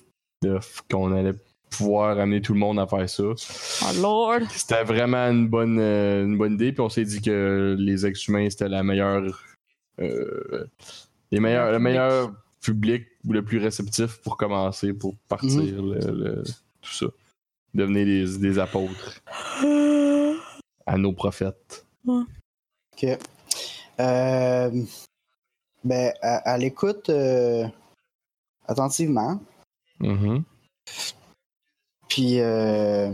[SPEAKER 3] de- qu'on allait pouvoir amener tout le monde à faire ça.
[SPEAKER 4] Oh Lord!
[SPEAKER 3] C'était vraiment une bonne, euh, une bonne idée, puis on s'est dit que les ex-humains, c'était la meilleure. euh, les meilleurs, le
[SPEAKER 4] Le public.
[SPEAKER 3] meilleur public ou le plus réceptif pour commencer, pour partir, le- le- tout ça. Devenir des, des apôtres à nos prophètes.
[SPEAKER 2] Euh, ben, à, à l'écoute euh, attentivement.
[SPEAKER 3] Mhm.
[SPEAKER 2] Puis, euh,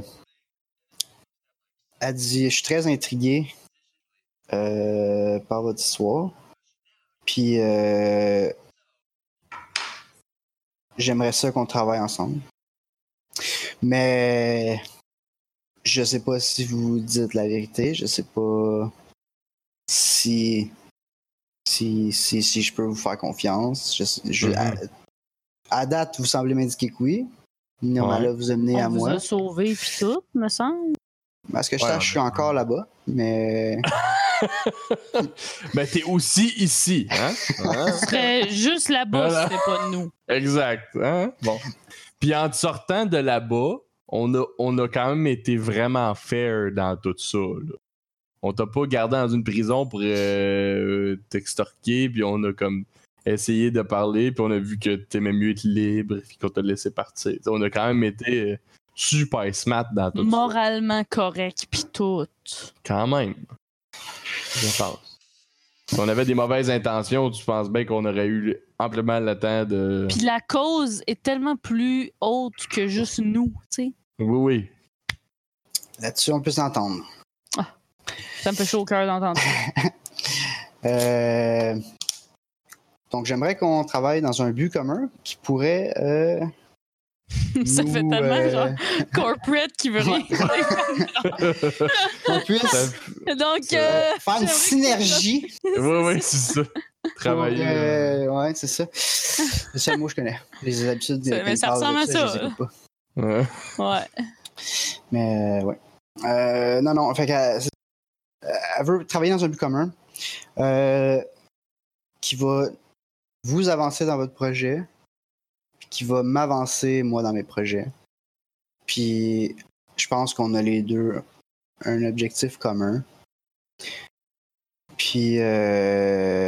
[SPEAKER 2] elle dit Je suis très intrigué euh, par votre histoire. Puis, euh, j'aimerais ça qu'on travaille ensemble. Mais, je sais pas si vous dites la vérité. Je sais pas si. Si, si, si je peux vous faire confiance. Je, sais- je-
[SPEAKER 3] Mhm.
[SPEAKER 2] à, à date, vous semblez m'indiquer que oui. Non,
[SPEAKER 3] Ouais.
[SPEAKER 2] là, vous amenez à
[SPEAKER 4] on vous
[SPEAKER 2] moi.
[SPEAKER 4] a sauvé, puis tout, me semble.
[SPEAKER 2] Parce que je
[SPEAKER 3] Ouais,
[SPEAKER 2] sache, je suis
[SPEAKER 3] ouais.
[SPEAKER 2] encore là-bas, mais.
[SPEAKER 3] Mais Ben, t'es aussi ici, hein? Hein?
[SPEAKER 4] Ce serait juste là-bas
[SPEAKER 3] Voilà.
[SPEAKER 4] si c'était pas nous.
[SPEAKER 3] Exact. Hein? Bon. Puis en sortant de là-bas, on a, on a quand même été vraiment fair dans tout ça. là. On t'a pas gardé dans une prison pour euh, t'extorquer, puis on a comme essayé de parler, puis on a vu que t'aimais mieux être libre, puis qu'on t'a laissé partir. T'sais, on a quand même été euh, super smart dans tout ça.
[SPEAKER 4] Moralement correct, puis tout.
[SPEAKER 3] Quand même. Je pense. Si on avait des mauvaises intentions, tu penses bien qu'on aurait eu amplement le temps de.
[SPEAKER 4] Puis la cause est tellement plus haute que juste nous, tu sais.
[SPEAKER 3] Oui, oui.
[SPEAKER 2] Là-dessus, on peut s'entendre.
[SPEAKER 4] Ça me fait chaud au cœur d'entendre ça.
[SPEAKER 2] Euh, Donc, j'aimerais qu'on travaille dans un but commun qui pourrait. euh,
[SPEAKER 4] Ça
[SPEAKER 2] nous,
[SPEAKER 4] fait tellement
[SPEAKER 2] euh,
[SPEAKER 4] genre corporate qui veut rien.
[SPEAKER 2] Qu'on
[SPEAKER 3] Ça-
[SPEAKER 2] puisse euh,
[SPEAKER 4] Donc,
[SPEAKER 3] C'est
[SPEAKER 4] euh,
[SPEAKER 2] faire une
[SPEAKER 4] j'aimerais que-
[SPEAKER 2] synergie.
[SPEAKER 3] Oui, oui, c'est ça.
[SPEAKER 2] pour,
[SPEAKER 3] Travailler. euh,
[SPEAKER 2] euh, ouais, c'est ça. C'est le seul mot que je connais. Les habitudes.
[SPEAKER 4] Ça-
[SPEAKER 2] quand
[SPEAKER 4] mais
[SPEAKER 2] ils
[SPEAKER 4] ça
[SPEAKER 2] parlent de
[SPEAKER 4] ressemble à ça.
[SPEAKER 2] je les écoute pas.
[SPEAKER 3] ouais.
[SPEAKER 4] Ouais.
[SPEAKER 2] Mais euh, ouais. Euh, non, non, fait qu'elle, c'est- elle veut travailler dans un but commun euh, qui va vous avancer dans votre projet, puis qui va m'avancer, moi, dans mes projets. Puis je pense qu'on a les deux un objectif commun. Puis euh,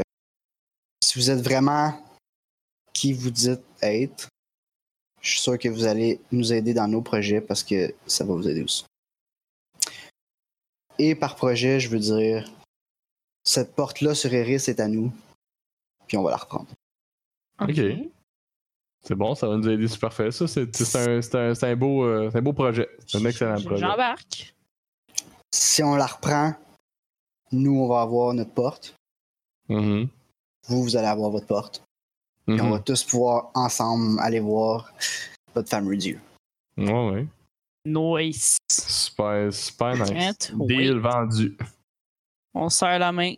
[SPEAKER 2] si vous êtes vraiment qui vous dites être, je suis sûr que vous allez nous aider dans nos projets parce que ça va vous aider aussi. Et par projet, je veux dire, cette porte-là sur Eris est à nous, puis on va la reprendre.
[SPEAKER 3] Ok. C'est bon, ça va nous aider. C'est parfait, ça. C'est c'est un, c'est un, c'est un, beau, euh, c'est un beau projet. C'est un excellent
[SPEAKER 4] J-
[SPEAKER 3] projet.
[SPEAKER 4] J'embarque.
[SPEAKER 2] Si on la reprend, nous, on va avoir notre porte.
[SPEAKER 3] Mhm.
[SPEAKER 2] Vous, vous allez avoir votre porte. Et on
[SPEAKER 3] Mhm.
[SPEAKER 2] va tous pouvoir ensemble aller voir votre fameux dieu.
[SPEAKER 3] Ouais, ouais.
[SPEAKER 4] Nice.
[SPEAKER 3] Super, super nice.
[SPEAKER 4] Trent, oui.
[SPEAKER 3] Deal vendu.
[SPEAKER 4] On serre la main.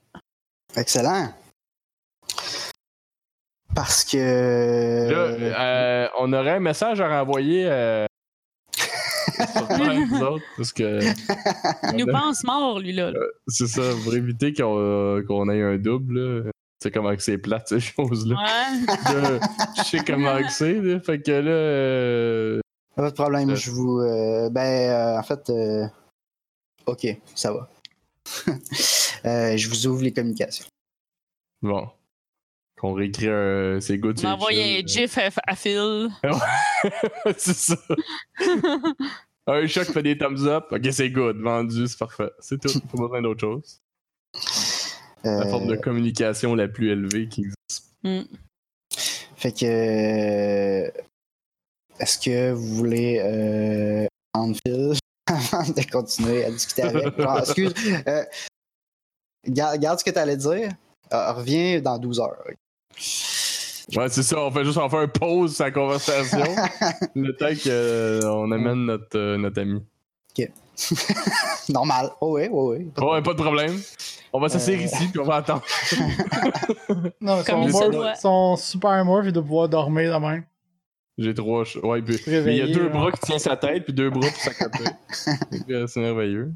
[SPEAKER 2] Excellent. Parce que.
[SPEAKER 3] Là, euh, on aurait un message à renvoyer euh, sur nous autres, parce que
[SPEAKER 4] Il nous pense mort, lui, là.
[SPEAKER 3] c'est ça, pour éviter qu'on euh, qu'on ait un double, là. tu sais comment que c'est plate ces choses-là.
[SPEAKER 4] Ouais.
[SPEAKER 3] Là, je sais comment que c'est, là. fait que là, euh,
[SPEAKER 2] Pas de problème,
[SPEAKER 3] Euh.
[SPEAKER 2] je vous. euh, ben, euh, en fait. euh, ok, ça va. Euh, je vous ouvre les communications.
[SPEAKER 3] Bon. Qu'on réécrit un. C'est good.
[SPEAKER 4] On
[SPEAKER 3] c'est
[SPEAKER 4] a envoyé
[SPEAKER 3] chill.
[SPEAKER 4] un gif à, à Phil.
[SPEAKER 3] c'est ça. un chat qui fait des thumbs up. Ok, c'est good. Vendu, c'est parfait. C'est tout. Pas besoin d'autre chose.
[SPEAKER 2] Euh,
[SPEAKER 3] La forme de communication la plus élevée qui existe.
[SPEAKER 2] Fait que. euh, Est-ce que vous voulez. Euh, prendre fil avant de continuer à discuter avec. Genre, excuse, euh, garde, garde ce que t'allais dire. Euh, reviens dans 12 heures.
[SPEAKER 3] Ouais, c'est ça, on fait juste on fait un pause sur la conversation. le temps qu'on amène notre, euh, notre ami.
[SPEAKER 2] Normal. Oh oui, oh oui.
[SPEAKER 3] Bon, ouais, pas de problème. On va s'asseoir
[SPEAKER 2] Euh.
[SPEAKER 3] ici, puis on va attendre.
[SPEAKER 1] Non,
[SPEAKER 4] Comme
[SPEAKER 1] ils
[SPEAKER 3] il se
[SPEAKER 1] sont, morph-
[SPEAKER 4] doit.
[SPEAKER 1] sont super morph et de pouvoir dormir de même.
[SPEAKER 3] J'ai trois. ch- Ouais, puis mais il y a
[SPEAKER 1] Réveillé,
[SPEAKER 3] deux
[SPEAKER 1] hein.
[SPEAKER 3] bras qui tiennent sa tête, puis deux bras pour sa capote. euh, c'est merveilleux.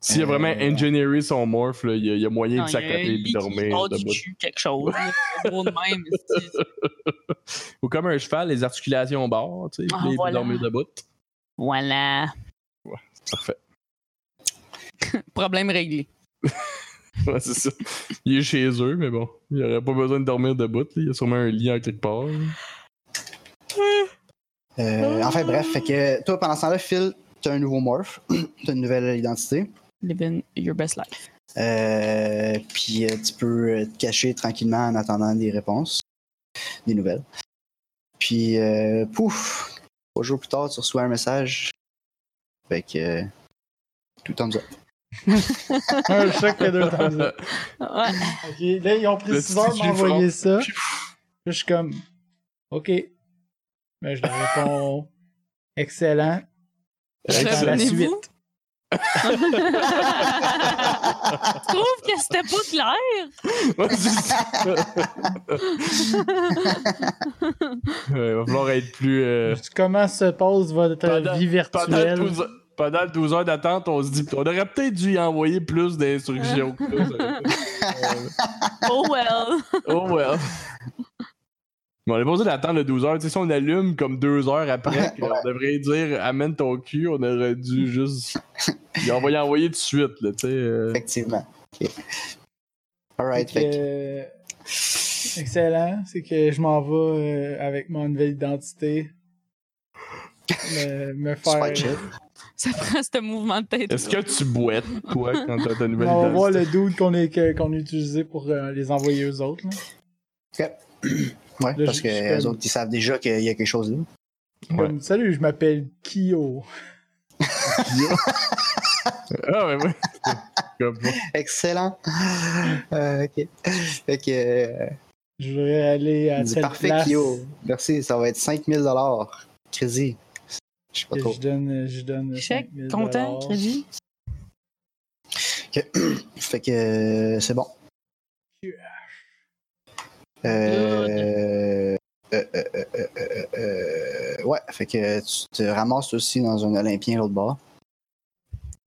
[SPEAKER 3] S'il a
[SPEAKER 2] Euh,
[SPEAKER 3] vraiment engineeré son morph, là, il y a, il y a moyen
[SPEAKER 4] Non,
[SPEAKER 3] de
[SPEAKER 4] il y a un
[SPEAKER 3] s'accoter et
[SPEAKER 4] lit
[SPEAKER 3] de
[SPEAKER 4] qui
[SPEAKER 3] dormir.
[SPEAKER 4] sort du
[SPEAKER 3] debout.
[SPEAKER 4] cul, quelque chose. Un gros de même. c'est-
[SPEAKER 3] Ou comme un cheval, les articulations barres, tu sais,
[SPEAKER 4] Ah,
[SPEAKER 3] puis il peut
[SPEAKER 4] voilà.
[SPEAKER 3] dormir debout.
[SPEAKER 4] Voilà.
[SPEAKER 3] Parfait.
[SPEAKER 4] Problème réglé.
[SPEAKER 3] Ouais, c'est ça. Il est chez eux, mais bon, il aurait pas besoin de dormir debout. là. Il y a sûrement un lit en quelque part. là.
[SPEAKER 2] Euh, enfin bref, fait que toi pendant ce temps-là, Phil, t'as un nouveau morph, t'as une nouvelle identité.
[SPEAKER 4] Living your best life.
[SPEAKER 2] Euh, puis euh, tu peux euh, te cacher tranquillement en attendant des réponses, des nouvelles. Puis euh, pouf, trois jours plus tard, tu reçois un message. Fait que euh, tout thumbs up.
[SPEAKER 1] Un choc qui a deux thumbs up.
[SPEAKER 4] Ouais.
[SPEAKER 1] Ok, là, ils ont pris
[SPEAKER 3] Le
[SPEAKER 1] 6 heures de
[SPEAKER 3] petit
[SPEAKER 1] m'envoyer ça.
[SPEAKER 3] chiffon.
[SPEAKER 1] Puis je suis comme, ok. Mais je leur réponds, excellent. J'attends la
[SPEAKER 3] Excellent.
[SPEAKER 4] Revenez-vous.
[SPEAKER 1] suite.
[SPEAKER 4] Je trouve que c'était pas clair.
[SPEAKER 3] Ouais, c'est ça. Ouais, il va falloir être plus. euh,
[SPEAKER 1] Comment se passe votre
[SPEAKER 3] Pendant-
[SPEAKER 1] vie
[SPEAKER 3] pendant,
[SPEAKER 1] virtuelle?
[SPEAKER 3] 12, pendant 12 heures d'attente, on se dit. On aurait peut-être dû y envoyer plus d'instructions. que ça, ça aurait été-
[SPEAKER 4] Oh well.
[SPEAKER 3] oh well. Bon, on est posé d'attendre le 12 heures. Tu sais, si on allume comme deux heures après, qu'on devrait dire amène ton cul, on aurait dû juste. y envoyer, envoyer tout de suite, là, tu sais. euh.
[SPEAKER 2] Effectivement. Ok. Alright,
[SPEAKER 1] Fait
[SPEAKER 2] fait
[SPEAKER 1] que,
[SPEAKER 2] que-
[SPEAKER 1] euh, Excellent, c'est que je m'en vais euh, avec mon nouvelle identité. Me, me
[SPEAKER 2] Super
[SPEAKER 1] faire.
[SPEAKER 2] chill.
[SPEAKER 4] Ça prend ce mouvement de tête.
[SPEAKER 3] Est-ce que tu boites, toi, quand t'as ta
[SPEAKER 1] On
[SPEAKER 3] nouvelle
[SPEAKER 1] va
[SPEAKER 3] identité?
[SPEAKER 1] voir le dude qu'on est- que- qu'on a utilisé pour euh, les envoyer aux autres. là.
[SPEAKER 2] Ouais,
[SPEAKER 1] Là,
[SPEAKER 2] parce
[SPEAKER 1] je-
[SPEAKER 2] que
[SPEAKER 1] je-
[SPEAKER 2] les autres ils savent déjà qu'il y a quelque chose là.
[SPEAKER 1] Comme, Salut, je m'appelle Kyo.
[SPEAKER 3] Ah, ouais, ouais. Comme-
[SPEAKER 2] Excellent. Euh, ok. Fait que euh,
[SPEAKER 1] Je voudrais aller à
[SPEAKER 2] Il dit,
[SPEAKER 1] telle
[SPEAKER 2] parfait,
[SPEAKER 1] place.
[SPEAKER 2] Kyo. Merci, ça va être 5000 dollars. Crazy. Je sais pas
[SPEAKER 1] Que
[SPEAKER 2] trop.
[SPEAKER 1] je donne, je donne.
[SPEAKER 4] Chèque,
[SPEAKER 1] 5000
[SPEAKER 4] content,
[SPEAKER 1] dollars.
[SPEAKER 4] crédit.
[SPEAKER 2] Fait que euh, c'est bon.
[SPEAKER 1] Yeah.
[SPEAKER 2] Euh, euh, euh, euh, euh, euh, euh, ouais, fait que tu te ramasses aussi dans un Olympien l'autre bord.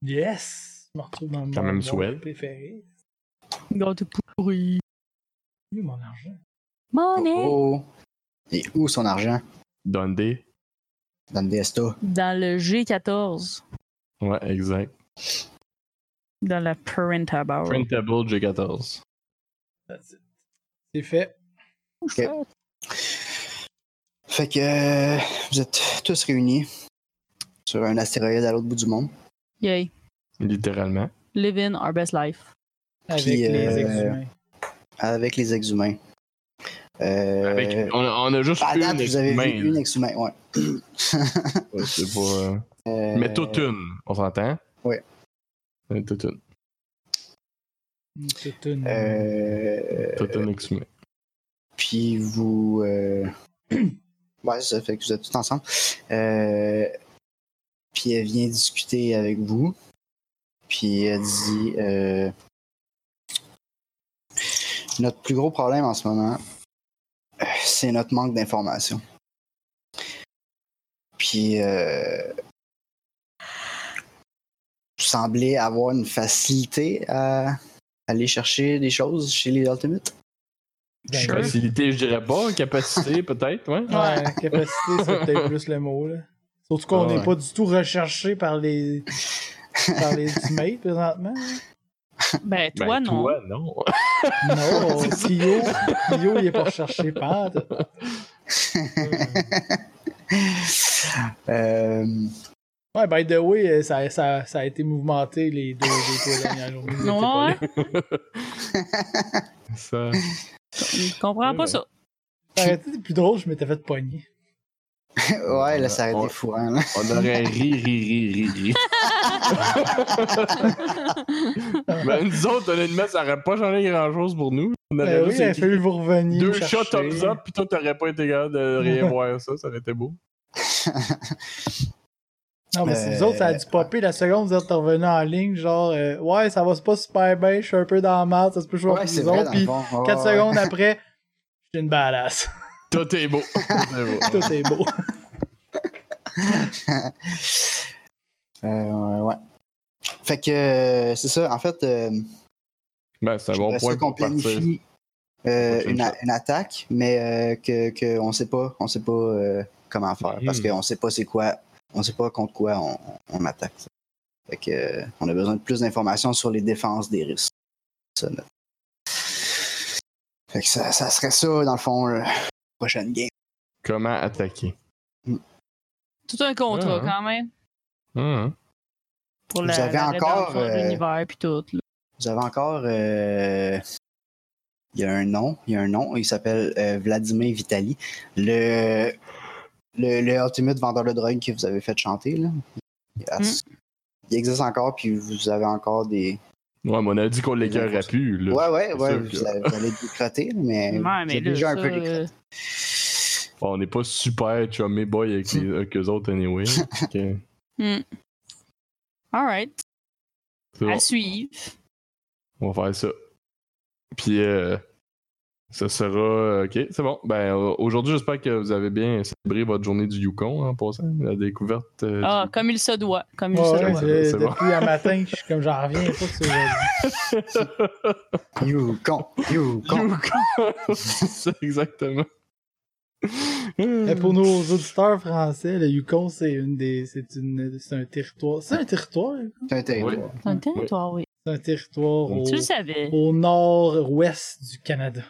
[SPEAKER 1] Yes! Je me retrouve dans mon
[SPEAKER 3] Quand même
[SPEAKER 1] monde
[SPEAKER 3] swell.
[SPEAKER 1] préféré.
[SPEAKER 4] Gâteau pourri.
[SPEAKER 1] Où est mon argent?
[SPEAKER 4] Money.
[SPEAKER 2] Oh, oh. Et où son argent?
[SPEAKER 3] Dundee.
[SPEAKER 2] Dans le DSTA.
[SPEAKER 4] Dans le G14.
[SPEAKER 3] Ouais, exact.
[SPEAKER 4] Dans la Parenta Bar.
[SPEAKER 3] Printable G14.
[SPEAKER 1] That's it. C'est fait.
[SPEAKER 4] Oh,
[SPEAKER 2] Fait que euh, vous êtes tous réunis sur un astéroïde à l'autre bout du monde.
[SPEAKER 4] Yay.
[SPEAKER 3] Littéralement.
[SPEAKER 4] Living our best life.
[SPEAKER 1] Avec
[SPEAKER 2] Puis,
[SPEAKER 1] les
[SPEAKER 2] euh,
[SPEAKER 1] exhumains.
[SPEAKER 2] avec les exhumains. Euh,
[SPEAKER 3] Avec- on, a, on a juste
[SPEAKER 2] à
[SPEAKER 3] une
[SPEAKER 2] date, vous avez
[SPEAKER 3] humaine.
[SPEAKER 2] vu une exhumain, ouais.
[SPEAKER 3] Ouais, c'est pas, euh,
[SPEAKER 2] Euh,
[SPEAKER 3] Mais toute une, on s'entend?
[SPEAKER 2] Ouais.
[SPEAKER 3] Euh, Toute une.
[SPEAKER 1] Toute une-
[SPEAKER 2] euh,
[SPEAKER 3] Toute une exhumée.
[SPEAKER 2] puis vous. euh, ouais, ça fait que vous êtes tous ensemble. Euh, puis elle vient discuter avec vous. Puis elle dit euh, Notre plus gros problème en ce moment, euh, c'est notre manque d'informations. Puis. Euh, vous semblez avoir une facilité à aller chercher des choses chez les Ultimates.
[SPEAKER 1] Ben,
[SPEAKER 4] Sure.
[SPEAKER 1] Ouais,
[SPEAKER 3] Facilité, je dirais pas. Capacité, peut-être, ouais.
[SPEAKER 1] Ouais, capacité, c'est peut-être plus le mot. Là. Surtout qu'on
[SPEAKER 3] Ah Ouais.
[SPEAKER 1] n'est pas du tout recherché par les. par les teammates présentement. hein.
[SPEAKER 3] Ben,
[SPEAKER 4] Ben, toi, non.
[SPEAKER 3] Toi, non.
[SPEAKER 1] Non, Kyo, Kyo, il est pas recherché par.
[SPEAKER 2] Euh,
[SPEAKER 1] Ouais, by the way, euh, ça, ça, ça a été mouvementé les deux, les deux dernières journées.
[SPEAKER 4] Non, hein? ouais.
[SPEAKER 3] Ça...
[SPEAKER 4] Je comprends
[SPEAKER 3] Ouais,
[SPEAKER 4] pas
[SPEAKER 3] ouais.
[SPEAKER 4] ça.
[SPEAKER 1] Ça aurait été plus drôle, je m'étais fait pogner.
[SPEAKER 2] ouais, là, ça aurait
[SPEAKER 3] Ouais.
[SPEAKER 2] été fourrant. là.
[SPEAKER 3] On aurait ri, ri, ri, ri, ri. ben, nous autres, honnêtement, ça aurait pas changé grand-chose pour nous. On aurait
[SPEAKER 1] Ben oui,
[SPEAKER 3] juste
[SPEAKER 1] il a
[SPEAKER 3] écrit
[SPEAKER 1] fallu vous revenir.
[SPEAKER 3] deux
[SPEAKER 1] chercher.
[SPEAKER 3] shots thumbs up, puis toi, t'aurais pas été capable de rien voir ça. Ça aurait été beau.
[SPEAKER 1] Non, mais c'est vous
[SPEAKER 2] Euh,
[SPEAKER 1] autres, ça a dû popper la seconde, vous êtes revenus en ligne, genre, euh, ouais, ça va pas super bien, je suis un peu dans la merde, ça se peut jouer en
[SPEAKER 2] Ouais, c'est vrai,
[SPEAKER 1] prison,
[SPEAKER 2] dans le
[SPEAKER 1] puis
[SPEAKER 2] fond. Ouais,
[SPEAKER 1] 4
[SPEAKER 2] ouais, ouais.
[SPEAKER 1] secondes après, je suis une badass.
[SPEAKER 3] Toi, t'es beau. T'es beau.
[SPEAKER 1] Tout est beau.
[SPEAKER 2] Euh, ouais. Fait que, euh, c'est ça. En fait, euh,
[SPEAKER 3] Ben, c'est un bon
[SPEAKER 2] j'aimerais ça
[SPEAKER 3] point
[SPEAKER 2] qu'on
[SPEAKER 3] pour partir.
[SPEAKER 2] planifie euh,
[SPEAKER 3] Prochaine
[SPEAKER 2] une, a-
[SPEAKER 3] shot.
[SPEAKER 2] une attaque, mais qu'on que on sait pas, on sait pas euh, comment faire, parce
[SPEAKER 3] Mhm.
[SPEAKER 2] qu'on sait pas c'est quoi, on sait pas contre quoi on, on attaque. Fait que, euh, on a besoin de plus d'informations sur les défenses des risques. Ça, là. Fait que ça, ça serait ça, dans le fond, la prochaine game.
[SPEAKER 3] Comment attaquer?
[SPEAKER 4] Tout un contrat,
[SPEAKER 3] Ah.
[SPEAKER 4] quand même.
[SPEAKER 3] Hum,
[SPEAKER 4] Pour
[SPEAKER 2] Vous
[SPEAKER 4] la,
[SPEAKER 2] avez
[SPEAKER 4] la
[SPEAKER 2] encore,
[SPEAKER 4] rédemption de
[SPEAKER 2] euh,
[SPEAKER 4] l'univers, puis tout. là.
[SPEAKER 2] Vous avez encore... euh, il y a un nom, il y a un nom, il s'appelle euh, Vladimir Vitali. Le, le, le Ultimate vendeur de drogue que vous avez fait chanter, là.
[SPEAKER 4] Hmm.
[SPEAKER 2] Yes. Il existe encore, puis vous avez encore des...
[SPEAKER 3] Ouais, mais on a dit qu'on l'écœurait
[SPEAKER 2] Des
[SPEAKER 3] plus, là.
[SPEAKER 2] Ouais, ouais,
[SPEAKER 3] c'est
[SPEAKER 2] ouais,
[SPEAKER 3] sûr
[SPEAKER 2] vous,
[SPEAKER 3] que-
[SPEAKER 2] allez- vous allez décroter, là, mais,
[SPEAKER 4] Ouais,
[SPEAKER 2] vous
[SPEAKER 4] mais
[SPEAKER 2] êtes
[SPEAKER 4] là,
[SPEAKER 2] Ben, déjà un
[SPEAKER 4] ça,
[SPEAKER 2] peu décroté.
[SPEAKER 4] euh,
[SPEAKER 3] Bon, on n'est pas super chummy boy avec, les, avec eux autres, anyway. Fait que
[SPEAKER 4] all right.
[SPEAKER 3] c'est bon.
[SPEAKER 4] À suivre.
[SPEAKER 3] On va faire ça. Puis, euh, ça sera. Ok, c'est bon. Ben, euh, aujourd'hui, j'espère que vous avez bien célébré votre journée du Yukon, en passant. La découverte. euh,
[SPEAKER 4] Ah, comme il se doit. Comme il
[SPEAKER 1] Ouais,
[SPEAKER 4] se
[SPEAKER 1] ouais,
[SPEAKER 4] doit.
[SPEAKER 1] j'ai-
[SPEAKER 3] c'est bon.
[SPEAKER 1] depuis un matin, je suis comme, j'en reviens pas que c'est aujourd'hui.
[SPEAKER 2] You con, you
[SPEAKER 3] du
[SPEAKER 2] con.
[SPEAKER 3] Yukon! c'est exactement.
[SPEAKER 1] Mais pour nos auditeurs français, le Yukon, c'est une des, c'est une, c'est un territoire, c'est un territoire, le Yukon?
[SPEAKER 2] C'est un territoire.
[SPEAKER 3] Oui.
[SPEAKER 4] Dans
[SPEAKER 1] c'est un
[SPEAKER 4] le territoire, oui.
[SPEAKER 1] territoire au,
[SPEAKER 4] Tu le savais.
[SPEAKER 1] au nord-ouest du Canada.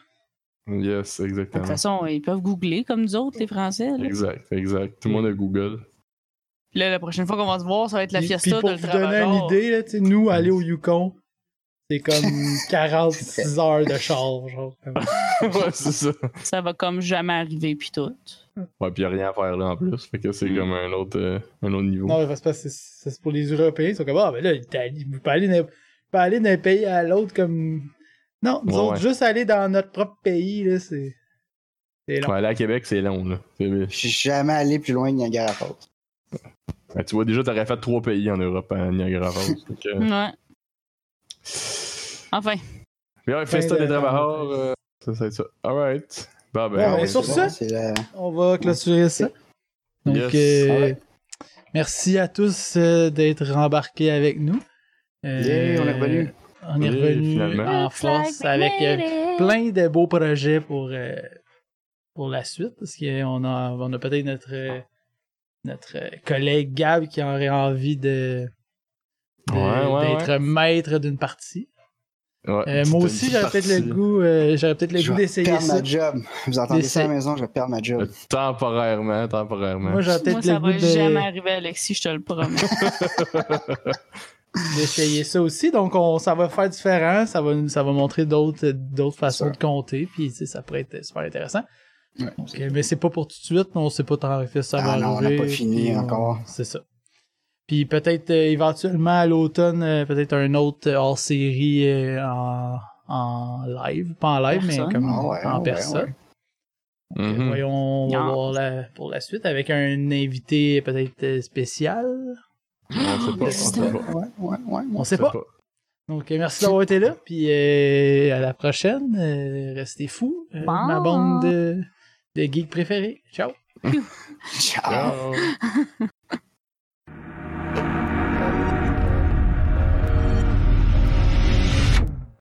[SPEAKER 3] Yes,
[SPEAKER 4] De toute
[SPEAKER 3] exactement.
[SPEAKER 4] façon, ils peuvent googler comme nous autres, les Français. là.
[SPEAKER 3] Exact, exact. Tout le monde a Google.
[SPEAKER 4] Là, la prochaine fois qu'on va se voir, ça va être la
[SPEAKER 1] Puis-
[SPEAKER 4] fiesta
[SPEAKER 1] puis pour
[SPEAKER 4] de le
[SPEAKER 1] vous donner une
[SPEAKER 4] travail.
[SPEAKER 1] idée, là, tu sais, nous, aller au Yukon, c'est comme 46 heures de char, genre. comme-
[SPEAKER 3] ouais, c'est ça.
[SPEAKER 4] Ça va comme jamais arriver, puis tout.
[SPEAKER 3] Ouais, puis y a rien à faire là en plus. Fait que c'est
[SPEAKER 4] Mm.
[SPEAKER 3] comme un autre, euh, un autre niveau.
[SPEAKER 1] Non, mais c'est parce que c'est- c'est c'est pour les Européens. Ils sont comme, ah, ben là, l'Italie, vous pouvez aller d'un- vous pouvez aller d'un pays à l'autre comme. Non, nous
[SPEAKER 3] Ouais,
[SPEAKER 1] autres,
[SPEAKER 3] ouais.
[SPEAKER 1] juste aller dans notre propre pays, là, c'est. C'est long.
[SPEAKER 3] Ouais, aller à Québec, c'est long, là. C'est-
[SPEAKER 2] Je suis jamais allé plus loin que Niagara Falls.
[SPEAKER 3] Ben, tu vois, déjà, t'aurais fait trois pays en Europe à Niagara Falls. Fait que- euh,
[SPEAKER 4] Ouais. Enfin.
[SPEAKER 3] Mais ouais, Fiesta
[SPEAKER 1] de-
[SPEAKER 3] des Travailleurs, euh, ça, c'est ça. Alright. Bah, ben,
[SPEAKER 1] Bon,
[SPEAKER 3] on
[SPEAKER 1] ben,
[SPEAKER 3] va-
[SPEAKER 1] sur
[SPEAKER 2] Ah C'est
[SPEAKER 1] ça-
[SPEAKER 2] bon, c'est la-
[SPEAKER 1] On va clôturer ça. Donc,
[SPEAKER 3] Yes.
[SPEAKER 1] euh,
[SPEAKER 2] Ouais.
[SPEAKER 1] merci à tous euh, d'être embarqués avec nous. Euh,
[SPEAKER 2] Yeah, on est revenus.
[SPEAKER 1] On est
[SPEAKER 3] Yeah,
[SPEAKER 1] revenus
[SPEAKER 3] finalement.
[SPEAKER 1] en force avec euh, plein de beaux projets pour, euh, pour la suite, parce qu'on a, on a peut-être notre, euh, notre euh, collègue Gab qui aurait envie de, de-
[SPEAKER 3] Ouais, ouais,
[SPEAKER 1] d'être maître d'une partie.
[SPEAKER 3] Ouais,
[SPEAKER 1] Euh,
[SPEAKER 3] c'était
[SPEAKER 1] moi
[SPEAKER 3] une
[SPEAKER 1] aussi,
[SPEAKER 3] petite
[SPEAKER 1] j'aurais peut-être le
[SPEAKER 3] partie.
[SPEAKER 1] goût, euh, j'aurais peut-être le
[SPEAKER 2] Je
[SPEAKER 1] goût
[SPEAKER 2] vais
[SPEAKER 1] d'essayer
[SPEAKER 2] perdre
[SPEAKER 1] ça.
[SPEAKER 2] ma job. Vous entendez ça à la
[SPEAKER 1] D'essayer.
[SPEAKER 2] maison, je vais perdre ma
[SPEAKER 3] Euh,
[SPEAKER 2] job.
[SPEAKER 3] Temporairement, temporairement.
[SPEAKER 1] Moi, j'aurais
[SPEAKER 4] Moi,
[SPEAKER 1] peut-être
[SPEAKER 4] ça
[SPEAKER 1] le
[SPEAKER 4] va
[SPEAKER 1] goût
[SPEAKER 4] jamais
[SPEAKER 1] de-
[SPEAKER 4] arriver, Alexis, je te le promets.
[SPEAKER 1] d'essayer ça aussi. Donc, on, ça va faire différent. Ça va, nous- ça va montrer d'autres, d'autres façons
[SPEAKER 2] Ça.
[SPEAKER 1] de compter. Puis, tu sais, ça pourrait être super intéressant.
[SPEAKER 2] Ouais.
[SPEAKER 1] Donc, euh, mais c'est pas pour tout de suite. On sait pas tant que ça va
[SPEAKER 2] Ah non, on n'a
[SPEAKER 1] arriver,
[SPEAKER 2] pas fini
[SPEAKER 1] puis on-
[SPEAKER 2] encore.
[SPEAKER 1] C'est ça. Puis peut-être euh, éventuellement à l'automne, euh, peut-être un autre euh, hors-série euh, en, en live. Pas en live,
[SPEAKER 4] Personne.
[SPEAKER 1] mais comme
[SPEAKER 2] Ah ouais,
[SPEAKER 1] en
[SPEAKER 2] ah ouais,
[SPEAKER 1] personne.
[SPEAKER 3] Mhm.
[SPEAKER 1] Euh, Voyons, on va
[SPEAKER 4] Non.
[SPEAKER 1] voir la- pour la suite avec un invité peut-être euh, spécial.
[SPEAKER 3] On
[SPEAKER 4] Le
[SPEAKER 3] sait pas.
[SPEAKER 4] système.
[SPEAKER 3] On sait pas.
[SPEAKER 2] Ouais, ouais, ouais.
[SPEAKER 1] On sait pas. Donc, euh, merci d'avoir été là. Puis euh, à la prochaine. Euh, restez fous. euh,
[SPEAKER 4] Bye.
[SPEAKER 1] Ma bande de, de geeks préférés. Ciao.
[SPEAKER 3] Ah.
[SPEAKER 2] Ciao.
[SPEAKER 3] Ciao.